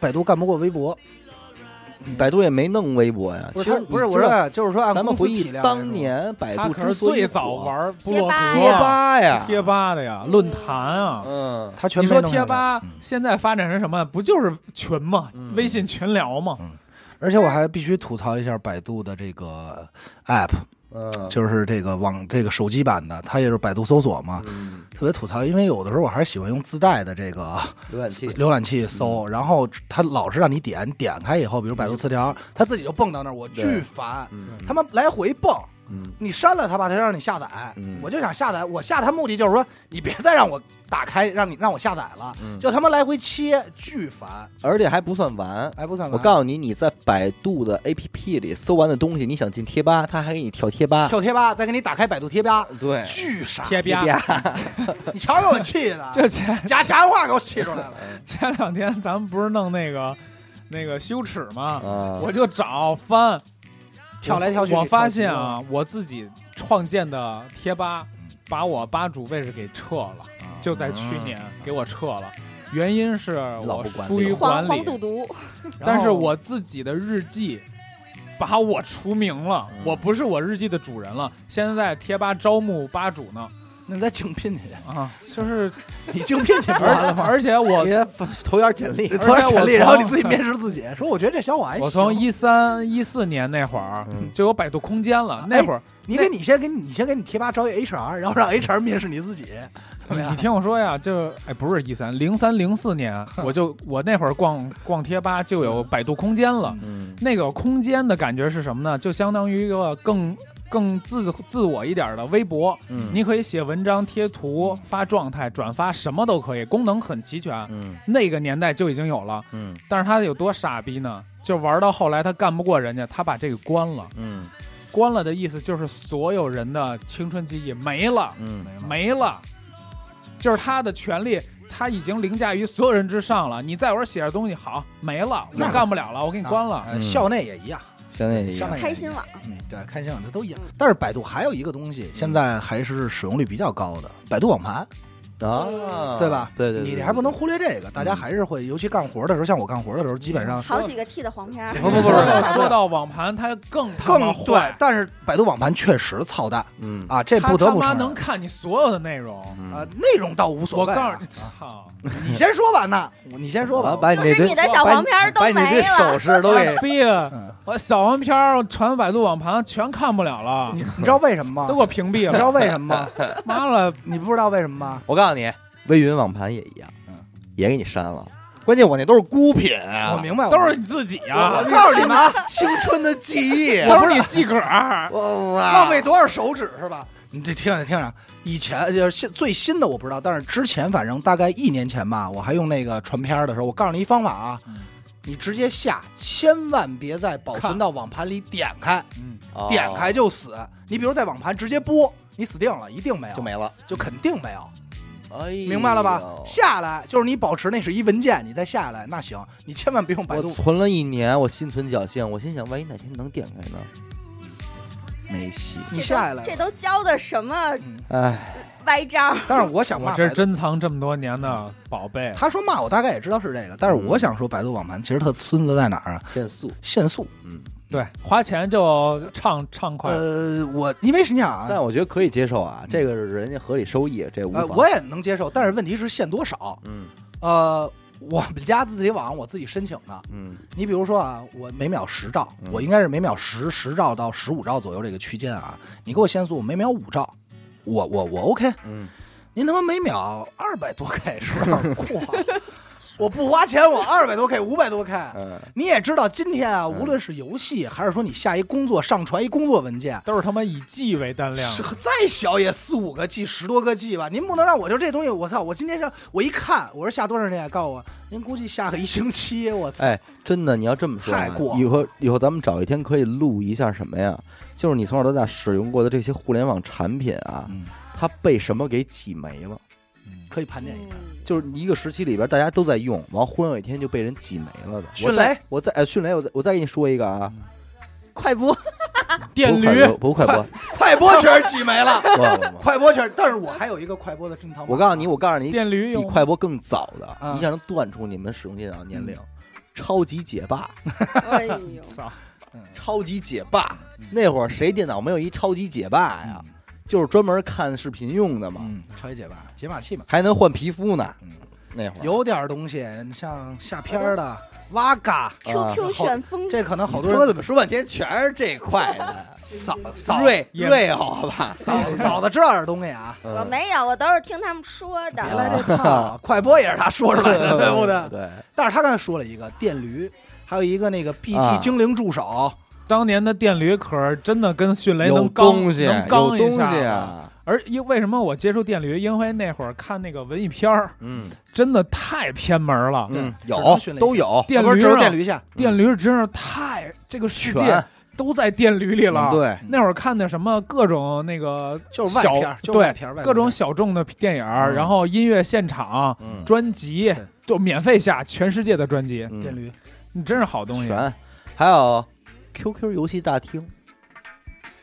S2: 百度干不过微博，
S1: 百度也没弄微博呀。
S2: 不
S1: 其
S2: 是他
S1: 实
S2: 不是
S1: 你
S2: 我
S1: 知道
S2: 说，就是说按
S1: 咱
S2: 公
S1: 们
S2: 司
S1: 回
S2: 体
S1: 忆
S2: 量来说
S1: 当年百
S4: 他
S1: 度
S4: 可
S1: 之
S4: 是
S1: 哎所以
S4: 最早
S1: 火
S4: 玩部
S5: 贴
S4: 落格
S5: 吧
S1: 贴吧呀，
S4: 贴吧的呀，论坛啊，
S1: 嗯，
S2: 他全
S4: 你
S2: 没
S4: 说
S2: 弄
S4: 贴
S2: 下来
S4: 吧
S2: 嗯
S4: 现在发展成什么？不就是群嘛，
S1: 嗯
S4: 微信群聊嘛，
S2: 而且我还必须吐槽一下百度的这个 app，
S1: 嗯，
S2: 就是这个网这个手机版的，它也是百度搜索嘛，
S1: 嗯
S2: 特别吐槽，因为有的时候我还是喜欢用自带的这个
S1: 浏览器
S2: 浏览器嗯搜，然后它老是让你点，你点开以后，比如百度词条，它自己就蹦到那儿，我巨
S1: 对
S2: 烦，
S1: 嗯
S2: 他妈来回蹦。
S1: 嗯
S2: 你删了它吧，它让你下载，
S1: 嗯
S2: 我就想下载。我下它目的就是说，你别再让我打开，让你让我下载了，
S1: 嗯
S2: 就他妈来回切，巨烦。
S1: 而且还不算完。
S2: 哎，不算完，
S1: 我告诉你，你在百度的 APP 里搜完的东西，你想进贴吧，它还给你哎跳贴吧。
S2: 跳贴吧，再给你打开百度贴吧，
S1: 对，
S2: 巨傻。
S4: 贴吧。
S1: 吧，
S2: 你瞧给我气
S4: 就
S2: 的，
S4: 前
S2: 夹夹话给我气出来 了。
S4: 前两天咱们不是弄那个那个羞耻吗？
S1: 啊
S4: 我就找翻
S2: 跳来跳去
S4: 我发现啊，我自己创建的贴吧把我吧主位置给撤了，就在去年给我撤了。原因是
S1: 老
S4: 我
S1: 不管
S4: 疏于
S5: 黄
S4: 管
S5: 黄
S4: 理，
S5: 赌毒，
S4: 但是我自己的日记把我除名了，
S2: 嗯
S4: 我不是我日记的主人了。现在在贴吧招募吧主呢，
S2: 那你再竞聘去，
S4: 啊， 就是
S2: 你竞聘去不完了
S4: 而
S2: 吗？
S4: 而且我
S1: 别投点简历
S2: 你。投点简历，
S4: 而且我从
S2: 然后你自己面试自己，说我觉得这小伙还行。
S4: 我从一三一四年那会儿
S1: 嗯
S4: 就有百度空间
S2: 哎
S4: 了，那会儿
S2: 你给你先给你你先给你贴吧招一 HR，然后让 HR 面试你自己，怎么
S4: 你
S2: 样
S4: 你？听我说呀，就哎不是一三零三零 四年，我就我那会儿逛逛贴吧就有百度空间了，
S1: 嗯
S4: 那个空间的感觉是什么呢？就相当于一个更更自自我一点的微博，
S1: 嗯
S4: 你可以写文章、贴图、发状态、转发，什么都可以，功能很齐全。啊
S1: 嗯
S4: 那个年代就已经有了，
S1: 嗯
S4: 但是他有多傻逼呢？就玩到后来他干不过人家，他把这个关了。
S1: 嗯
S4: 关了的意思就是所有人的青春记忆没了，
S1: 嗯
S4: 没了，就是他的权利。他已经凌驾于所有人之上了。你在我这写着东西好没了，我
S2: 那
S4: 干不了了，我给你关了。
S2: 呃
S1: 嗯
S2: 校内也一样，
S1: 现在也一
S2: 校
S1: 样
S2: 内也一样
S5: 开心了，
S2: 嗯，对，开心网这都一样。但是百度还有一个东西，现在还是使用率比较高的，百度网盘，
S1: 啊，
S2: 对吧？
S1: 对对，对嗯
S2: 你还不能忽略这个，大家还是会，尤其干活的时候，像我干活的时候，基本上
S5: 好几个 T 的黄 片儿，
S2: 不不不
S4: 说到
S2: 不
S4: 说到网盘，他更他妈
S2: 更对
S4: 坏，，
S2: 但是百度网盘确实操蛋
S1: 嗯
S2: 啊，这
S4: 他
S2: 不得不
S4: 他
S2: 承
S4: 妈能
S2: 认。
S4: 看你所有的内容。
S2: 啊，内容倒无所
S4: 我
S2: 谓
S4: 告
S2: 啊、
S4: 诉你，操，
S2: 你先说吧，那你先说
S1: 好
S2: 吧
S1: 了，，把
S5: 就
S1: 你
S5: 是
S1: 这
S5: 你的小
S1: 把
S5: 黄片儿都
S1: 把你
S5: 没
S1: 这手
S5: 了。
S1: 势都给
S4: 逼！啊
S2: 嗯
S4: 我小黄片儿传百度网盘全看不了 了，
S2: 你知道为什么
S4: 都
S2: 吗
S4: 给？我屏蔽
S2: 你知道
S4: 了。
S2: 为什么吗？
S4: 妈了，
S2: 你不知道为什么吗？
S1: 我告诉你，微云网盘也一样，
S2: 嗯
S1: 也给你删了。关键我那都是孤品啊，
S2: 我明白，
S4: 都是你自己
S2: 我
S4: 呀，
S2: 告诉你们啊，
S1: 青春的记 忆
S4: 都是你自个儿。啊
S2: 浪
S1: 浪
S2: 费多少手指是吧？啊你这听着听着，以前就是现最新的我不知道，但是之前反正大概一年前吧，我还用那个传片儿的时候，我告诉你一方法啊，你直接下，千万别在保存到网盘里点开，
S4: 嗯，
S1: 哦
S2: 点开就死。你比如在网盘直接播，你死定了，一定没有，
S1: 就没了，
S2: 就肯定没有，
S1: 哎，
S2: 明白了吧？下来就是你保持那是一文件，你再下来那行，你千万别用百
S1: 我
S2: 度。
S1: 存了一年，我心存侥幸，我心想，万一哪天能点开呢？没戏，
S2: 你下来
S5: 这
S2: 了，
S5: 都教的什么
S1: 哎，
S5: 歪招儿？
S2: 但是我想
S4: 我
S2: 骂
S4: 这
S2: 百
S4: 是
S2: 度
S4: 珍藏这么多年的宝贝，
S2: 他说骂我大概也知道是这个，但是我想说百度网盘其实特孙子在哪儿啊？
S1: 限速，
S2: 限速。
S1: 嗯，
S4: 对，花钱就畅畅快。
S2: 呃，我因为是你想啊
S1: 哎但，我觉得可以接受啊，这个是人家合理收益，啊这无
S2: 嗯呃，
S1: 妨。
S2: 我也能接受，但是问题是限多少？
S1: 嗯
S2: 呃，我们家自己网我自己申请的。
S1: 嗯
S2: 你比如说啊，我每秒十兆，
S1: 嗯
S2: 我应该是每秒十十兆到十五兆左右这个区间啊。你给我限速，我每秒五兆，我我我 OK。
S1: 嗯，
S2: 您他妈每秒二百多 K 是不是有 点过？我不花钱，我二百多 K，五百多 K，
S1: 嗯
S2: 你也知道，今天啊，无论是游戏还是说你下一工作上传一工作文件，
S4: 都是他妈以 G 为单量
S2: 是
S4: 的，
S2: 再小也四五个 G、十多个 G 吧。您不能让我就这东西，我操！我今天上我一看，我说下多长时间？啊告诉我，您估计下个一星期，我操！
S1: 哎，真的，你要这么说啊，
S2: 太过了
S1: 以后以后咱们找一天可以录一下什么呀？就是你从小到大使用过的这些互联网产品啊，
S2: 嗯，
S1: 它被什么给挤没了？
S4: 嗯
S2: 可以盘点一盘。
S5: 嗯
S1: 就是一个时期里边，大家都在用，完忽然有一天就被人挤没了的。
S2: 迅雷嗯
S1: 我再，我再，哎，迅雷，我再，我再给你说一个啊，
S5: 快播，
S4: 电
S1: 不
S4: 驴
S1: 快播，不快播，
S2: 快播曲儿挤没了，
S1: 不不不
S2: 快播曲儿。但是我还有一个快播的珍藏版，
S1: 我告诉你，我告诉你，
S4: 电驴
S1: 比
S4: 有
S1: 快播更早的，
S2: 啊
S1: 你想能断出你们使用电脑年龄，
S2: 嗯
S1: 超级解霸，
S5: 哎呦，
S4: 操，
S1: 超级解霸，那会儿谁电脑没有一超级解霸呀？
S2: 嗯
S1: 就是专门看视频用的嘛，
S2: 嗯，超级解吧，解码器嘛，
S1: 还能换皮肤呢
S2: 嗯。
S1: 那会儿
S2: 有点东西，像下片儿的哇嘎，
S5: ，QQ 旋风，
S2: 啊这可能好多
S1: 说
S2: 人
S1: 怎么说半天全是这块的，
S2: 嫂嫂
S1: 瑞
S4: 也
S1: 瑞好吧？
S2: 嫂嫂子知道点东西啊，
S1: 呃
S5: 我没有，我都是听他们说
S2: 别
S5: 的。
S2: 来这套， 快播也是他说出来的，对不对？
S1: 对，
S2: 但是他刚才说了一个电驴，还有一个那个 BT
S1: 啊
S2: 精灵助手，
S4: 当年的电驴可真的跟迅雷
S1: 有
S4: 能刚
S1: 东西，
S4: 能
S1: 有
S4: 刚一
S1: 东
S4: 下
S1: 西啊，
S4: 而因为什么我接触电驴？因为那会儿看那个文艺片儿，
S1: 嗯
S4: 真的太偏门了。
S1: 嗯，
S2: 只能
S1: 有
S2: 训练
S1: 都有，
S4: 电
S2: 不
S4: 驴
S2: 是只有
S4: 上，
S2: 电驴去，
S4: 电驴真是太这个世界
S1: 全
S4: 都在电驴里了。
S1: 嗯，对，
S4: 那会儿看的什么各种那个
S2: 就是外
S4: 小
S2: 片儿，就是外
S4: 对
S2: 片儿，外
S4: 各种
S2: 片
S4: 小众的电影儿，
S1: 嗯
S4: 然后音乐现场、
S1: 嗯，
S4: 专辑
S2: 对
S4: 就免费下全世界的专辑，
S2: 儿
S1: 嗯
S2: 电驴，
S4: 你真是好东西。
S1: 全，还有 QQ 游戏大厅，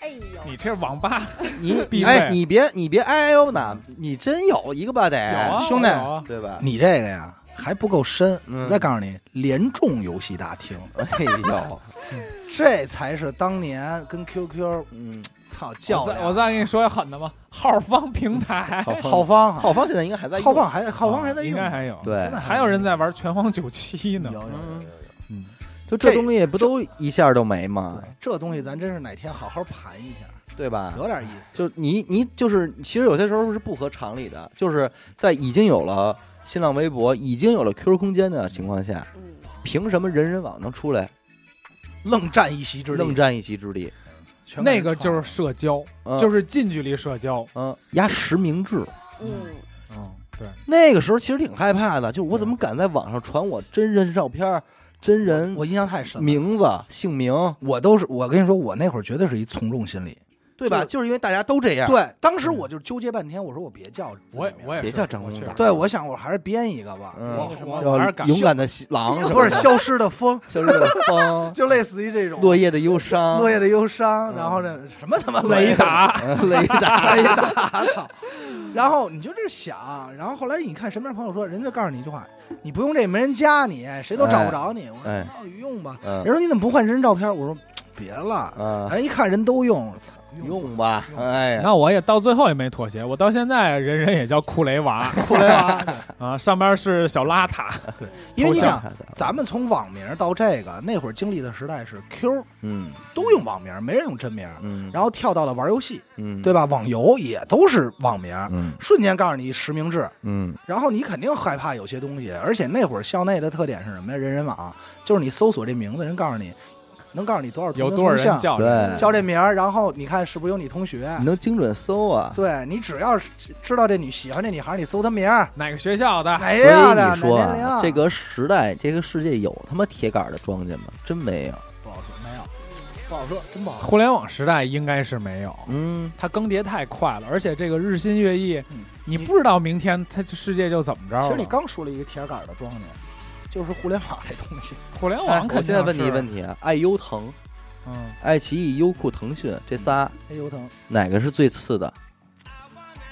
S5: 哎呦，
S4: 你这网吧
S1: 你
S4: 必备
S1: 哎，你别你别哎呦呢，你真有一个吧得，
S4: 有啊，
S2: 兄弟
S4: 我有啊
S1: 对吧？
S2: 你这个呀还不够深，
S1: 嗯
S2: 我再告诉你，联众游戏大厅，
S1: 哎呦，
S2: 这才是当年跟 QQ
S1: 嗯，
S2: 操较
S4: 我
S2: 量
S4: 再我再跟你说狠的吧，浩方平台，哦
S2: 浩方啊，
S1: 浩方现在应该还在用
S2: 浩方还哦浩方还在
S4: 应
S2: 用，
S4: 该还有，
S1: 对
S2: 现在
S4: 还有人在玩拳皇九七
S2: 有
S4: 呢。
S2: 有有有有。
S4: 嗯，
S1: 就这
S2: 这
S1: 东西不都一下就没吗？
S2: 对，这东西咱真是哪天好好盘一下，
S1: 对吧？
S2: 有点意思。
S1: 就你你就是，其实有些时候是不合常理的，就是在已经有了新浪微博、已经有了 QQ 空间的情况下，
S5: 嗯，
S1: 凭什么人人网能出来
S2: 愣占一席之地，
S1: 愣占一席之地？
S2: 全给
S4: 那
S2: 人
S4: 个就
S2: 创
S4: 是
S2: 了
S4: 社交，
S1: 嗯
S4: 就是近距离社交。
S1: 嗯，压实名制。
S5: 嗯，
S4: 嗯，对，
S1: 那个时候其实挺害怕的，就我怎么敢在网上传我真人照片儿、真人
S2: 我印象太深了。
S1: 名字、姓名，
S2: 我都是我跟你说，我那会儿绝对是一从众心理。
S1: 对吧？
S2: 就
S1: 就是因为大家都这样，
S2: 对，当时我就纠结半天，我说我别叫自己
S4: 我也
S2: 名
S4: 我也
S1: 别
S4: 是
S1: 叫张
S4: 我
S1: 东
S4: 确
S1: 吧
S4: 实
S2: 对，我想我还是编一个吧。
S1: 嗯
S2: 我什么
S4: 我还是
S1: 叫
S4: 敢
S1: 勇敢的狼，
S2: 不是
S1: 吧
S2: 消失的风，
S1: 消失的风
S2: ，就类似于这种
S1: 落叶的忧伤，
S2: 落叶的忧伤，
S1: 嗯
S2: 然后呢什么他妈
S4: 雷达，
S1: 雷达，
S2: 雷 达，操！然后你就这想，然后后来你看身边朋友说，人家告诉你一句话，你不用这没人加你，谁都找不着你。我说
S1: 哎
S2: 那有用吧？
S1: 嗯
S2: 人说你怎么不换真人照片？我说别了，
S1: 嗯，
S2: 人一看人都用， 操
S1: 用吧，哎呀，
S4: 那我也到最后也没妥协，我到现在人人也叫库雷 娃
S2: 库雷娃。对
S4: 啊，上边是小邋遢，
S2: 因为你
S1: 偷笑
S2: 想，，咱们从网名到这个那会儿经历的时代是 Q
S1: 嗯
S2: 都用网名，没人用真名，
S1: 嗯，
S2: 然后跳到了玩游戏，
S1: 嗯，
S2: 对吧？网游也都是网名，
S1: 嗯
S2: 瞬间告诉你实名制，
S1: 嗯
S2: 然后你肯定害怕有些东西，而且那会儿校内的特点是什么呀？人人网就是你搜索这名字，人告诉你，能告诉你多少同
S4: 有
S2: 学
S4: 多少
S2: 同
S4: 人
S2: 向，
S4: 叫你？
S1: 对
S2: 叫这名儿，然后你看是不是有你同学
S1: 你？能精准搜啊，
S2: 对你只要是知道这女喜欢这女孩，你搜她名儿，
S4: 哪个学校的？
S2: 哪
S1: 哎所
S2: 呀
S1: 以
S2: 的
S1: 你说
S2: 哪年龄
S1: 啊
S2: 啊？
S1: 这个时代，这个世界有他妈铁杆的庄家吗？真没有。
S2: 不好说，没有，不好说，真不好说。
S4: 互联网时代应该是没有，
S1: 嗯，
S4: 它更迭太快了，而且这个日新月异
S2: 嗯，
S4: 你不知道明天它这世界就怎么着了。
S2: 其实你刚说了一个铁杆儿的庄家，就是互联网这东西。
S4: 互联
S1: 哎
S4: 网，
S1: 我
S4: 肯定
S1: 现在问你一
S4: 是
S1: 个问，题啊，爱优腾、
S4: 嗯，
S1: 爱奇艺、优酷、腾讯这仨
S2: 哎，油疼，
S1: 哪个是最次的？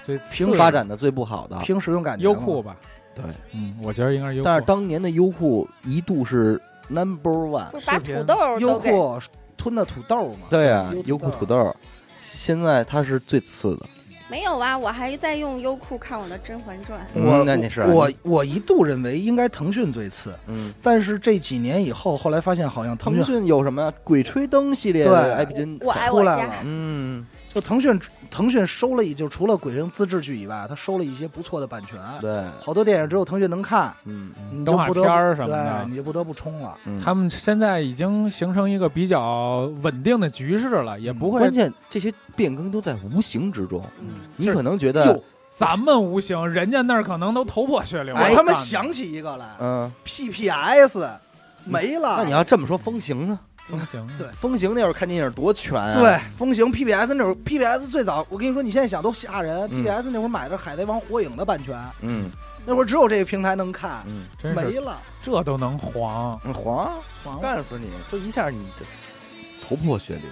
S4: 最
S1: 平发展的最不好的。
S2: 凭使用感觉。
S4: 优酷，吧，
S1: 对，
S4: 嗯，我觉得应该是优酷。
S1: 但是当年的优酷一度是 number one。
S5: 就把
S4: 视频
S5: 土豆
S2: 优
S5: 都给
S2: 酷吞的土豆嘛。
S1: 对啊，
S2: 优
S1: 优
S2: 酷
S1: 酷
S2: 土
S1: 土豆，现在它是最次的。
S5: 没有啊，我还在用优酷看我的《甄嬛传
S1: 嗯
S2: 我
S1: 那你是
S2: 我我一度认为应该腾讯最次，
S1: 嗯，
S2: 但是这几年以后，后来发现好像腾
S1: 腾
S2: 讯
S1: 讯有什么呀？鬼吹灯系列
S2: 对
S1: 的 IP 真》，
S5: 我爱
S2: 出
S5: 我
S2: 来
S5: 家，
S2: 了，
S1: 嗯，
S2: 就腾讯腾讯收了一，就除了《鬼神》自制剧以外，他收了一些不错的版权，
S1: 对，
S2: 好多电影只有腾讯能看，
S1: 嗯
S2: 你就
S4: 动画
S2: 不得
S4: 片儿
S2: 不
S4: 什么的
S2: 对，你就不得不冲了。
S1: 嗯，
S4: 他们现在已经形成一个比较稳定的局势了，也不
S1: 嗯
S4: 会
S1: 关。键这些变更都在无形之中，
S5: 嗯，
S1: 你可能觉
S2: 哟
S1: 得，，
S4: 咱们无形，人家那儿可能都头破血流了。
S2: 哎我他妈
S4: 干的
S2: 想起一个来
S1: 嗯，
S2: ，PPS 没了。
S1: 那你要这么说，风行呢？
S4: 风行，
S2: 对
S1: 风行那会儿看电影多全啊！
S2: 对，风行 PPS 那会儿，PPS 最早，我跟你说，你现在想都吓人。
S1: 嗯
S2: PPS 那会儿买的《海贼王》《火影》的版权，
S1: 嗯
S2: 那会儿只有这个平台能看，
S1: 嗯，
S4: 真
S2: 没
S4: 是
S2: 了。
S4: 这都能黄，
S1: 黄
S2: 黄了
S1: 干死你！就一下你这头破血流，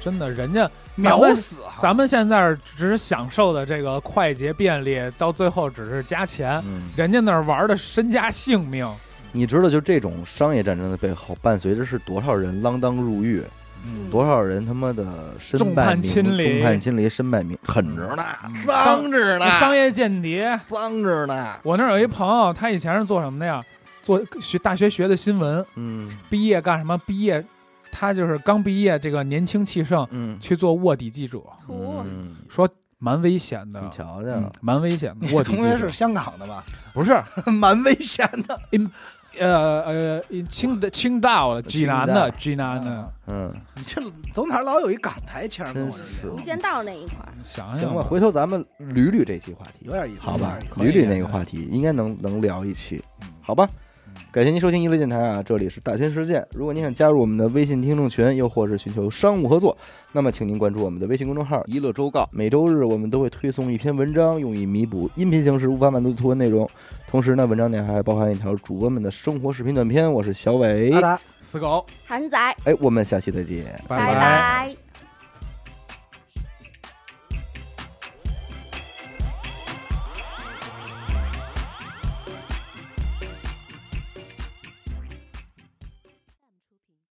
S4: 真的，人家咱
S2: 秒
S4: 们
S2: 死啊！
S4: 咱们现在只是享受的这个快捷便利，到最后只是加钱，
S1: 嗯，
S4: 人家那儿玩的身家性命，
S1: 你知道，就这种商业战争的背后，伴随着是多少人锒铛入狱，
S2: 嗯
S1: 多少人他妈的身
S4: 众
S1: 败
S4: 叛
S1: 名
S4: 亲离
S1: 众叛亲离，身败名，狠着呢，脏
S4: 商
S1: 着呢，
S4: 商业间谍。
S1: 脏着呢，
S4: 我那儿有一朋友，他以前是做什么的呀？做学大学学的新闻，
S1: 嗯
S4: 毕业干什么？毕业，他就是刚毕业，这个年轻气盛，
S1: 嗯，
S4: 去做卧底记者，
S5: 哦
S1: 嗯
S4: 说蛮危险的
S1: 你，瞧瞧，
S4: 嗯蛮危险的。
S2: 你
S4: 卧 底
S2: 同
S4: 记
S2: 学是
S4: 者
S2: 香港的吧？
S4: 不是？
S2: 蛮危险的。
S4: 呃呃，青的青岛的，济南的，呃济南的。
S1: 嗯，
S2: 你这走哪儿老有一港台腔儿跟我这
S1: 真
S4: 嗯
S2: 儿
S1: 是
S2: 一
S5: 无
S2: 样
S5: 间道那一块儿，
S4: 想
S1: 行
S4: 想
S1: 了，
S4: 吧，
S1: 回头咱们捋捋这期话题
S2: 有，点意思，
S1: 好吧嗯
S2: 有点意？思
S4: 可以
S1: 捋捋那个话题，应该能能聊一期，好吧？感谢您收听一乐电台啊，这里是大千世界。如果您想加入我们的微信听众群，又或是寻求商务合作，那么请您关注我们的微信公众号“一乐周告”。每周日我们都会推送一篇文章，用以弥补音频形式无法满足的图文内容。同时呢，文章内还包含一条主播们的生活视频短片。我是小伟
S2: 阿，达。
S4: 死狗，
S5: 韩仔，
S1: 哎，我们下期再见。
S5: 拜
S4: 拜
S5: 拜。